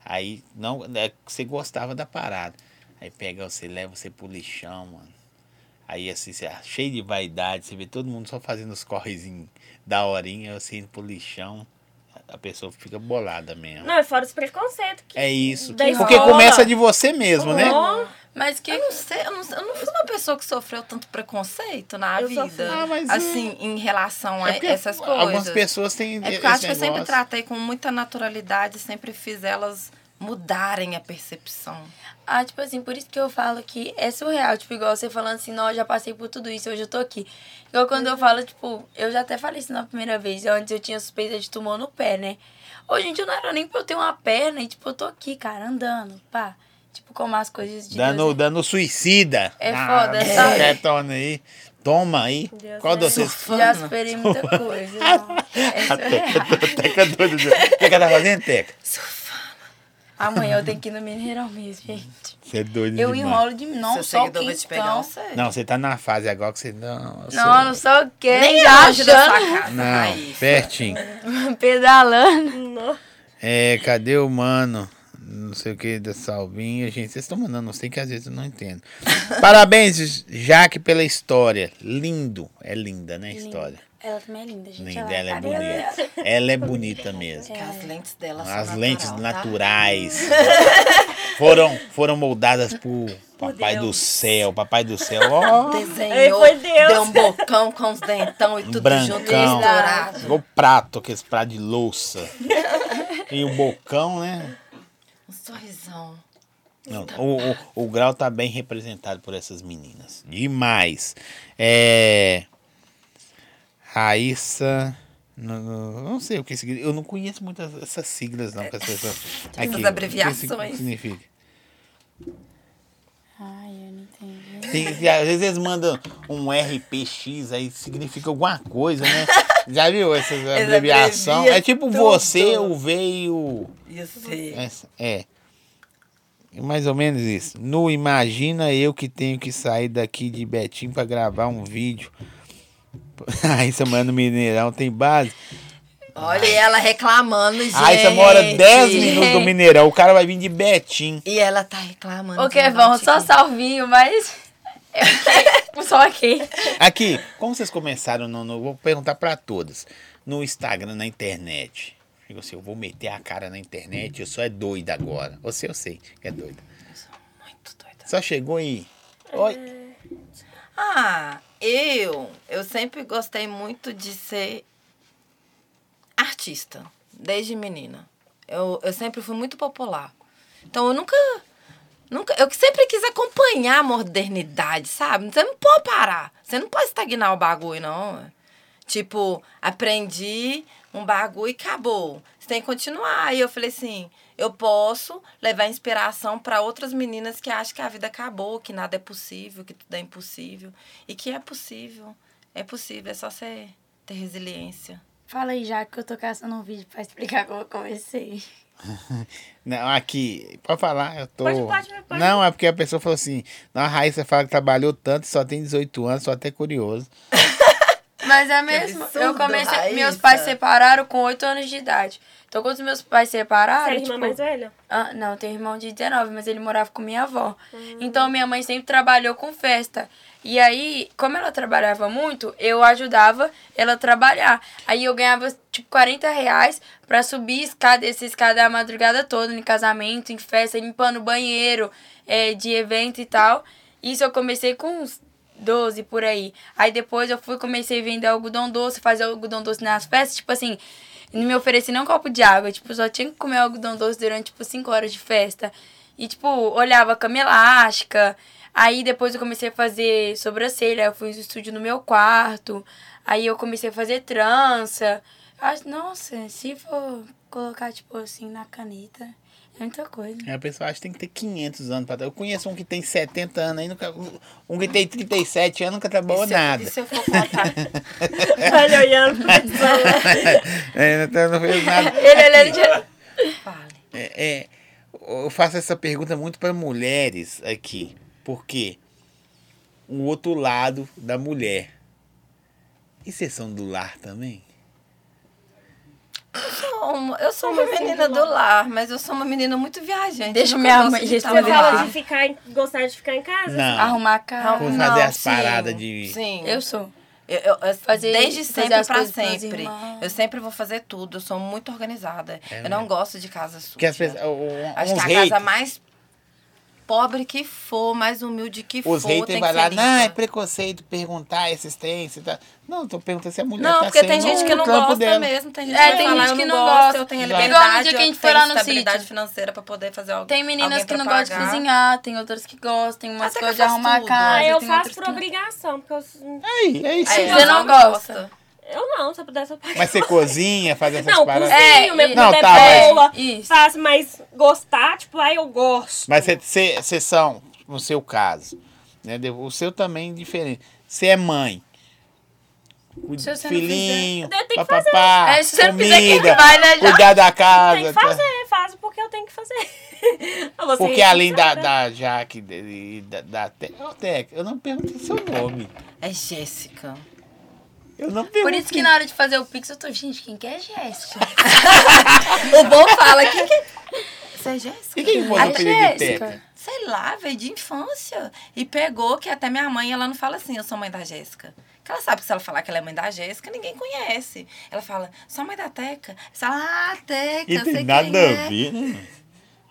Aí não, é, que você gostava da parada. Aí pega você, leva você pro lixão, mano. Aí assim, você é cheio de vaidade, você vê todo mundo só fazendo os correzinhos da horinha, você indo pro lixão. a- A pessoa fica bolada mesmo.
Não, é fora os preconceitos. Que...
É isso.
Da
Porque
escola.
começa de você mesmo, né?
Ó,
Mas que
Eu não sei, eu não, sei, eu não fui uma pessoa que sofreu tanto preconceito na
Eu sofri.
vida.
Ah, mas é-
assim, em relação a
É porque
essas coisas.
Algumas pessoas têm.
É porque
esse
eu acho que eu sempre
negócio.
tratei com muita naturalidade, sempre fiz elas mudarem a percepção.
Ah, tipo assim, por isso que eu falo que é surreal, tipo, igual você falando assim, não, eu já passei por tudo isso, hoje eu tô aqui. Igual quando eu falo, tipo, eu já até falei isso na primeira vez, antes eu tinha suspeita de tumor no pé, né? Hoje em dia não era nem pra eu ter uma perna e, tipo, eu tô aqui, cara, andando, pá. Tipo, como as coisas de
Dando,
Deus. né?
dando suicida.
É
na-
foda,
na
sabe?
Tetona aí. Toma aí.
Deus
Qual
é.
de vocês?
Surfando.
Já superei muita coisa. não. É
A
surreal.
Teca, a teca é doida. O que que ela tá fazendo, Teca?
Amanhã eu tenho que ir no Mineirão mesmo, gente.
Você é doido
Eu
demais.
enrolo de não
Seu
só então,
seguidor
o
vai te pegar, um
quinhão.
eu sei.
Não, você tá na fase agora que você. Não, eu sou-
Não, não só o quê?
Nem
já
longe da sua
achando,
casa,
Não,
Raíssa.
pertinho.
pedalando.
não.
É, cadê o mano? Não sei o que, da Salvinha. Gente, vocês estão mandando, não sei que às vezes eu não entendo. Parabéns, Jaque, pela história. Lindo. É linda, né, a história?
Ela também é linda, gente.
Linda, ela é bonita. Ela é bonita mesmo.
Que as lentes dela são
As lentes
natural, tá?
naturais foram, foram moldadas por Papai do
Deus.
Céu. Papai do Céu, ó.
Ei,
Desenhou,
foi Deus.
deu um bocão com os dentão e
Um
tudo
brancão.
junto, estourado.
Igual prato, aqueles prato de louça. e o bocão, né?
Um sorrisão.
Não, o, o, o Grau tá bem representado por essas meninas. Demais. É. Raíssa. Não, não- não sei o que significa. Eu não conheço muito as- essas siglas, não, que as pessoas. Aqui, o que
abreviações.
significa?
Ai, eu não entendi.
Tem- tem- às vezes eles mandam um RPX, aí significa alguma coisa, né? Já viu essas abreviações? É tipo você, o V e o.
Isso.
Essa- É. É Mais ou menos isso. No imagina eu que tenho que sair daqui de Betim pra gravar um vídeo. Aí você manda no Mineirão, tem base.
Olha ela reclamando, gente.
Aí você mora 10 minutos do Mineirão, o cara vai vir de Betim.
E ela tá reclamando.
Ô,
que não
Kevão,
dá
só
tico.
salvinho, mas. é Eu só aqui.
Aqui, como vocês começaram no, no- Vou perguntar pra todas. No Instagram, na internet. Digo assim, eu vou meter a cara na internet, eu só é doida agora. Você eu sei que é doida.
Muito doida.
Só chegou e. Oi.
Ah, eu, eu sempre gostei muito de ser artista, desde menina. Eu, eu sempre fui muito popular. Então eu nunca, nunca, eu que sempre quis acompanhar a modernidade, sabe? Você não pode parar, você não pode estagnar o bagulho, não. Tipo, aprendi um bagulho e acabou. Você tem que continuar. E eu falei assim, eu posso levar inspiração para outras meninas que acham que a vida acabou, que nada é possível, que tudo é impossível. E que é possível. É possível, é só você ter resiliência.
Fala aí, já que eu tô caçando um vídeo pra explicar como eu comecei.
Não, aqui, pode falar, eu tô.
Pode, pode, pode.
Não, é porque a pessoa falou assim: não, a Raíssa fala que trabalhou tanto, só tem 18 anos, sou até curioso.
Mas é mesmo. eu
absurdo,
comecei.
Raíssa.
Meus pais separaram com 8 anos de idade. Então, quando os meus pais separaram.
Você é a irmã
tipo,
mais velha?
Ah, não, tem irmão de 19, mas ele morava com minha avó. Então minha mãe sempre trabalhou com festa. E aí, como ela trabalhava muito, eu ajudava ela a trabalhar. Aí eu ganhava tipo 40 reais pra subir escada, essa escada a madrugada toda, em casamento, em festa, limpando banheiro, eh, de evento e tal. Isso eu comecei com uns 12 por aí. Aí depois eu fui, comecei a vender algodão doce, fazer algodão doce nas festas, tipo assim, não me ofereci nem um copo de água, tipo, só tinha que comer algodão doce durante tipo 5 horas de festa. E tipo, olhava cama elástica. Aí depois eu comecei a fazer sobrancelha, eu fui no estúdio no meu quarto. Aí eu comecei a fazer trança. Ah, Nossa, se for colocar tipo assim na caneta, é muita coisa.
Aí a pessoa acha que tem que ter 500 anos pra. tra- Eu conheço um que tem 70 anos aí, nunca. Um que tem 37 anos, nunca trabalhou
e se eu-
nada.
e se eu for contar?
Olha, olhando pra pessoa.
É, não, não fez nada.
Ele é- olhando de...
Fale.
É, é, eu faço essa pergunta muito para mulheres aqui, porque o outro lado da mulher. E vocês são do lar também?
Sou uma- eu sou uma menina do lar, mas eu sou uma menina muito viajante.
Deixa
eu
minha
gosto
mãe
de
responder.
tá
Você
no
fala
lar.
de ficar em- gostar de ficar em casa?
é
Ah.
Não.
arrumar a casa.
Por
Não,
fazer as
sim,
paradas de.
Sim.
Eu sou.
Eu, eu, eu-
Fazer-
desde
fazer
sempre
as
pra
coisas pros
sempre.
irmãos.
Eu sempre vou fazer tudo. Eu sou muito organizada.
É
eu não gosto de casa suja.
Porque as pessoas. o- o-
Acho
uns
que a
haters,
casa mais pobre que for, mais humilde que
os
for,
haters
tem
vai
que
lá,
ser
não, é
limpa.
preconceito perguntar existência e tal. Não, eu tô perguntando se a mulher
Não,
tá
porque tem
sendo
gente que
o
não
trampo
gosta
dela.
mesmo. Tem gente
É,
que,
tem
fala,
gente
eu
que
não
não
gosta,
gosta.
eu tenho
Igual no
liberdade,
dia que a
eu
gente foi lá
tenho
no
estabilidade
sítio.
financeira pra poder fazer algo.
Tem meninas
alguém
que
pra
não gostam de
pagar.
cozinhar, tem outras que gostam, tem umas
Até
que
que
gostam de
eu faço
arrumar a
tudo.
casa.
Ah, eu
tem
faço
outras
por
que não.
obrigação, porque eu,
Aí, é isso.
É,
mesmo.
Você não
eu gosto.
gosta.
eu não, se eu pudesse eu pagava.
Mas você cozinha, faz essas
Não,
paradas.
É,
cozinho, minha
e-
comida
Não,
é
tá,
mas-
boa,
Isso.
faço, mas gostar, tipo, ai, eu gosto.
Mas vocês são, no seu caso, né? de- O seu também é diferente. Você é mãe. Cuida
Se
do
você não
filhinho,
fizer- Tem que
papapá,
É, se você não fizer, quem
comida,
vai, né, já?
cuidar da
Tem
casa.
que
tá?
fazer, faço porque eu tenho que fazer. Eu vou ser
Porque além da,
né?
sincera.
da Jaque e da, da Te- Teca, eu não perguntei seu nome.
É Jéssica.
Eu não perguntei.
Por isso que na hora de fazer o Pix eu tô, gente, quem que é Jéssica?
O bom fala, quem que... Você é Jéssica?
E quem foi
A
o apelido de
Jéssica.
Teca?
Sei lá, veio de infância. E pegou que até minha mãe, ela não fala assim, eu sou mãe da Jéssica.
Porque ela sabe que se ela falar que ela é mãe da Jéssica, ninguém conhece. Ela fala, só mãe da Teca. Você fala, ah, Teca,
E
eu sei
tem nada
quem
a
é.
ver, né?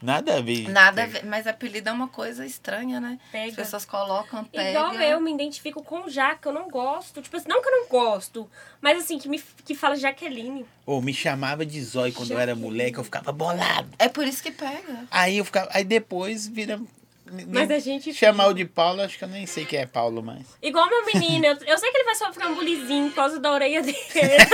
Nada a ver.
Nada a ver. Mas apelido é uma coisa estranha, né? As
Pega.
pessoas colocam, pega.
Igual eu me identifico com Jaque, eu não gosto. Tipo assim, não que eu não gosto, mas assim, que, me, que fala Jaqueline.
Ou me chamava de zóio quando eu era moleque, eu ficava bolado.
É por isso que pega.
Aí eu ficava. Aí depois vira. né,
Mas a gente
Chamar o de Paulo, acho que eu nem sei quem é Paulo mais.
Igual meu menino, eu, eu sei que ele vai sofrer um bulizinho por causa da orelha dele.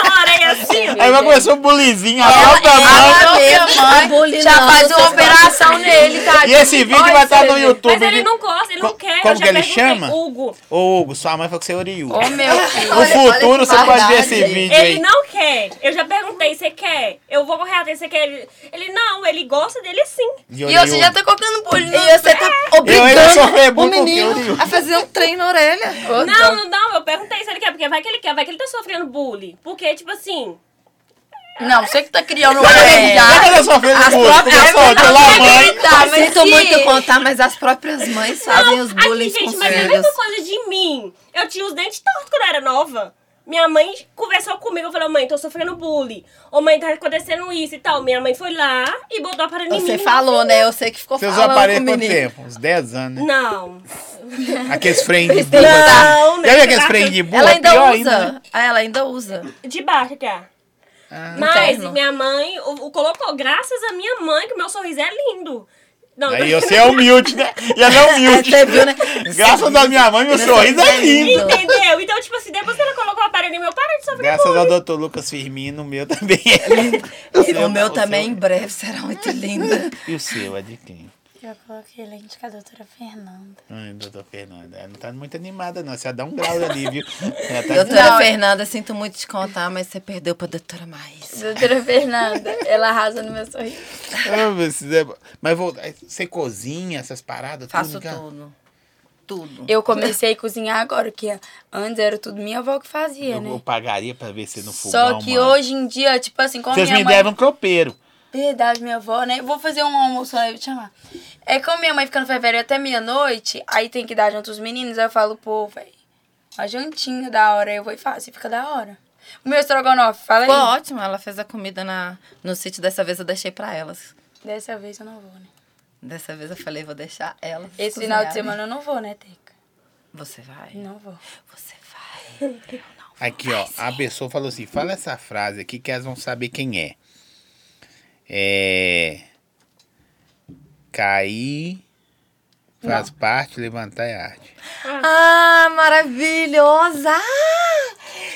Uma orelha assim.
Aí vai começar o bulizinho, a alta mão.
mãe
Já faz uma operação nele, tá?
E esse vídeo vai estar no YouTube.
Mas ele
viu?
não gosta, ele não
Co-
quer.
como
eu já
que ele
perguntei.
chama?
Hugo.
Ô, Hugo, sua mãe falou que você é oriúdo.
Ô, meu filho.
No futuro
que
você pode ver esse
maldade.
vídeo
Ele
aí.
não quer. Eu já perguntei, você quer? Eu vou correr atrás, você quer? Ele, ele não, ele gosta dele sim.
de
E você já
oriúdo.
tá colocando bullying.
E você tá
Eu ainda
obrigando
sofri muito
o
com o
menino
oriúdo.
a fazer um trem na orelha.
Ô,
Então
Não, não, não, eu perguntei se ele quer, porque vai que ele quer, vai que ele tá sofrendo bullying. Porque, tipo assim,
Não, você que tá criando
É,
bullying já.
já que eu sofri no bullying, porque eu sou um de lá, é mãe.
então,
Tá, mas
Sinto
se-
muito contar, mas as próprias mães fazem os
Aqui,
bullying com
gente,
os
mas é a
filhos.
mesma coisa de mim. Eu tinha os dentes tortos quando eu era nova. Minha mãe conversou comigo, eu falei, mãe, tô sofrendo bullying. Ô, mãe, tá acontecendo isso e tal. Minha mãe foi lá e botou a parada em mim.
Você falou, né? Eu sei que ficou
Você usou
falando com
aparelho
o
quanto
menino.
tempo? Uns 10 anos, né?
Não.
Aqueles frame de bula.
Não, né?
Já viu aqueles frame de bula?
Ela ainda
Pior
usa.
ainda. né?
Ah, ela ainda usa.
De baixo, cá.
Ah,
Mas
Interno.
minha mãe o, o colocou, graças à minha mãe, que o meu sorriso é lindo. Não,
Aí você é humilde, né? E ela é humilde.
Você viu, né?
Graças a minha mãe, meu
Você
sorriso é
é
lindo.
lindo.
Entendeu? Então, tipo assim, depois que ela colocou o aparelho em meu, para de sofrer
Graças
bullying.
ao doutor Lucas Firmino, o meu também é lindo.
O meu
seu-
também, em breve, será muito linda.
E o seu, é de quem?
Eu coloquei lente com a doutora Fernanda.
Ai, doutor Fernando, ela não tá muito animada, não. Você vai dar um grau ali, viu? Ela tá
Doutora Fernanda, sinto muito te contar, mas você perdeu pra doutora Maís.
Doutora Fernanda, ela arrasa no meu sorriso.
Ah, mas é- Mas vou... você cozinha essas paradas?
Faço
cara?
tudo. Tudo.
Eu comecei a cozinhar agora, que antes era tudo minha avó que fazia,
Eu,
né?
eu pagaria pra ver se no fogão.
Só que
mano.
hoje em dia, tipo assim, como
Vocês
minha
me
mãe...
devem um tropeiro.
Verdade, minha avó, né? Eu Vou fazer um almoço lá, eu vou te chamar. É como minha mãe fica no fevereiro até meia-noite, aí tem que dar junto os meninos, aí eu falo, pô, velho, uma jantinha da hora, eu vou e faço, e fica da hora. O meu estrogonofe, fala
Ficou
aí.
ótimo, ela fez a comida na, no sítio. Dessa vez eu deixei pra elas.
Dessa vez eu não vou, né?
Dessa vez eu falei, vou deixar elas.
Esse final de
cozinharem.
semana eu não vou, né, Teca?
Você vai?
Não vou.
Você vai.
Aqui, ó. A pessoa falou assim: fala essa frase aqui que elas vão saber quem é. É. Cair faz parte, levantar é arte.
Ah, maravilhosa! Ah,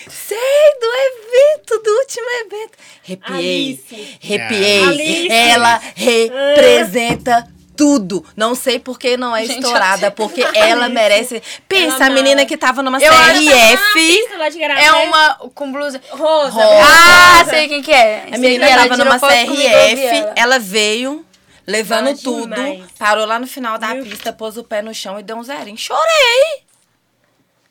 Sei do evento, do último evento. Arrepiei.
Alice.
Arrepiei.
Alice.
Ela representa tudo. Não sei por que não é
Gente,
estourada, porque ela merece. Pensa, a
amava.
menina que tava numa
Eu acho
série
Ah,
F.
pista lá de né? Garapé.
É uma com blusa.
Rosa.
Ah, sei quem que é.
A menina tava numa CRF, ela veio levando
Ah,
tudo,
demais.
parou lá no final da pista, pôs o pé no chão e deu um zerinho. Chorei!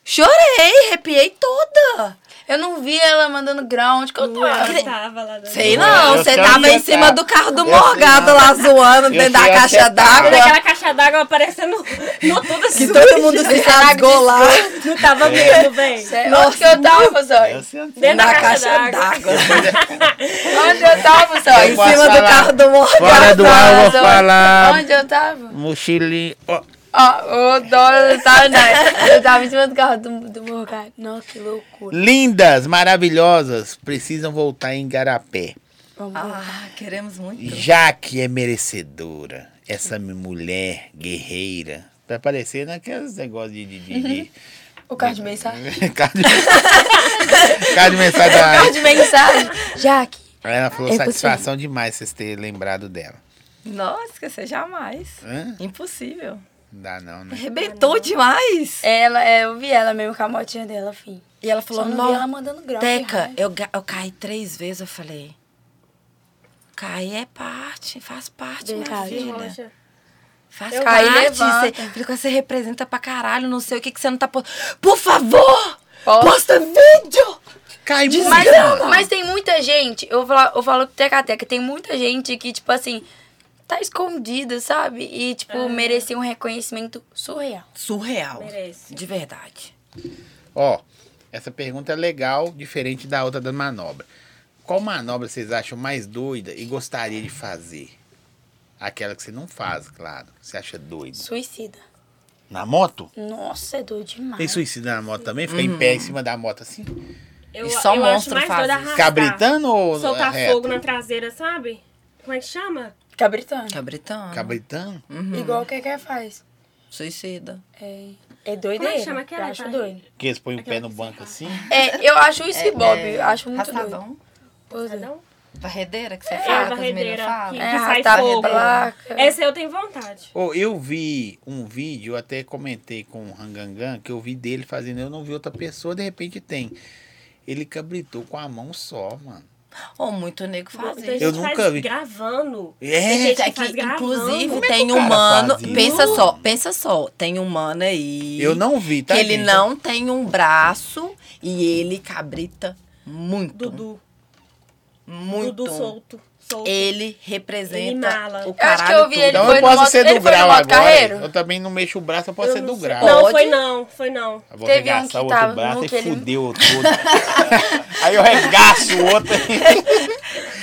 Chorei, arrepiei toda.
Eu não vi ela mandando grau onde que eu tava.
Eu tava lá dentro.
Sei
Eu-
não,
eu
você
sei
tava
onde
em
você
cima
tá.
do carro do
Eu
Morgado
sei. tá.
lá zoando
sei
dentro da
onde você tá.
caixa
tava.
d'água.
Aquela caixa d'água aparecendo no tudo assim.
é Que todo É. mundo se rasgou lá.
Não tava mesmo, velho.
Sei, Onde que eu tava, Zói?
Eu sei onde-
Dentro
Na caixa d'água.
Onde eu tava,
Eu
Zói?
Em cima do
falar.
carro do Morgado.
Fora Tá do ar, eu vou
Zói?
falar.
Onde eu tava?
Mochilinho. Ó,
Ó, o dólar tava, não. Eu tava em cima do carro do, do Morgado. Nossa, que loucura.
Lindas, maravilhosas, precisam voltar em Garapé.
Vamos lá.
Ah, queremos muito.
Já que é merecedora, essa mulher guerreira, vai parecer naqueles negócios de. de, de, de
O carro de mensagem.
Carta de- Carta de mensagem da
O carro de mensagem. Jaque.
Ela falou
É
satisfação demais vocês terem lembrado dela.
Nossa, esquecer jamais.
Hã?
Impossível.
Não dá não,
é
né?
Arrebentou demais.
Ela, é, eu vi ela mesmo com a motinha dela, fim.
E ela
Só
falou,
não vi ela
não,
mandando grau. que
Teca,
raiva.
eu, ga- eu caí três vezes, eu falei, cair é parte, faz parte, minha
Verdade.
filha.
Rocha.
Faz
Eu caí,
parte, você,
levanta.
falei, "Quando você representa pra caralho, não sei o que, que você não tá postando. Por favor,
Posta.
posta vídeo!
Cai muito.
Mas, mas tem muita gente, eu falo, eu falo que teca a teca, tem muita gente que, tipo assim, tá escondida, sabe? E, tipo, merecia um reconhecimento surreal.
Surreal,
Merece.
de verdade.
Ó, Essa pergunta é legal, diferente da outra da manobra. Qual manobra vocês acham mais doida e gostaria de fazer? Aquela que você não faz, claro. que Você acha doido.
Suicida.
Na moto?
Nossa, é doido demais.
Tem suicídio na moto também? Fica em
Uhum.
pé em cima da moto assim?
Eu,
E só
eu
monstro
acho mais
faz
doida
isso. é
arrastar.
Cabritando ou
Soltar
reto?
fogo na traseira, sabe? Como é que chama?
Cabritano.
Que é britânico.
Cabritando?
Uhum.
Igual o que que faz.
Suicida.
É doido
Como é que
ele.
chama
Eu
aquela,
acho
pai?
doido.
Que eles põem o pé no banco assim?
É, eu acho isso e Bob. Eu acho muito doido.
é, Arrastadão.
Cadão?
Varredeira um que você
É,
fala,
a
que as meninas
barredeira que,
falam.
É,
que sai
tá,
fogo. É.
placa.
Essa eu tenho vontade.
Ô, eu vi um vídeo, eu até comentei com o Rangangan, que eu vi dele fazendo, eu não vi outra pessoa, de repente tem. Ele cabritou com a mão só, mano.
Ou muito nego faz
Tem
isso.
Eu
Então, gente
nunca
faz
vi.
gravando. Tem
É,
gente
É
que
que,
faz gravando.
inclusive,
Como é que
tem
o cara
humano.
faz isso?
Pensa só, pensa só. Tem humano aí.
eu não vi, tá?
Que ele
gente?
não tem um braço e ele cabrita muito.
Dudu.
muito.
Dudu solto. solto.
Ele
Ele
representa
mala.
o
Eu
acho
caralho
que eu vi
todo.
ele
Então
foi
eu
no
posso
moto-
ser
ele
do
foi no
grau
moto
agora.
carreiro?
Eu também não mexo o braço, eu posso
Eu
ser do
não sei.
grau.
Não,
Pode?
foi não, foi não.
Eu vou
Teve um
arregaçar
que
o outro
tava
braço
no
e
que ele-
fudeu o todo. aí eu regaço o outro.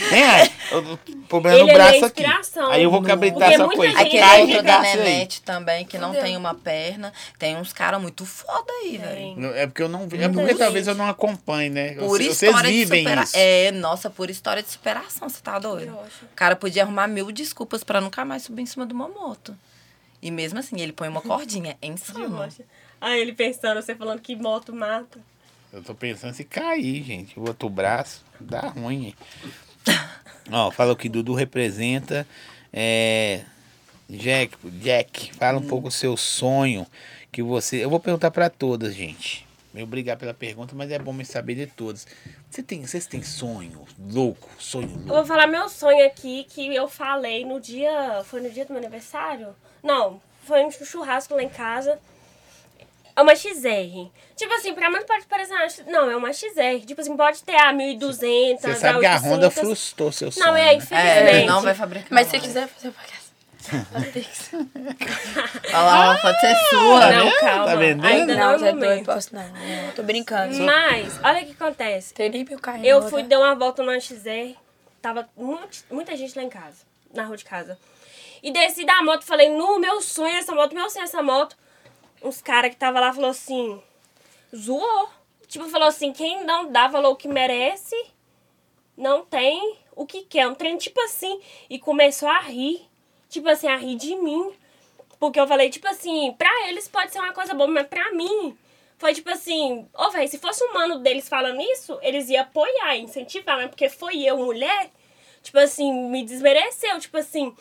Vem aí. O problema é
Ele
no
é minha
braço aqui.
inspiração.
Aí eu vou
Não.
cabritar
Porque
essa
muita
coisa.
gente-
Aquele
Cai e
outro da
regaça um
né,
aí.
Nenete também, que não tem uma perna. Tem uns caras muito foda aí, velho.
Tem.
Não, É porque eu não vi. É porque
Gente.
talvez eu não acompanhe, né?
Por
Vocês,
história
vocês
de
vivem
superação.
isso.
É, nossa, por história de superação, você tá doido?
Eu acho.
O cara podia arrumar mil desculpas pra nunca mais subir em cima de uma moto. E mesmo assim, ele põe uma cordinha. É
De
insano.
rocha. Aí ele pensando, você falando que moto mata.
Eu tô pensando se cair, gente. O outro braço dá ruim. hein? Ó, fala o que Dudu representa. É, Jack, Jack, fala
Hum.
um pouco o seu sonho que você. Eu vou perguntar pra todas, gente. Me obrigar pela pergunta, mas é bom me saber de todas. Você tem, vocês têm sonho louco, sonho
Eu vou
louco.
falar meu sonho aqui que eu falei no dia. Foi no dia do meu aniversário? Não, foi um churrasco lá em casa. É uma XR. Tipo assim, pra mim pode parecer uma X- Não, é uma XR. Tipo assim, pode ter a 1200,
Você sabe que a Honda
800.
frustrou seu sonho.
Não, é,
né?
É,
infelizmente.
ele não vai fabricar.
Mas se
mais.
você quiser fazer pra casa. Faz Pix.
Olha lá, pode ser
Ah!
sua. né?
Não,
vendo?
calma.
Tá vendendo?
Ainda não,
Não, você
é
é
o
doido,
momento.
posso não. não, Tô brincando.
Mas, olha o que acontece.
Tem nem o carrinho.
Eu
vou
fui
dar.
dar uma volta no XR. Tava muito- muita gente lá em casa, na rua de casa. E desci da moto, falei, no meu sonho é essa moto, meu sonho essa moto. Uns caras que tava lá falou assim, zoou. Tipo, falou assim, quem não dá valor que merece, não tem o que quer. Um trem tipo assim. E começou a rir. Tipo assim, a rir de mim. Porque eu falei, tipo assim, pra eles pode ser uma coisa boa, mas pra mim foi tipo assim, ô véi, se fosse um mano deles falando isso, eles iam apoiar, incentivar, mas porque foi eu, mulher, tipo assim, me desmereceu, tipo assim.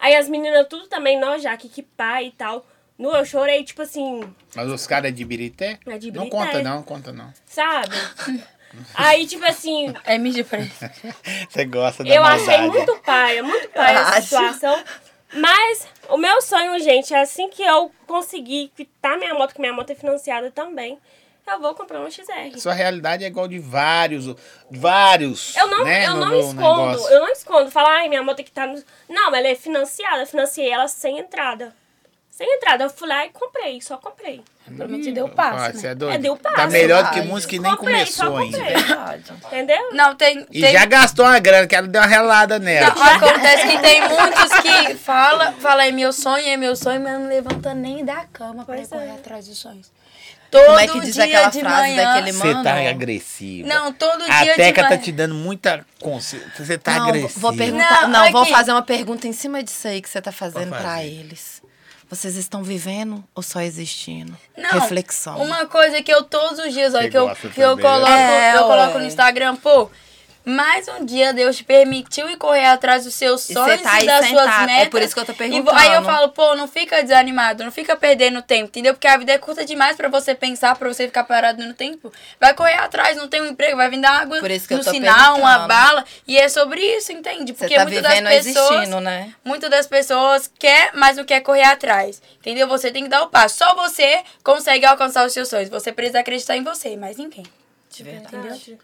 Aí as meninas tudo também, nós já, que que pai e tal. No, eu chorei, tipo assim,
Mas os caras de Birité?
É de
Não
Birité.
conta, não, conta não.
sabe? Aí, tipo assim,
É mídia pra ele.
Você gosta da
Eu
maldade. é?
achei muito paia, muito paia essa
Acho.
situação. Mas o meu sonho, gente, é assim que eu conseguir quitar minha moto, que minha moto é financiada também, eu vou comprar um uma XR.
Sua realidade é igual de vários, vários.
Eu não,
né,
eu
no-
não
no
escondo,
negócio.
eu não escondo. Falar, ai, minha moto que tá no... Não, ela é financiada, eu financiei ela sem entrada. Sem entrada, eu fui lá e comprei, só comprei.
Hum,
Pelo menos deu passo.
Ah,
né?
você é doido.
É, deu
Tá
passo,
melhor do
vai.
que música que nem
Comprei,
começou
só comprei.
ainda.
Entendeu?
Não, tem.
E
tem...
já gastou uma grana, que ela deu uma relada nela.
Não, acontece que tem muitos que fala, fala é meu sonho, é meu sonho, mas não levanta nem da cama pra
Pois
correr
é.
atrás dos sonhos. Todo
Como é que diz
dia
aquela
de
frase
manhã,
daquele
Você
mano?
tá agressiva.
Não, todo dia
A
de
Teca
manhã.
tá te dando muita consciência. Você tá
não,
agressiva.
Vou perguntar,
Não,
não, vou
aqui.
fazer uma pergunta em cima disso aí que você tá fazendo
Pode
pra
fazer.
eles. Vocês estão vivendo ou só existindo?
Não,
Reflexão.
Uma coisa que eu todos os dias, ó,
Você
que, eu,
gosta
que eu
também, né?
coloco,
É,
eu coloco
ué.
no Instagram, pô. Mais um dia Deus te permitiu ir correr atrás dos seus
E
sonhos
você tá aí
das suas
sentado, é
metas.
por isso que eu tô
E vo- Aí eu
perguntando.
falo, pô, não fica desanimado, não fica perdendo tempo, entendeu? Porque a vida é curta demais pra você pensar, pra você ficar parado no tempo. Vai correr atrás, não tem um emprego, vai vir dar água
Por isso que
no
eu tô
sinal, uma
perguntando.
bala. E é sobre isso, entende?
Você
Porque
tá
muitas das
vivendo ou
pessoas.
existindo, né?
Muitas das pessoas quer, mas não quer correr atrás. Entendeu? Você tem que dar o passo. Só você consegue alcançar os seus sonhos. Você precisa acreditar em você, mas ninguém.
De verdade.
Entendeu?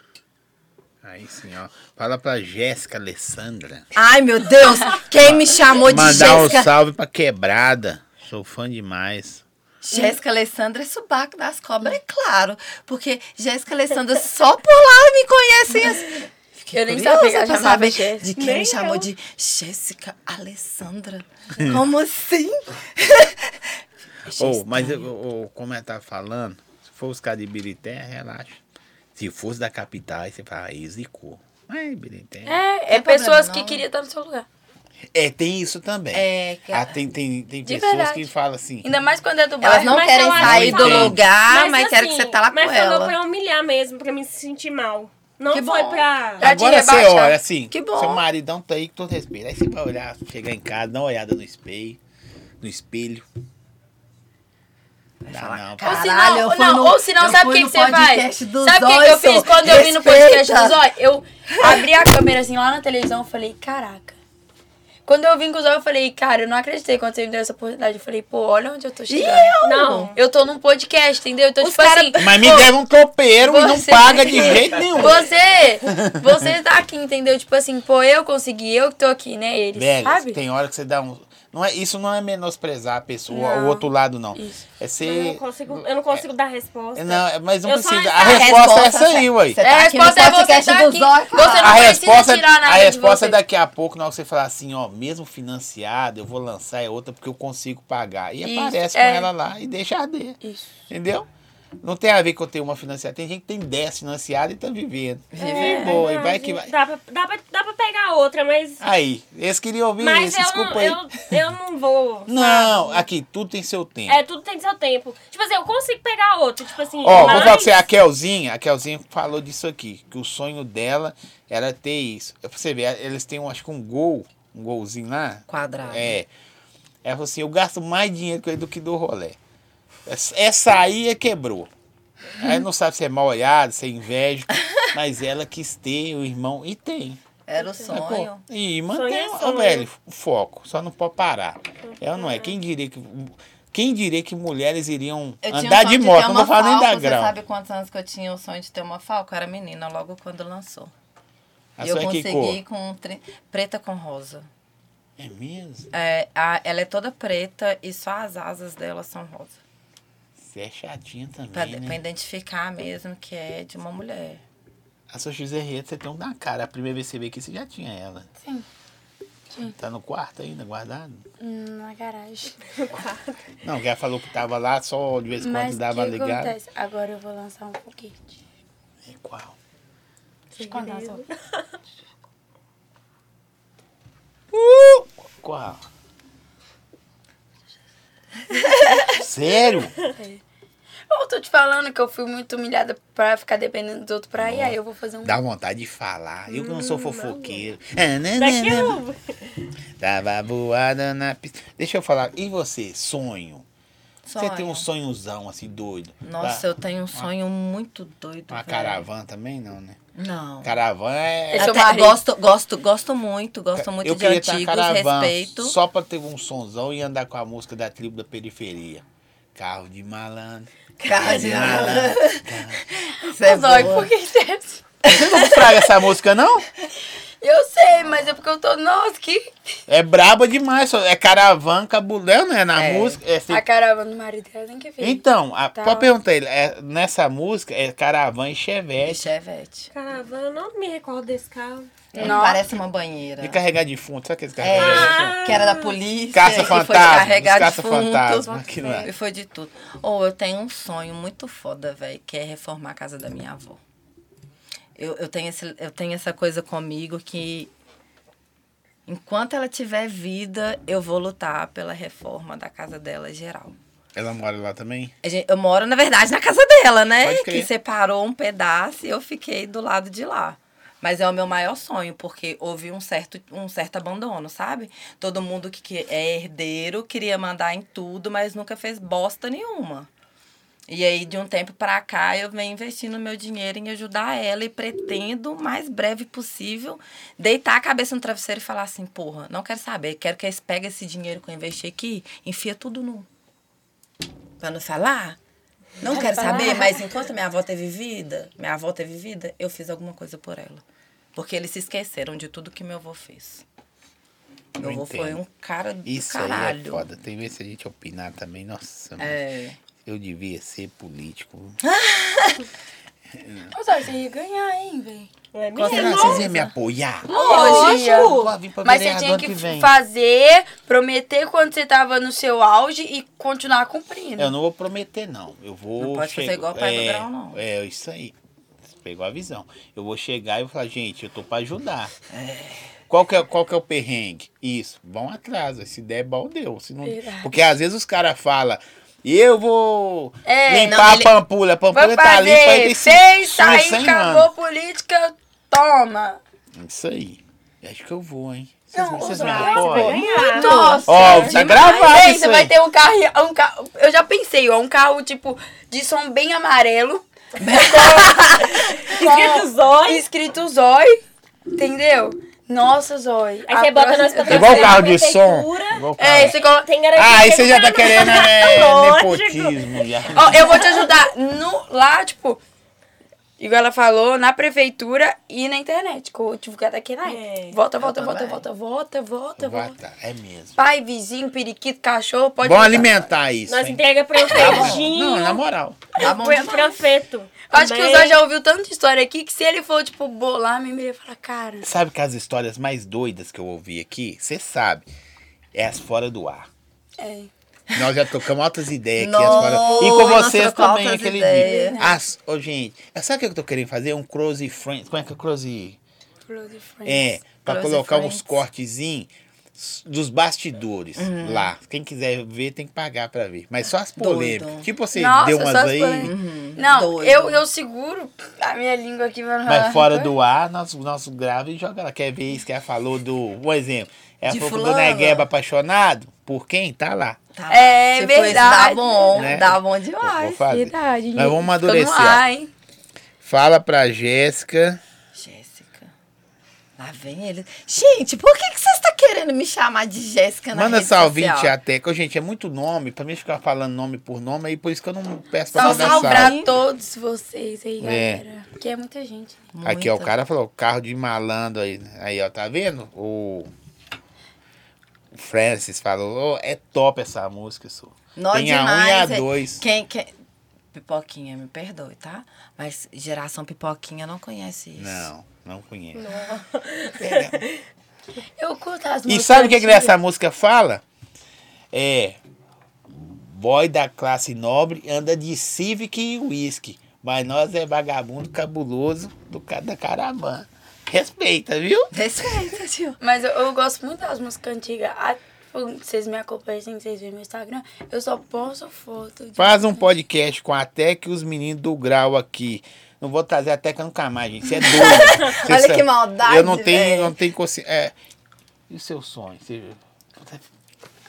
Aí sim, ó. Fala pra Jéssica Alessandra.
Ai, meu Deus! Quem me chamou de
Mandar um
Jéssica?
salve pra quebrada. Sou fã demais.
Jéssica Alessandra é subaco das cobras, é claro. Porque Jéssica Alessandra só por lá me conhecem. assim. Fiquei
Eu nem
curiosa
sabia que
pra
chamava
saber
Jéssica.
De quem
Nem
me chamou
eu.
de Jéssica Alessandra.
Hum.
Como assim?
Ou, mas eu- eu- eu- como ela tá falando, se for os caras de Birité, relaxa. Se fosse da capital, aí você fala, aí zicou. Mas Birité. É.
É, é
Não tem problema,
pessoas que
não.
queriam estar no seu lugar.
tem isso também.
É, que-
Ah, tem tem, tem
De
pessoas que
verdade.
falam assim.
Ainda mais quando é do bairro.
Elas não
mas
querem
eu acho tá
sair
que
do
tem.
lugar, mas, querem que você tá lá com
assim, mas falou
ela.
pra humilhar mesmo, pra me sentir mal. Não
Que
foi
bom.
pra...
Pra te
Agora você
rebaixar.
olha assim,
Que bom.
seu maridão tá aí com todo respeito. Aí você vai olhar, chegar em casa, dá uma olhada no espelho, no espelho. Dá não,
Ou
pá.
se
Caralho,
não,
eu
ou
fui
não,
no-
ou se não,
eu
sabe o
fui
que, que
no
você faz?
podcast do
Sabe o que, que
Zóio,
eu fiz quando eu vim no
respeita.
podcast do Zóio? Eu abri a câmera assim lá na televisão e falei, caraca. Quando eu vim com o Zóio, eu falei, cara, eu não acreditei quando você me deu essa oportunidade. Eu falei, pô, olha onde eu tô chegando.
É,
Não.
Eu tô num podcast, entendeu? Então, tipo assim...
Mas me
pô,
deve um tropeiro e não
você-
paga de jeito nenhum.
Você, você tá aqui, entendeu? Tipo assim, pô, eu consegui, eu que tô aqui, né? Eles,
Velho,
sabe?
tem hora que você dá um. Não é, isso não é menosprezar a pessoa, o outro lado, não. É
Eu não
ser.
consigo, eu não consigo dar resposta.
Não, é- mas não
Eu só-
precisa.
a
A resposta é essa aí, ué.
Você
É,
tá
a
aqui no
resposta é você
podcast
tá
do
aqui.
Zóio e
Você
falar.
não-
A
precisa
resposta, é
tirar nada
a
de
resposta
você.
daqui a pouco, na hora que você falar assim, ó, mesmo financiado, eu vou lançar é outra porque eu consigo pagar. E
Isso,
aparece
é.
com ela lá e deixa arder.
Isso.
Entendeu? Não tem a ver que eu tenho uma financiada. Tem gente que tem 10 financiadas e tá vivendo. É, boa, e vai que vai.
Dá pra, dá, pra, dá pra pegar outra, mas...
Aí, eles queriam ouvir
Mas
isso,
eu
desculpa
não,
aí.
eu, eu não vou.
Não, aqui, tudo tem seu tempo.
É, tudo tem seu tempo. Tipo assim, eu consigo pegar outro. Tipo assim,
Ó, vou
mas-
falar pra você, é a Kelzinha, a Kelzinha falou disso aqui, que o sonho dela era ter isso. É pra você ver, eles têm, um, acho que um gol, um golzinho lá.
Quadrado.
É. Ela falou assim, eu gasto mais dinheiro com ele do que do rolê. Essa- Essa aí é quebrou. Aí não sabe se é mal olhado, se é inveja, mas ela quis ter o irmão e tem.
Era o
Pô,
sonho.
E
Sonho
mantém,
é
ó,
sonho.
velho, o foco. Só não pode parar. É ou não é? Quem diria que, quem diria que mulheres iriam
Eu tinha um
andar
sonho
de
ter
moto? Não
uma
vou falar nem
falco.
da grau.
Você sabe quantos anos que eu tinha o sonho de ter uma falco? Eu era menina, logo quando lançou.
A
E eu
sua é que
consegui
cor?
com tre- preta com rosa.
É mesmo?
É, a- ela é toda preta e só as asas dela são rosa.
Você é chatinha também,
Pra,
né?
pra identificar mesmo que é de uma mulher.
A sua José Rita, você tem um na cara. A primeira vez que você veio aqui, você já tinha ela.
Sim.
Tá no quarto ainda, guardado?
Hum, Na garagem.
Não, que ela falou que tava lá, só de vez em quando
Mas o que
dava ligado.
acontece? Agora eu vou lançar um foguete.
É qual?
Deixa eu contar só.
Uh! Qual? Sério?
Eu tô te falando que eu fui muito humilhada pra ficar dependendo dos outros pra ir, aí eu vou fazer um.
Dá vontade de falar. Eu que não
Hum,
sou fofoqueiro. É, né, né,
Daqui
né.
eu...
Tava voada na pista. Deixa eu falar. E você, sonho?
Sonho.
Você tem um sonhozão assim, doido?
Nossa,
Tá?
eu tenho um sonho muito doido.
Uma
velho.
caravana também não, né?
Não.
Caravana é...
É seu
Até
marido.
gosto, gosto, gosto muito, gosto muito de
queria ter uma
antigos,
caravana
respeito.
Só pra ter um sonzão e andar com a música da tribo da periferia. Carro de malandro.
Carro de malandro. Isso é
Ô, Zói,
boa.
por que isso é assim?
Você não fraga essa música, não?
Eu sei, mas é porque eu tô. Nossa, que.
É braba demais. só- É caravan cabulão, né? Na
É.
música. é assim-
A caravana do marido dela tem que ver.
Então, a...
Tá.
pode perguntar ele. é- nessa música é caravan e chevette.
é Chevette.
Caravana, eu não me recordo desse carro.
Ele
Nossa.
Parece uma banheira.
De carregar de fundo. Sabe aqueles
É,
carregadores?
que era da polícia.
Caça
que foi
fantasma,
carregar
os caça
defunto,
fantasma, aquilo lá.
E foi de tudo. Ou eu tenho um sonho muito foda, velho, que é reformar a casa da minha avó. Eu, eu, tenho esse, eu tenho essa coisa comigo que enquanto ela tiver vida, eu vou lutar pela reforma da casa dela geral.
Ela mora lá também?
A gente- Eu moro, na verdade, na casa dela, né?
Pode crer.
Que separou um pedaço e eu fiquei do lado de lá. Mas é o meu maior sonho, porque houve um certo, um certo abandono, sabe? Todo mundo que, que é herdeiro queria mandar em tudo, mas nunca fez bosta nenhuma. E aí, de um tempo pra cá, eu venho investindo meu dinheiro em ajudar ela e pretendo, o mais breve possível, deitar a cabeça no travesseiro e falar assim: porra, não quero saber, quero que eles peguem esse dinheiro que eu investi aqui, enfia tudo num. Pra não falar? Não quero saber, mas enquanto minha avó teve vida, minha avó teve vida, eu fiz alguma coisa por ela. Porque eles se esqueceram de tudo que meu avô fez.
Não
Meu avô foi
entendo.
um cara do
Isso
caralho.
aí é foda. Tem vezes se a gente opinar também, nossa, mano,
É.
eu devia ser político.
Ô, Zóio, você ia ganhar, hein, velho?
É mesmo?
Será que vocês iam me apoiar?
Lógico!
Vou vir pra
Mas você
vereador
tinha
ano
que,
que vem.
fazer, prometer quando você tava no seu auge e continuar cumprindo.
Eu não vou prometer, não. Eu vou.
Não pode fazer
chegar-
igual o pai do
é,
Grau, não.
É, isso aí. Você pegou a visão. Eu vou chegar e vou falar, gente, eu tô pra ajudar. Qual que, é, qual que é o perrengue? Isso, vão atrás. Se der, bom deu. Se não...
Verdade.
Porque às vezes os caras falam, eu vou
É,
limpar
não,
a
ele-
pampulha. A pampulha
Vai
tá limpa
fazer
aí
seis, tá aí acabou
anos.
a política, toma.
Isso aí. Acho que eu vou, hein? Vocês,
Não,
vocês
os
me
caras
apoiam?
Ganhar.
Nossa!
Ó, tá
demais.
gravado
Bem,
isso
Você
aí.
vai ter um carro, um carro... Eu já pensei, ó, um carro, tipo, de som bem amarelo.
Escrito Zói.
Escrito Zói, entendeu? Nossa, Zói.
Aí
a
você bota
próxima-
nós pra
Igual o
trabalhar
carro
na
de som.
prefeitura.
Igual o carro.
É, você coloca...
Tem garantia.
Ah, aí
que
você já
não
tá
vai
querendo
ganhar.
é,
Lógico.
nepotismo. Já.
Ó, eu vou te ajudar no, lá, tipo, igual ela falou, na prefeitura e na internet. Que eu tive que até aqui na
É.
Volta, volta, volta, volta, volta, volta,
Vai
volta.
tá, é mesmo.
Pai, vizinho, periquito, cachorro, pode.
Vamos
botar.
alimentar isso.
Nós
hein?
entrega um
Tá Não, na
prefeitinho.
moral.
Tá bom
Pre- Prefeito.
Acho que o
um também.
Zé já ouviu tanta história aqui que se ele for, tipo, bolar, minha mulher ia falar, cara.
Sabe que as histórias mais doidas que eu ouvi aqui, você sabe, é as fora do ar.
É.
Nós já tocamos altas ideias aqui. as
Nossa,
fora... E com vocês
trocou
também,
altas
aquele
ideias.
dia. As... Ô, gente, sabe o que eu tô querendo fazer? Um close friends. Como é que é close?
Close friends.
É, pra
Close
colocar uns
friends.
cortezinhos dos bastidores
Uhum.
lá. Quem quiser ver, tem que pagar pra ver. Mas só as polêmicas. Tipo, você
Nossa,
deu
só
umas
as
aí,
polêmicas. Não,
doido.
eu, eu seguro a minha língua aqui pra não falar
mas fora
rancor.
do ar, nosso, nosso grave e joga lá. Quer ver isso que ela falou do... Um exemplo. Ela
De
falou que o
fulana.
Dona Gueba apaixonado. Por quem? Tá lá.
Tá.
É
Se for isso, Dá
verdade.
bom,
Né?
dá bom
Eu vou
demais.
fazer.
Verdade, gente.
Nós vamos
Ficou no
amadurecer. ó.
ar, hein?
Fala pra Jéssica.
Jéssica. Lá vem ele. Gente, por que que vocês estão querendo me chamar de Jéssica na
Manda
rede
salve
social?
até. Que, gente, é muito nome. Pra mim ficar falando nome por nome, aí por isso que eu não peço pra
Salve
mandar
salve
salve.
pra todos vocês aí,
É.
galera. Porque é muita gente. né?
Aqui, ó, o
Muito.
cara falou, carro de malandro aí. Aí, ó, tá vendo? O Francis falou, "Ô, é top essa música, sou.
Nó
Tem a um e a
demais, é.
dois.
Quem, quem... Pipoquinha, me perdoe, tá? Mas geração pipoquinha não conhece isso.
Não, não conheço.
Eu curto as
E
músicas.
sabe o que, que
antigas.
essa música fala? É. Boy da classe nobre anda de Civic e uísque. Mas nós é vagabundo cabuloso do cara da caravana. Respeita, viu?
Respeita, tio.
Mas eu, eu gosto muito das músicas antigas. Ah, Vocês me acompanham, assim, vocês veem meu Instagram. Eu só posto foto. de-
Faz um podcast com a Tec e os meninos do Grau aqui. Não vou trazer a Teca nunca mais, gente. Você é doido. Você
Olha
sabe.
que maldade,
Eu não tenho,
velho.
não tenho consciência. É. E o seu sonho? Você...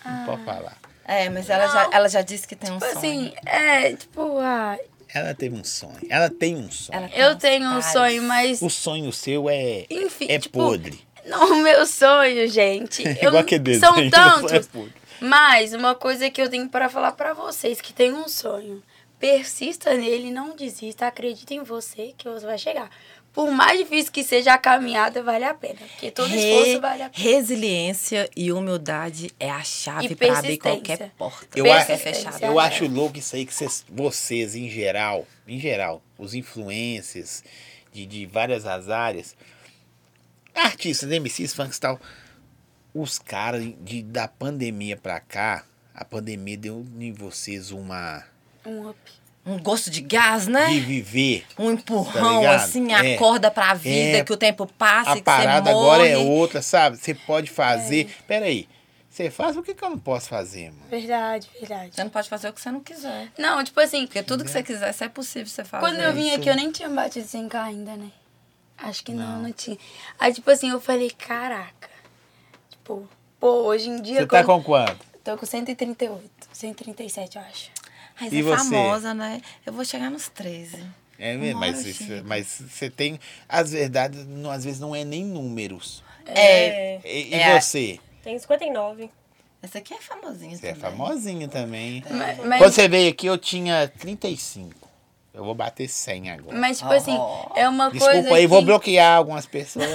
Não pode falar.
É, mas ela já, ela já disse que tem um
Tipo
sonho.
assim, é, tipo, ah,
Ela teve um sonho. Ela tem um sonho.
Ela tem
eu
uns
tenho um
vários.
sonho, mas.
O sonho seu é,
Enfim,
é
tipo,
podre.
Não, o meu sonho, gente. eu
Igual
não-
que desenho,
São
o sonho é
tantos.
podre.
Mas uma coisa que eu tenho pra falar pra vocês que tem um sonho, persista nele, não desista, acredita em você que você vai chegar. Por mais difícil que seja a caminhada, vale a pena, porque todo esforço
Re-
vale a pena.
Resiliência e humildade é a chave
E
pra abrir
persistência.
qualquer porta.
Eu,
Pensa
acho-
que é fechado.
eu acho louco isso aí que vocês, vocês, em geral, em geral, os influencers de, de várias as áreas, artistas, MCs, funk e tal, os caras de- da pandemia pra cá, a pandemia deu em vocês uma
Um up.
Um gosto de gás, né?
de viver.
Um
Tá
empurrão,
ligado?
assim,
É.
acorda pra vida,
É.
que o tempo passa,
A
Ah, que
parada
você morre. É.
agora é outra, sabe? Você pode fazer. Peraí, você faz, por que, que eu não posso fazer, mano?
Verdade, verdade.
Você não pode fazer o que você não quiser.
Não, tipo assim,
Porque tudo que você quiser, se é possível você fazer.
Quando eu vim
isso.
aqui, eu nem tinha batido 100k ainda, né? Acho que não, não, tinha. Aí, tipo assim, eu falei, caraca. Tipo, pô, hoje em dia...
Você tá
como-
com quanto?
Tô com 138, 137, eu acho.
Mas
E
é
você?
famosa, né? Eu vou chegar nos 13.
É mesmo,
Uma hora
mas,
eu
isso-
chego.
mas você tem. As verdades, não- às vezes, não é nem números.
É.
E, e
É.
você?
Tem 59.
Essa aqui é famosinha
Você é
também.
famosinha também.
Mas,
Quando você veio aqui, eu tinha 35. Eu vou bater 100 agora.
Mas, tipo assim, é uma coisa.
Desculpa aí, vou
que-
bloquear algumas pessoas.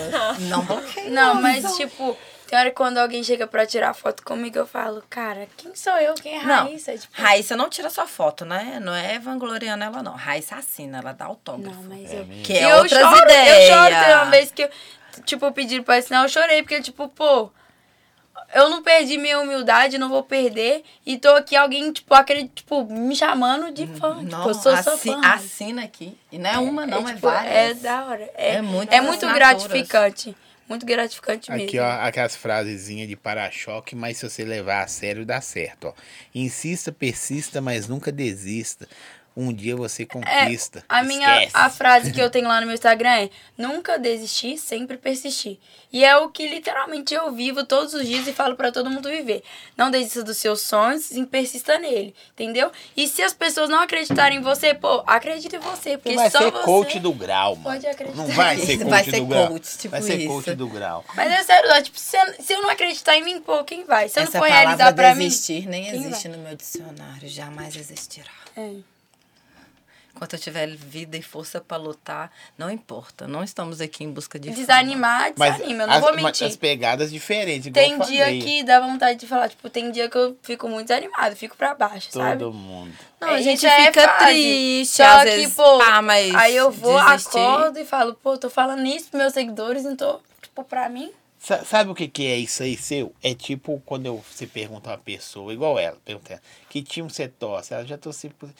Não bloqueia.
Não, mas, tipo, Tem hora que quando alguém chega pra tirar foto comigo, eu falo, cara, quem sou eu? Quem é
Não.
Raíssa? Tipo,
Raíssa não tira sua foto, né? Não é vangloriando ela, não. Raíssa assina, ela dá autógrafo.
Não, mas eu...
Que é
eu
outras
choro,
ideias.
Eu choro, tem uma vez que, eu, tipo, pediram pra assinar, eu chorei, porque, tipo, pô, eu não perdi minha humildade, não vou perder, e tô aqui alguém, tipo, aquele, tipo, me chamando de fã, tipo,
Uhum. Não,
eu sou sua
assi-
fã.
assina aqui. E não é uma, não, é,
tipo,
várias.
É da hora. É,
É
é
muitas
muito,
assinaturas.
gratificante. Muito gratificante mesmo.
Aqui, ó, aquelas frasezinhas de para-choque, mas se você levar a sério, dá certo, ó. Insista, persista, mas nunca desista. Um dia você conquista.
É, A minha
Esquece.
a frase que eu tenho lá no meu Instagram é: nunca desistir, sempre persistir. E é o que literalmente eu vivo todos os dias e falo pra todo mundo viver. Não desista dos seus sonhos e persista nele, entendeu? E se as pessoas não acreditarem em você, pô, acredita em você,
Você
porque
vai
só
ser
você.
coach do grau, mano.
pode acreditar
Não vai
nisso.
ser coach
Vai
do
ser
grau.
coach, tipo
vai ser
isso.
coach do grau.
Mas é sério, ó, tipo, se, eu- se eu não acreditar em mim, pô, quem vai? Se eu
Essa
não for
palavra
realizar pra
desistir nem
quem
existe no meu dicionário. Jamais existirá.
mim.
Enquanto eu tiver vida e força pra lutar, não importa. Não estamos aqui em busca de
É.
fama.
Desanimar,
Mas
desanima, eu não
as,
vou
mas
mentir.
as pegadas diferentes, igual
Tem
eu
dia
falei.
que dá vontade de falar, tipo, tem dia que eu fico muito desanimada, fico pra baixo,
Todo
sabe?
mundo.
Não, a
É,
gente
isso é
fica
fase.
triste,
Só
às
que,
vezes,
pô,
pá, mas
Aí eu vou,
desistir-
acordo e falo, pô, tô falando isso pros meus seguidores, não tô, tipo, pra mim.
Sa- Sabe o que, que é isso aí seu? É tipo quando eu, você pergunta a uma pessoa, igual ela, perguntando, que time você torce? Ela já torceu pro,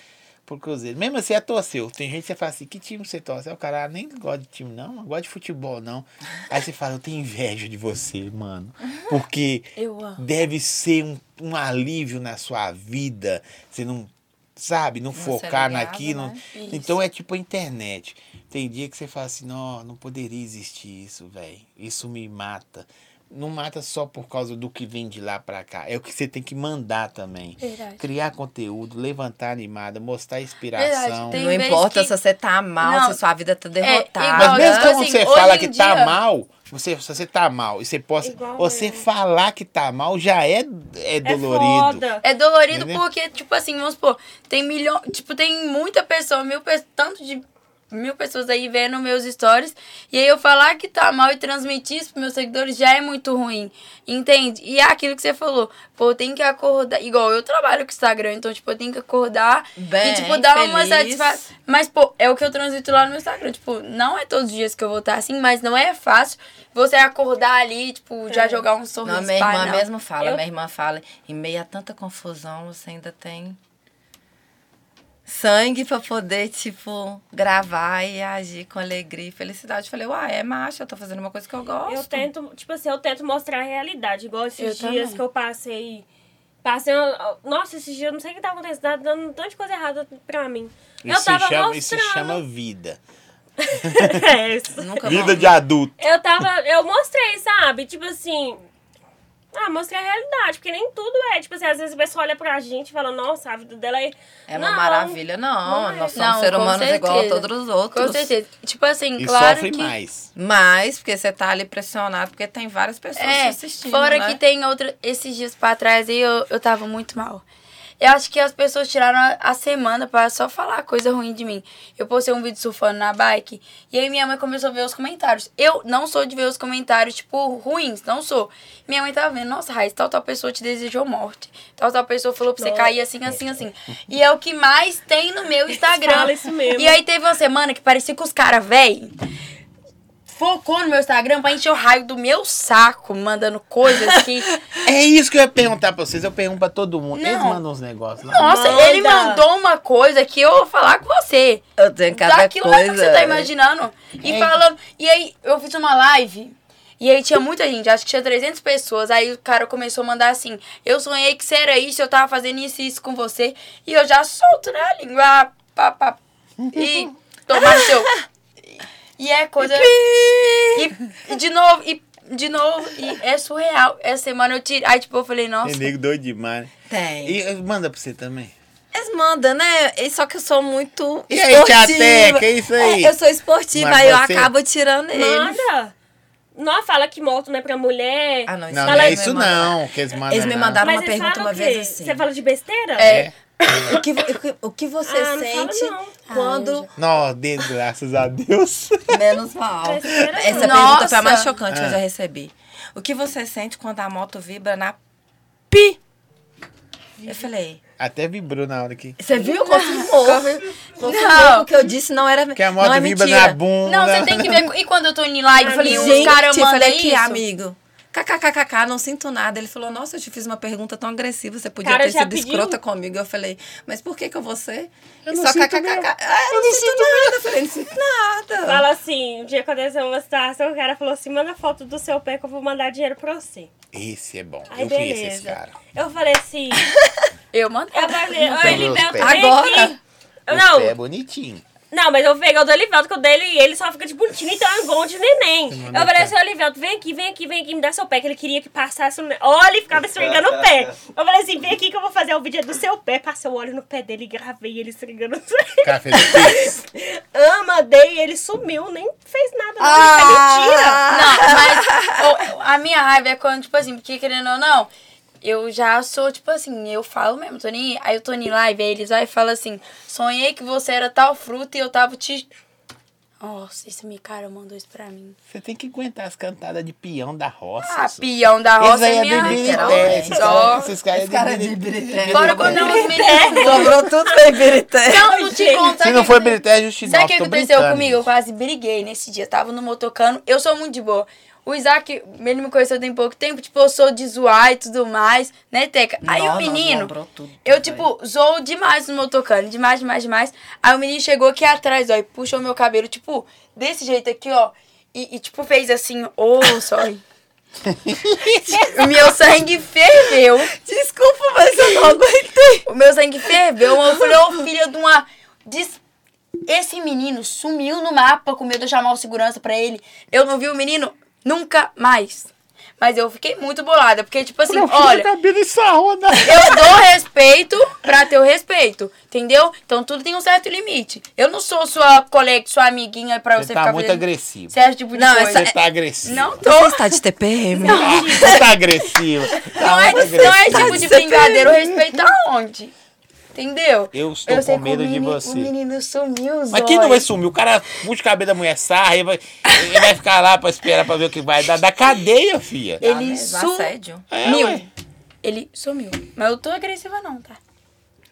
pro Cruzeiro. Mesmo assim, ela torceu. Tem gente que você fala assim, que time você torce? Aí o cara, ah, nem gosta de time não, não gosta de futebol não. Aí você fala, eu tenho inveja de você, mano. Porque
Eu amo.
deve ser um, um alívio na sua vida. Você não, sabe, não
ser
focar
ligado,
naquilo.
né?
Isso.
Então é tipo a internet. Tem dia que você fala assim, não, não poderia existir isso, velho. Isso me mata. Não mata só por causa do que vem de lá pra cá. É o que você tem que mandar também.
Verdade.
Criar conteúdo, levantar animada, mostrar inspiração.
Verdade, tem
Não
vezes
importa
que-
se você tá mal,
Não. é,
se sua vida tá
Mas
igual,
derrotada.
mesmo
tipo
quando
assim,
você
hoje
fala
em
que tá
dia-
mal, você, se você tá mal e você possa.
Igual
Você
eu.
falar que tá mal já é, é
É
dolorido.
foda.
É dolorido
Entendeu?
porque, tipo assim, vamos supor, tem milhão, tipo, tem muita pessoa, mil pessoas, tanto de mil pessoas aí vendo meus stories, e aí eu falar que tá mal e transmitir isso pros meus seguidores já é muito ruim, entende? E é aquilo que você falou, pô, tem que acordar, igual eu trabalho com Instagram, então, tipo, eu tenho que acordar
Bem,
e, tipo, dar uma
feliz.
satisfação. Mas, pô, é o que eu transito lá no meu Instagram, tipo, não é todos os dias que eu vou estar assim, mas não é fácil você acordar ali, tipo, já jogar um sorriso
É. Não, minha irmã
pá, não.
mesmo fala,
Eu-
minha irmã fala, em meio a tanta confusão, você ainda tem sangue pra poder, tipo, gravar e agir com alegria e felicidade. Eu falei, uai, é macho, eu tô fazendo uma coisa que eu gosto.
Eu tento, tipo assim, eu tento mostrar a realidade. Igual esses
Eu
dias
também.
que eu passei. Passei. uma- Nossa, esses dias eu não sei o que tá acontecendo, tá dando um tanto de coisa errada pra mim. eu
Isso se
tava
chama, isso se
mostrando.
chama vida.
É isso.
Nunca
Vida de adulto.
Eu tava. Eu mostrei, sabe? Tipo assim. Ah, mostrei a realidade, porque nem tudo é. Tipo assim, às vezes a pessoa olha pra gente e fala, nossa, a vida dela é.
É uma
Não,
maravilha, não.
não é.
Nós somos
Não,
seres
com
humanos igual a
certeza.
todos os outros.
Com certeza. Tipo assim,
E
claro
sofre
que...
mais.
Mas, porque você tá ali pressionado, porque tem várias pessoas te
É,
assistindo.
fora
né?
que tem outra. Esses dias pra trás aí eu, eu tava muito mal. Eu acho que as pessoas tiraram a, a semana pra só falar coisa ruim de mim. Eu postei um vídeo surfando na bike e aí minha mãe começou a ver os comentários. Eu não sou de ver os comentários, tipo, ruins, não sou. Minha mãe tava vendo, nossa, Raiz, tal, tal pessoa te desejou morte. Tal, tal pessoa falou pra você cair assim, assim, assim. E é o que mais tem no meu Instagram.
Fala isso mesmo.
E aí teve uma semana que parecia que os caras, véi, focou no meu Instagram pra encher o raio do meu saco, mandando coisas que.
É isso que eu ia perguntar pra vocês. Eu pergunto pra todo mundo. Eles
Não.
mandam uns negócios lá.
Nossa,
Manda.
ele mandou uma coisa que eu vou falar com você.
Eu tenho cada
Daquilo lá
coisa. é.
que você tá imaginando. E falando. E aí, eu fiz uma live. E aí tinha muita gente, acho que tinha 300 pessoas. Aí o cara começou a mandar assim: Eu sonhei que você era isso, eu tava fazendo isso e isso com você. E eu já solto, né, a língua. ah, Pá, pá, e tomar no seu. E é coisa. E, e de novo, e de novo, e é surreal. Essa semana eu tirei. Aí, tipo, eu falei, nossa.
É nego doido demais. né?
Tem.
E eh, manda pra você também.
Eles mandam, né? E Só que eu sou muito
E aí,
esportiva.
Tiateca, é isso aí?
É, eu sou esportiva,
Mas
aí eu
você-
acabo tirando eles.
Manda! Não fala que moto não é pra mulher.
Ah, não, isso
Não,
não
não é
eles
isso
me mandaram.
não. Que eles mandam.
Eles me
não.
mandaram uma
eles
pergunta
falam
uma
o quê?
vez assim.
Você fala de besteira?
É.
O que, o que, o que você
Ah, não fala
sente
não.
quando...
Nossa, Deus, graças a Deus.
Ah, Menos mal.
Besteira não.
Essa pergunta foi a
Nossa.
mais chocante que eu
Ah.
já recebi. O que você sente quando a moto vibra na pi? Eu falei,
Até vibrou na hora aqui.
você viu? Confirmou. Confirmou o que eu disse, não era
Que a moto
não é
vibra
mentira.
na bunda.
Não, você tem que ver. E quando eu tô em live
Eu falei,
e
gente,
os caras
eu
mandam
falei
isso?
que é amigo. KKKKK, não sinto nada. Ele falou, nossa, eu te fiz uma pergunta tão agressiva, você podia
Cara,
ter
já
sido
pediu?
escrota comigo. Eu falei, mas por que que eu vou ser?
Eu
E
não
só
sinto
KKKK. Ah, eu não, sinto, nada. Eu falei, não sinto nada.
Fala assim, um dia aconteceu uma situação, o cara falou assim, manda foto do seu pé que eu vou mandar dinheiro pra você.
Esse é bom.
Aí
eu
beleza.
conheço esse cara.
Eu falei assim,
Eu mando.
eu falei, ô Elivelto,
pés.
vem
Agora?
aqui. Eu,
Não.
não,
é bonitinho.
não, mas eu peguei o do Elivelto, que o dele, ele só fica de bonitinho, então é igual de neném. Eu falei assim, ô Elivelto, vem aqui, vem aqui, vem aqui, me dá seu pé, que ele queria que passasse o... ne- Olha, ele ficava esfregando o pé. Eu falei assim, vem aqui que eu vou fazer o vídeo do seu pé. Passei o óleo no pé dele, gravei ele esfregando o pé.
Café do Pix.
Ah, mandei, ele sumiu, nem fez nada. Não, isso é mentira.
Não, mas ô, a minha raiva é quando, tipo assim, porque querendo ou não, eu já sou, tipo assim, eu falo mesmo, tô nem. Aí eu tô em live, aí eles vai e falam assim: sonhei que você era tal fruta e eu tava te. Nossa, esse meu cara mandou isso pra mim.
Você tem que aguentar as cantadas de peão da roça.
Ah, peão da
Esse
roça
aí
é
é então.
minha
de Birité.
raiva,
Esses
ó.
caras- esses caras é de Birité.
Fora quando não, os meninos.
Sobrou tudo pra Iberité.
Não, não te conto.
Se não foi Birité, é Justinópolis.
Sabe o que
tô
aconteceu
brincando.
comigo? Eu quase briguei nesse dia. Tava no motocano. Eu sou muito de boa. O Isaac, ele me conheceu tem pouco tempo, tipo, eu sou de zoar e tudo mais, né, Teca? Aí o menino, eu, tipo, zoou demais no motocano, demais, demais, demais. Aí o menino chegou aqui atrás, ó, e puxou meu cabelo, tipo, desse jeito aqui, ó. E, e, tipo, fez assim, ô, sorry. o meu sangue ferveu.
Desculpa, mas eu não aguentei.
O meu sangue ferveu. Eu falei, ô filha de uma. des- Esse menino sumiu no mapa com medo de eu chamar o segurança pra ele. Eu não vi o menino nunca mais. Mas eu fiquei muito bolada, porque, tipo assim,
Meu filho,
olha,
cabelo ensarrou na-
eu dou respeito pra ter o respeito, entendeu? Então tudo tem um certo limite. Eu não sou sua colega, sua amiguinha pra você,
Você
ficar
tá muito
fazendo
agressivo.
certo tipo de
Não,
coisa.
essa- é-
Você tá agressivo.
Não tô.
Você está de TPM.
Você tá agressivo. Tá
Não é,
muito
não é
agressivo.
tipo de brincadeira, o respeito aonde? Entendeu?
Eu estou
sei
com
que o
medo de
menino-
você.
O menino sumiu,
Mas quem não vai sumir? O cara puxa o cabelo da mulher sarra e vai, ele vai ficar lá pra esperar pra ver o que vai dar. Da cadeia, filha.
Ele
Isso.
sumiu.
Assédio.
ué.
Ele sumiu. Mas eu tô agressiva não, tá?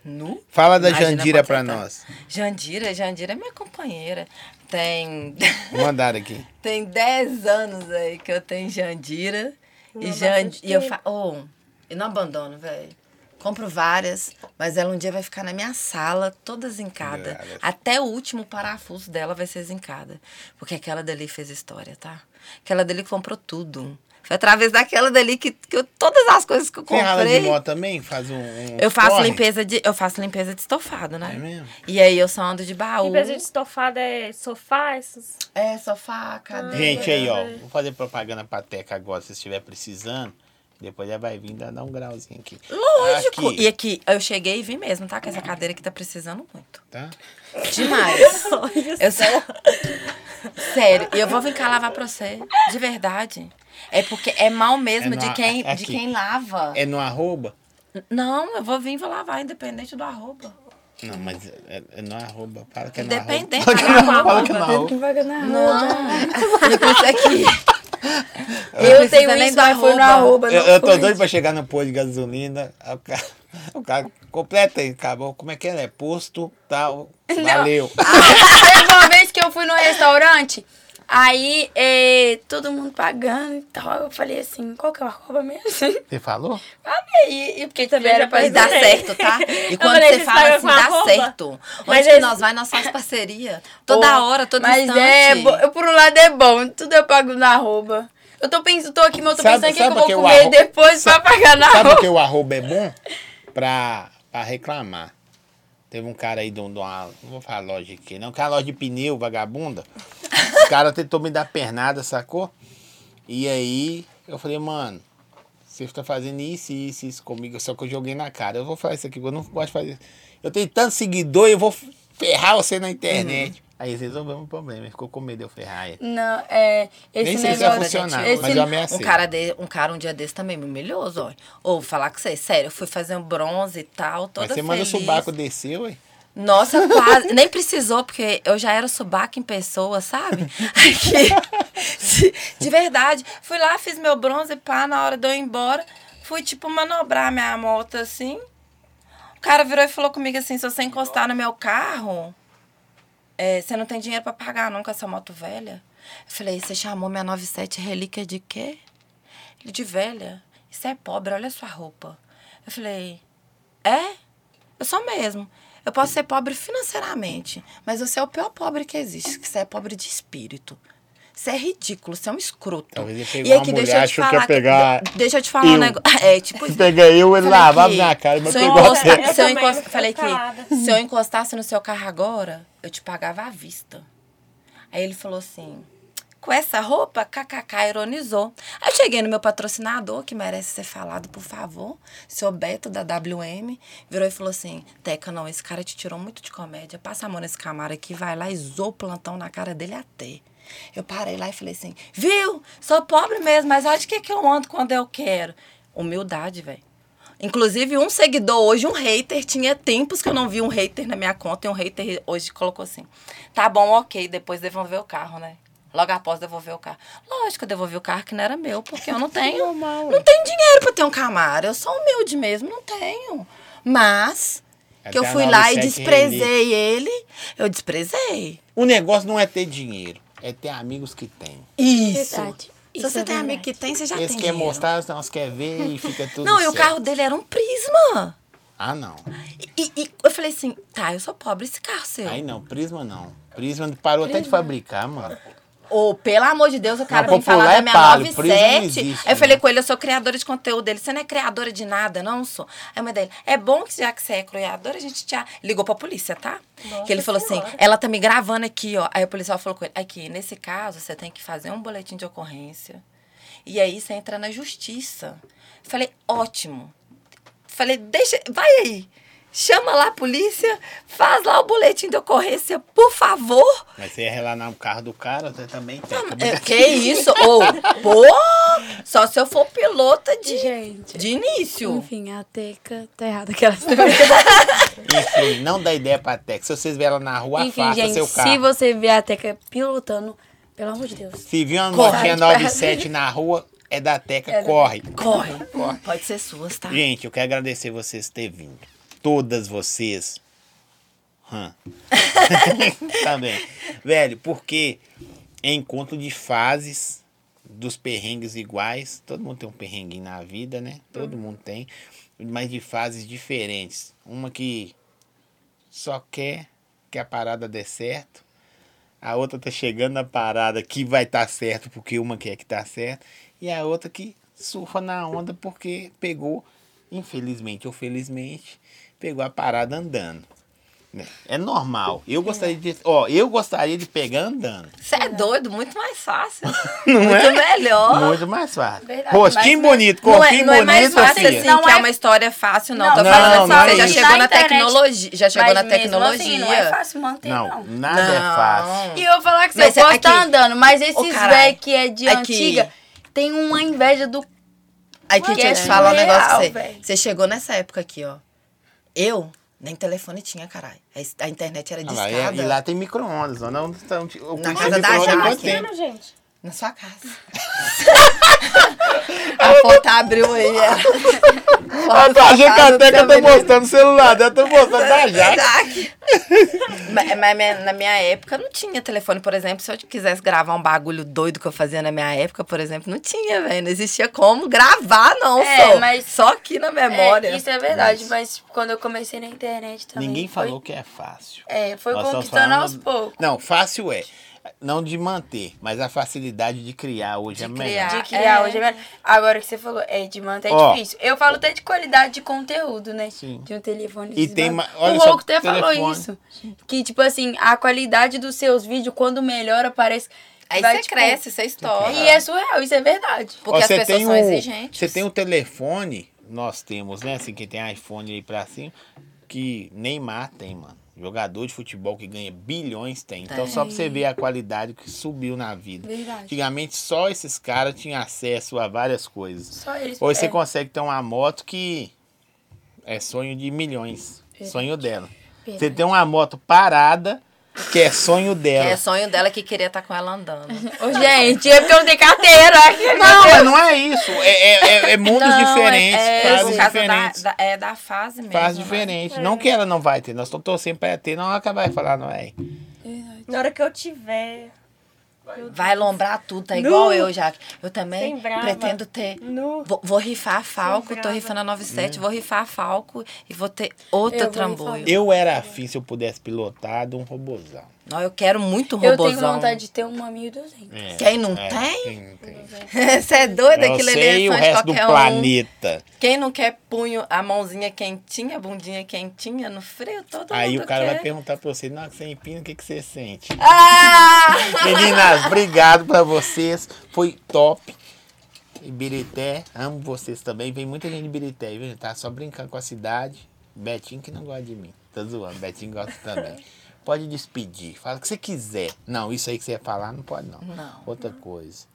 Nu?
Fala da
Imagina
Jandira pra
contratar.
nós.
Jandira, Jandira é minha companheira. Tem
Mandaram aqui.
tem 10 anos aí que eu tenho Jandira. E, Jand... e eu falo, eu não abandono, velho. Compro várias, mas ela um dia vai ficar na minha sala, toda zincada.
Várias.
Até o último parafuso dela vai ser zincada. Porque aquela dali fez história, tá? Aquela dali comprou tudo. Foi através daquela dali que, que eu- todas as coisas que eu
Tem rala de
comprei.
mó também? Faz um. um
Eu faço
corre?
limpeza de eu faço limpeza de estofado, né?
É mesmo?
E aí eu só ando de baú.
Limpeza de estofada é sofá, essas...
É, sofá,
Ah.
cadeira.
Gente, aí, ó. Vou fazer propaganda pra Teca agora, se estiver precisando. Depois ela vai vir dar dar um grauzinho aqui.
Lógico.
Aqui,
E é aqui, eu cheguei e vi mesmo, tá? Que essa cadeira aqui tá precisando muito.
tá?
Demais. eu só... Sério, e eu vou vir cá lavar pra você. De verdade. É porque é mal mesmo
É
de,
no-
quem,
é
de
aqui.
quem lava.
É no arroba?
Não, eu vou vir e vou lavar, independente do arroba.
Não, mas é, é no arroba. Fala que é no
Independente né?
arroba. Fala que é no
do
arroba. Fala que é no
arroba.
arroba.
Ah, Não. Eu pensei aqui.
Eu
precisa
tenho
nem
isso,
do
mas foi no
arroba.
arroba.
Eu,
não
eu tô
foi.
doido pra chegar no posto de gasolina. aí O cara, o cara completa aí, acabou. Como é que é? É posto, tal. Valeu.
Teve uma vez que eu fui no restaurante, aí é, todo mundo pagando e tal. Eu falei assim, qual que é o arroba mesmo?
Você falou?
Aí, e porque também era pra
Mas dá
dar
certo, tá? E
Eu
quando
falei,
você
vocês
fala
pagam
assim,
com
dá
arroba?
certo. Onde
Mas
que
esse-
nós vai, nós faz parceria. Toda hora, todo
Mas
instante.
é, bo- por um lado é bom, tudo eu pago na arroba. Eu tô pensando, tô aqui, mas eu tô
Sabe-
pensando o que,
sabe
eu vou
que o
comer
arro-
depois pra pagar na
Sabe
arroba.
que o arroba é bom? Pra, pra reclamar. Teve um cara aí de um- de uma. Não vou falar loja aqui, não. Que é uma loja de pneu, vagabunda. Os caras tentou me dar pernada, sacou? E aí eu falei, mano, você tá fazendo isso, isso, isso comigo, só que eu joguei na cara. Eu vou fazer isso aqui, eu não gosto de fazer. Eu tenho tanto seguidor, eu vou ferrar você na
Uhum.
internet. Aí eles resolveram o problema, ele ficou com medo de eu ferrar ele.
Não, é. Esse
Nem sei se vai
negócio.
funcionar,
esse-
mas eu assim. ameacei.
Um cara, de, um cara um dia desse também me humilhou, Zói. Ou vou falar com você, sério, eu fui fazer um bronze e tal, toda
Mas você manda o
feliz.
subaco descer, ué.
Nossa, quase. Nem precisou, porque eu já era subaca em pessoa, sabe? Aqui. De, de verdade. Fui lá, fiz meu bronze, pá, na hora de eu ir embora. Fui, tipo, manobrar minha moto assim. O cara virou e falou comigo assim: se você encostar no meu carro, é, você não tem dinheiro pra pagar não com essa moto velha. Eu falei: você chamou minha 97 relíquia de quê? Ele de velha. Isso é pobre, olha a sua roupa. Eu falei: é? Eu sou mesmo. Eu posso ser pobre financeiramente, mas você é o pior pobre que existe, que você é pobre de espírito. Você é ridículo, você é um escroto.
Talvez ele pegou uma mulher, achou que ia pegar
de- Deixa eu te falar um
eu.
negócio. É, tipo isso.
Pega eu, ele
Falei
lavava
que
minha cara, mas
se eu
pegou
encosta-
você.
encostar-
você.
se eu
Eu também
encosta-
não
falei que
fico calada.
se eu encostasse no seu carro agora, eu te pagava à vista. Aí ele falou assim: com essa roupa, kkk, ironizou. Aí eu cheguei no meu patrocinador, que merece ser falado, por favor, seu Beto da WM, virou e falou assim: Teca, não, esse cara te tirou muito de comédia, passa a mão nesse camaro aqui, vai lá e zoou o plantão na cara dele até. Eu parei lá e falei assim: viu, sou pobre mesmo, mas acho que é que eu ando quando eu quero. Humildade, velho. Inclusive, um seguidor hoje, um hater, tinha tempos que eu não vi um hater na minha conta e um hater hoje colocou assim: tá bom, ok, depois devolver o carro, né? Logo após devolver o carro. Lógico, eu devolvi o carro que não era meu, porque eu não tenho. não tenho dinheiro pra ter um Camaro. Eu sou humilde mesmo, não tenho. Mas é que eu
Até a
fui lá e
97
desprezei ele, eu desprezei.
O negócio não é ter dinheiro, é ter amigos que tem.
Isso.
Verdade.
Se
Isso
você
é
tem amigo
verdade.
que é tem, você já
Eles
tem.
querem
dinheiro.
mostrar, nós quer ver e fica tudo
Não, e o
certo.
carro dele era um prisma.
Ah, não.
E, e- e eu falei assim, tá, eu sou pobre, esse carro seu.
Aí não, Prisma não. Prisma parou até de fabricar, mano.
Ô, pelo amor de Deus, o cara
Não,
vem falar
popular é
da minha
palio, prisma não
97.
existe,
Aí eu falei
né?
com ele, eu sou criadora de conteúdo dele. Você não é criadora de nada, não sou. Aí a mãe dele, é bom que já que você é criadora, a gente te a-" ligou pra polícia, tá? que ele falou assim, ela tá me gravando aqui, ó. Aí o policial falou com ele, aqui, nesse caso, você tem que fazer um boletim de ocorrência. E aí você entra na justiça. Falei, ótimo. Falei, deixa, vai aí. Chama lá a polícia, faz lá o boletim de ocorrência, por favor.
Mas você ia relanar o carro do cara, você também tem.
É, que isso? Ou, pô, só se eu for pilota de,
Gente.
de início.
Enfim, a teca tá errada que ela
é-
Enfim, não dá ideia pra Tex. Se vocês verem ela na rua,
Enfim,
afasta
gente,
seu carro.
se você ver a teca pilotando, pelo amor de Deus.
Se vir uma
Corre.
motinha 97 na rua, é da Teca, corre.
Corre. Pode ser suas, tá?
Gente, eu quero agradecer vocês terem vindo. Todas vocês. Hã. Também. Velho, porque é encontro de fases dos perrengues iguais. Todo mundo tem um perrenguinho na vida, né? Todo mundo tem. Mas de fases diferentes. Uma que só quer que a parada dê certo. A outra tá chegando na parada que vai estar certo porque uma quer que tá certo. E a outra que surfa na onda porque pegou, infelizmente ou felizmente, pegou a parada andando. né? É normal. Eu gostaria
É.
de. Ó, eu gostaria de pegar andando.
Você é doido, muito mais fácil. muito
é?
melhor.
Muito mais fácil.
Verdade,
Rostinho
mas
bonito,
Não é,
corpinho
não é mais
bonito,
fácil
filha.
assim,
Não
que é...
é-
uma história fácil, não.
Não,
Tô
não,
falando
não
assim,
é
você já
isso.
chegou
Na
na
internet-
tecnologia. Já chegou
Mas
na
mesmo
tecnologia.
assim, não é fácil manter, não.
Não, nada é fácil.
E eu vou falar que você
Mas é-
pode
aqui.
tá andando, mas
Ô,
esses
caralho.
velho que é de
Aqui.
antiga, tem uma inveja do...
Aí que
Mano,
deixa eu te
é
falar um
surreal,
negócio pra você.
velho.
Você chegou nessa época aqui, ó. Eu nem telefone tinha, caralho. A- A internet era
Ah lá,
discada.
e, e lá tem micro-ondas. Não, não, não, o
Na
curso
casa
de
da
micro-ondas
Jaque.
eu
Que
gostei.
ano, gente?
Na sua casa. a foto abriu aí. é.
Ah,
Foto
tá,
da
achei que
casa
a
do seu
Teca tá
menino.
mostrando o celular, dela tá mostrando da Jaque.
Jaque. mas mas minha- na minha época não tinha telefone, por exemplo. Se eu quisesse gravar um bagulho doido que eu fazia na minha época, por exemplo, não tinha, velho. Não existia como gravar, não,
É,
só.
mas-
Só aqui na memória.
É, isso é verdade, mas quando eu comecei na internet também...
Ninguém
foi-
falou que é fácil.
É, foi
Nós estamos
conquistando
falando-
aos poucos.
Não, fácil é. Não de manter, mas a facilidade de criar hoje é melhor.
De
criar.
criar
É.
hoje é melhor. Agora que você falou, é de manter é
Ó.
difícil. Eu falo até de qualidade de conteúdo, né?
Sim.
De um telefone.
E tem
desbloqueado.
ma- olha
o
só,
Rouco até falou
telefone.
isso. Que, tipo assim, a qualidade dos seus vídeos, quando melhora, parece. que
Aí
vai,
você
tipo,
cresce, você estoura.
E é surreal, isso é verdade.
Porque
Ó,
as
você
pessoas
tem
são
o-
exigentes.
Você tem um telefone, nós temos, né? Assim, quem tem iPhone aí pra cima, que Neymar tem, mano. Jogador de futebol que ganha bilhões tem. Então, só pra você ver a qualidade que subiu na vida.
Verdade.
Antigamente, só esses caras tinham acesso a várias coisas.
Só eles.
Hoje você
é,
consegue ter uma moto que é sonho de milhões. Sonho dela.
pena.
Você tem uma moto parada, que é sonho
Que
dela.
é sonho dela que queria
tá
estar com ela andando.
Ô, gente, é porque eu não tenho carteira.
Não, mas não é isso. É, é, é- é mundos
Não, é-
diferentes,
é
fases
por causa da,
diferentes.
da- é, da fase mesmo.
Faz
né?
diferente. Não que ela não vai ter, nós estamos torcendo pra ela ter, não acabar de falar, não é?
Na hora que eu tiver.
Vai lombrar tudo, tá
Nu.
igual eu, Jaque. Eu
Sem
também
brava.
pretendo ter.
Nu.
Vou, vou rifar a Falco, tô
brava.
rifando a
Hum.
97, vou rifar a Falco e vou ter outra
Eu vou
trambolho.
rifar.
Eu era afim se eu pudesse pilotar de um robozão.
Não, eu quero muito um
Eu
robozão.
tenho vontade de ter uma 1.200.
É,
Quem não
é,
tem?
Quem não tem.
Você é doida?
Eu
Aquilo ali é
sei o
sonho de
resto do
qualquer um.
planeta.
Quem não quer punho, a mãozinha quentinha, a bundinha quentinha no frio, todo
Aí
mundo
o cara
quer.
vai perguntar pra você, não, você empina, o que, que você sente?
Ah!
Meninas, obrigado pra vocês. Foi top. Ibirité, amo vocês também. Vem muita gente de Ibirité, viu? gente? Tá só brincando com a cidade. Betinho que não gosta de mim. Tô zoando, Betinho gosta também. Pode despedir, fala o que você quiser. Não, isso aí que você ia falar, não pode não.
Não.
Outra coisa.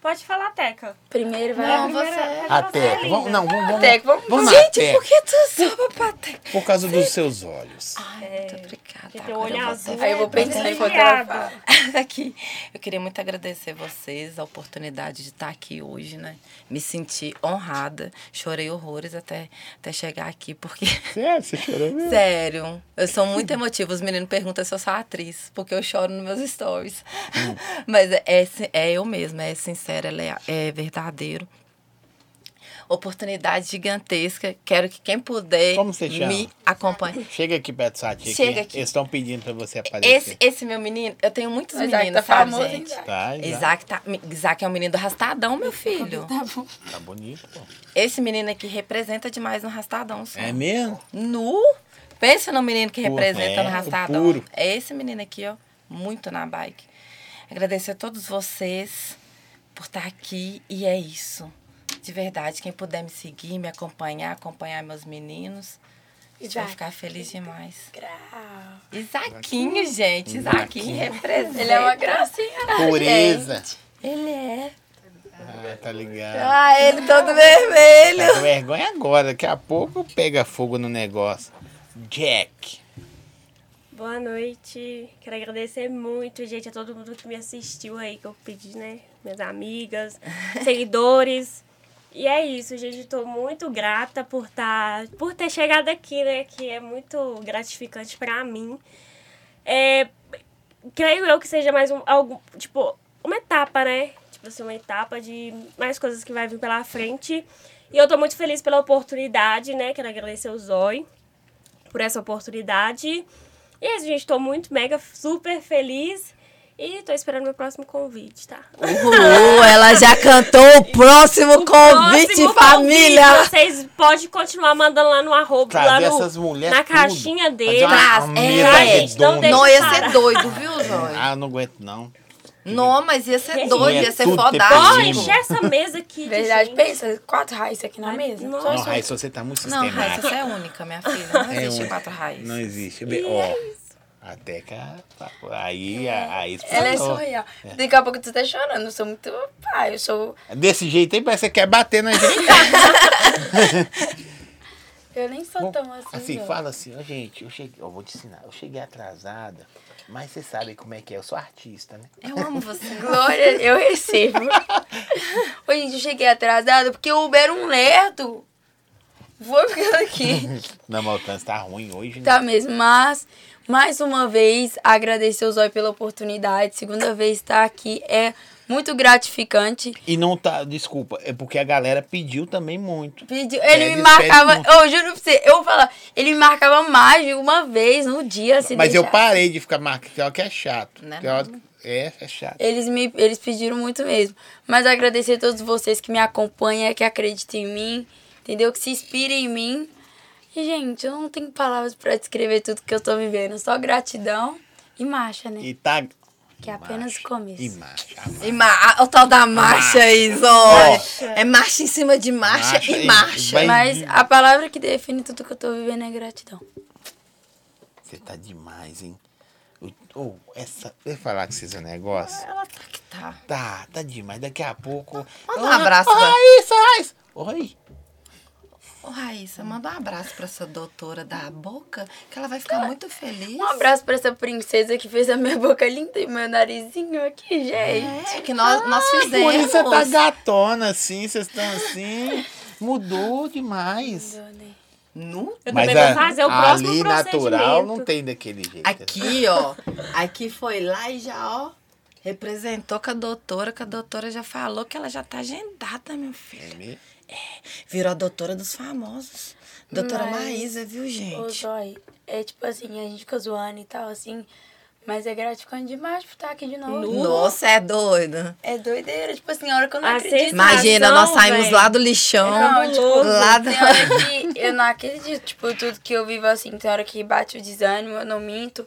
Pode falar, Teca.
Primeiro vai.
Não,
lá.
você-
A Teca, vamos, não, vamos, vamos.
Teca, vamos-
vamos na
Gente,
Teca,
por que tu sobe pra ter?
por causa dos seus olhos.
Muito obrigada.
Porque teu
Agora
olho
eu vou
azul.
Aí eu vou
é
pensar em encontrar a
privilegiado.
fala.
aqui. Eu queria muito agradecer vocês a oportunidade de estar aqui hoje, né? Me senti honrada. Chorei horrores até, até chegar aqui, porque.
Sério, você chorou mesmo?
Sério, eu sou muito emotiva. Os meninos perguntam se eu sou atriz, porque eu choro nos meus stories.
Hum.
Mas é, é, sin- é eu mesma, é sincero, é, lea- é verdadeiro. Oportunidade gigantesca. Quero que quem puder
Como você chama?
me acompanhe.
Chega aqui perto do Sati.
Chega aqui.
Eles estão pedindo pra você aparecer.
Esse, esse meu menino, eu tenho muitos
O Isaac
meninos,
tá
sabe,
famoso, hein,
gente?
Isaac?
Tá, já.
Isaac, tá, Isaac é um menino do rastadão, meu filho.
Tá bom.
Tá bonito, pô.
Esse menino aqui representa demais no rastadão, só.
É mesmo?
Nu! Pensa no menino que
Puro,
representa
é,
no
o
rastadão.
puro.
É esse menino aqui, ó. Muito na bike. Agradecer a todos vocês por estar aqui. E é isso. De verdade, quem puder me seguir, me acompanhar, acompanhar meus meninos. A gente vai ficar feliz demais. Isaquinho, gente. Isaquinho representa.
Ele é uma gracinha.
Pureza.
Ele é.
Ah, tá ligado.
Ah, ele todo vermelho.
Tá com vergonha agora. Daqui a pouco pega fogo no negócio. Jack.
Boa noite. Quero agradecer muito, gente, a todo mundo que me assistiu aí, que eu pedi, né? Minhas amigas, seguidores. E é isso, gente. Tô muito grata por, tá, por ter chegado aqui, né? Que é muito gratificante pra mim. É, creio eu que seja mais um, algum, tipo, uma etapa, né? Tipo assim, uma etapa de mais coisas que vai vir pela frente. E eu tô muito feliz pela oportunidade, né? Quero agradecer o Zói por essa oportunidade. E é isso, gente. Tô muito, mega, super feliz. E tô esperando meu próximo convite, tá?
Uhul, ela já cantou o próximo convite,
Próximo
família!
convite, Vocês podem continuar mandando lá no arroba, lá
Trazer
no,
essas mulheres.
na caixinha dele.
Traz.
Traz, é.
mesa
Não
redonda.
deixa
Não, ia
parar.
ser doido, viu, Zói?
Ah, é eu não aguento, não.
Não, mas ia ser doido,
Mulher
ia ser
tudo
fodástico.
Bora
dependendo.
encher essa mesa aqui. de
Verdade,
gente.
pensa, quatro raiz aqui na mesa.
Não.
Só
Não,
isso.
Raíssa, você tá muito
Não, Raiz,
sistemática.
você é única, minha filha. Não
É
existe
única.
quatro Raiz.
Não existe. Be- Ó, a Teca. tá Aí, a- aí.
Ela é
falou.
surreal. Daqui a pouco tu tá chorando. Eu sou muito pai. Eu sou.
Desse jeito aí, parece que você quer bater na gente.
Eu nem sou
Bom,
tão assim.
Assim,
não.
fala assim, ó, gente, eu cheguei, ó, vou te ensinar, eu cheguei atrasada, mas você sabe como é que é, eu sou artista, né?
Eu amo você.
Glória, eu recebo. Ô, gente, eu cheguei atrasada porque o Uber é um lerdo. Vou ficando aqui.
Não, mas o trânsito tá ruim hoje, né?
Tá mesmo, mas mais uma vez agradecer o Zói pela oportunidade. Segunda vez estar aqui é muito gratificante.
E não tá, desculpa, é porque a galera pediu também muito.
Pedi-
É,
Ele
ele
me marcava,
pede
eu juro pra você, eu vou falar, ele me marcava mais de uma vez no dia. Se
mas eu
deixar.
parei de ficar marcando, tem hora que é chato.
Né,
Tem hora que- é, é chato.
Eles, me, eles pediram muito mesmo. Mas agradecer a todos vocês que me acompanham, que acreditam em mim, entendeu? Que se inspirem em mim. E, gente, eu não tenho palavras pra descrever tudo que eu tô vivendo. Só gratidão e marcha, né?
E tá... ah,
que é apenas o começo.
E marcha.
E ma- o tal da marcha aí, Zói. É marcha em cima de marcha,
Marcha
e
e-
marcha.
vai-
Mas a palavra que define tudo que eu tô vivendo é gratidão.
Você tá demais, hein? Eu- Ô, essa... Deixa eu falar com vocês um negócio.
Ela tá que tá.
Tá, tá demais, daqui a pouco...
né?
Manda um abraço.
Ô,
Zói.
Raíssa, Raíssa! Oi?
Ô, Raíssa, manda um abraço pra essa doutora da boca, que ela vai ficar muito feliz.
Um abraço pra essa princesa que fez a minha boca linda e meu narizinho aqui, gente.
É, que nós, nós
Por
é.
fizemos.
isso você tá gatona assim, vocês estão assim. Mudou demais.
Nu?
Eu também vou fazer é o próximo
é ali natural
procedimento.
não tem daquele jeito. assim,
Aqui, ó. Aqui foi lá e já, ó. Representou com a doutora, que a doutora já falou que ela já tá agendada, meu filho. Virou a doutora dos famosos. Doutora
Mas-
Maísa, viu,
Ô,
gente?
Zói, é tipo assim, a gente fica zoando e tal, assim. Mas é gratificante demais por estar aqui de novo.
Nossa, é doido.
É doideira, tipo assim, a hora que eu não
A
acredito.
sensação,
Imagina, nós saímos
véi.
lá do lixão.
Não, tipo,
lá da...
tem hora que eu não acredito, tipo, tudo que eu vivo assim, tem hora que bate o desânimo, eu não minto.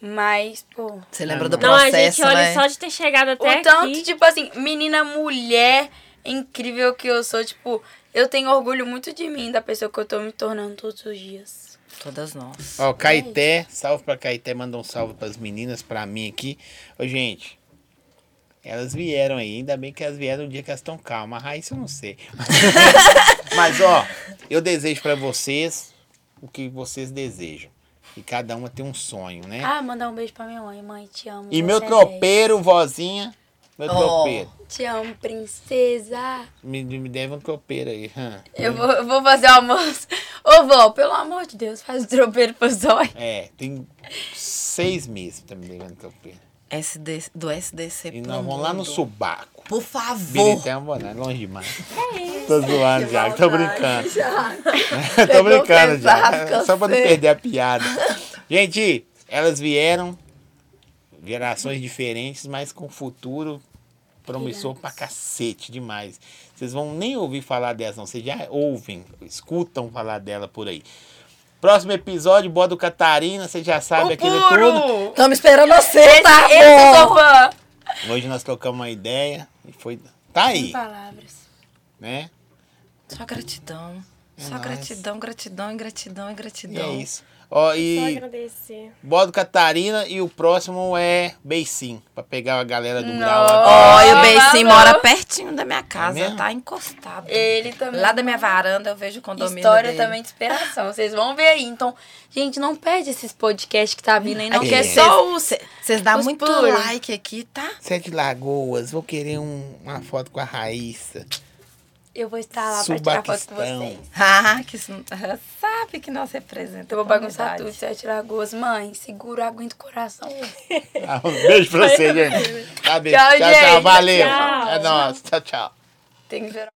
Mas, pô.
Você lembra do
Não, a
processo,
gente olha
né?
só de ter chegado
O
até
tanto,
aqui.
tipo assim, menina mulher incrível que eu sou, tipo, eu tenho orgulho muito de mim, da pessoa que eu tô me tornando todos os dias.
Todas nós.
Ó, Caeté, salve pra Caeté, manda um salve pras meninas, pra mim aqui. Ô, gente, elas vieram aí, ainda bem que elas vieram no dia que elas estão calmas. A Raíssa eu não sei. Mas, ó, eu desejo pra vocês o que vocês desejam. E cada uma tem um sonho, né?
Ah, mandar um beijo pra minha mãe. Mãe, te amo.
e
você
meu
é
tropeiro, vozinha, meu
Ó.
tropeiro.
dez. Te amo, princesa.
Me, me deve um tropeiro aí. hã.
Eu vou, eu vou fazer o almoço. Ô, vó, pelo amor de Deus, faz o tropeiro pro zóio.
É, tem seis meses que tá me devendo tropeiro.
SD, do SDC
E
pro
nós vamos lá no
mundo.
Subaco.
Por favor.
Biritã, vou não, é longe demais. Tô zoando, Thiago, tô brincando. tô
Pegou
brincando,
pesado,
Thiago. Só pra não
cansei.
perder a piada. Gente, elas vieram, gerações diferentes, mas com futuro promissor pra cacete demais. Vocês vão nem ouvir falar delas, não. Vocês já ouvem, escutam falar dela por aí. Próximo episódio, Boa do Catarina, você já sabe aquilo tudo.
Estamos esperando você, tá?
Eu sou fã.
Hoje nós trocamos uma ideia e foi. Tá aí,
Palavras.
né?
Só gratidão.
É
Só
nóis.
gratidão, gratidão, e gratidão, e
E é
gratidão.
isso. Ó,
Só
e
agradecer.
Bodo Catarina e o próximo é Beicinho, pra pegar a galera do grau
Ó,
aqui.
e o Beicinho
Falou.
mora pertinho da minha
É
casa,
mesmo?
tá encostado.
Ele também.
Lá da minha varanda eu vejo o condomínio
História
dele.
também de inspiração. Vocês vão ver aí. Então, gente, não perde esses podcasts que tá vindo aí. Não
Aqui
é
quer
É. vocês-
só os.
Vocês dão
Os
muito
pulos.
like aqui, tá?
Sete é Lagoas, vou querer um- uma foto com a Raíssa.
Eu vou estar Tá lá pra tirar foto com
Subaquistão.
vocês.
Ah, que isso- sabe que nós representamos.
Então, Eu vou bagunçar tudo, sete lagoas. Mãe, segura a aguinha do coração.
Ah, um beijo pra você, gente. Tá, beijo.
Tchau,
Tchau, tchau.
gente.
Valeu.
Tchau.
É nóis. Tchau, tchau.
Tem que ver.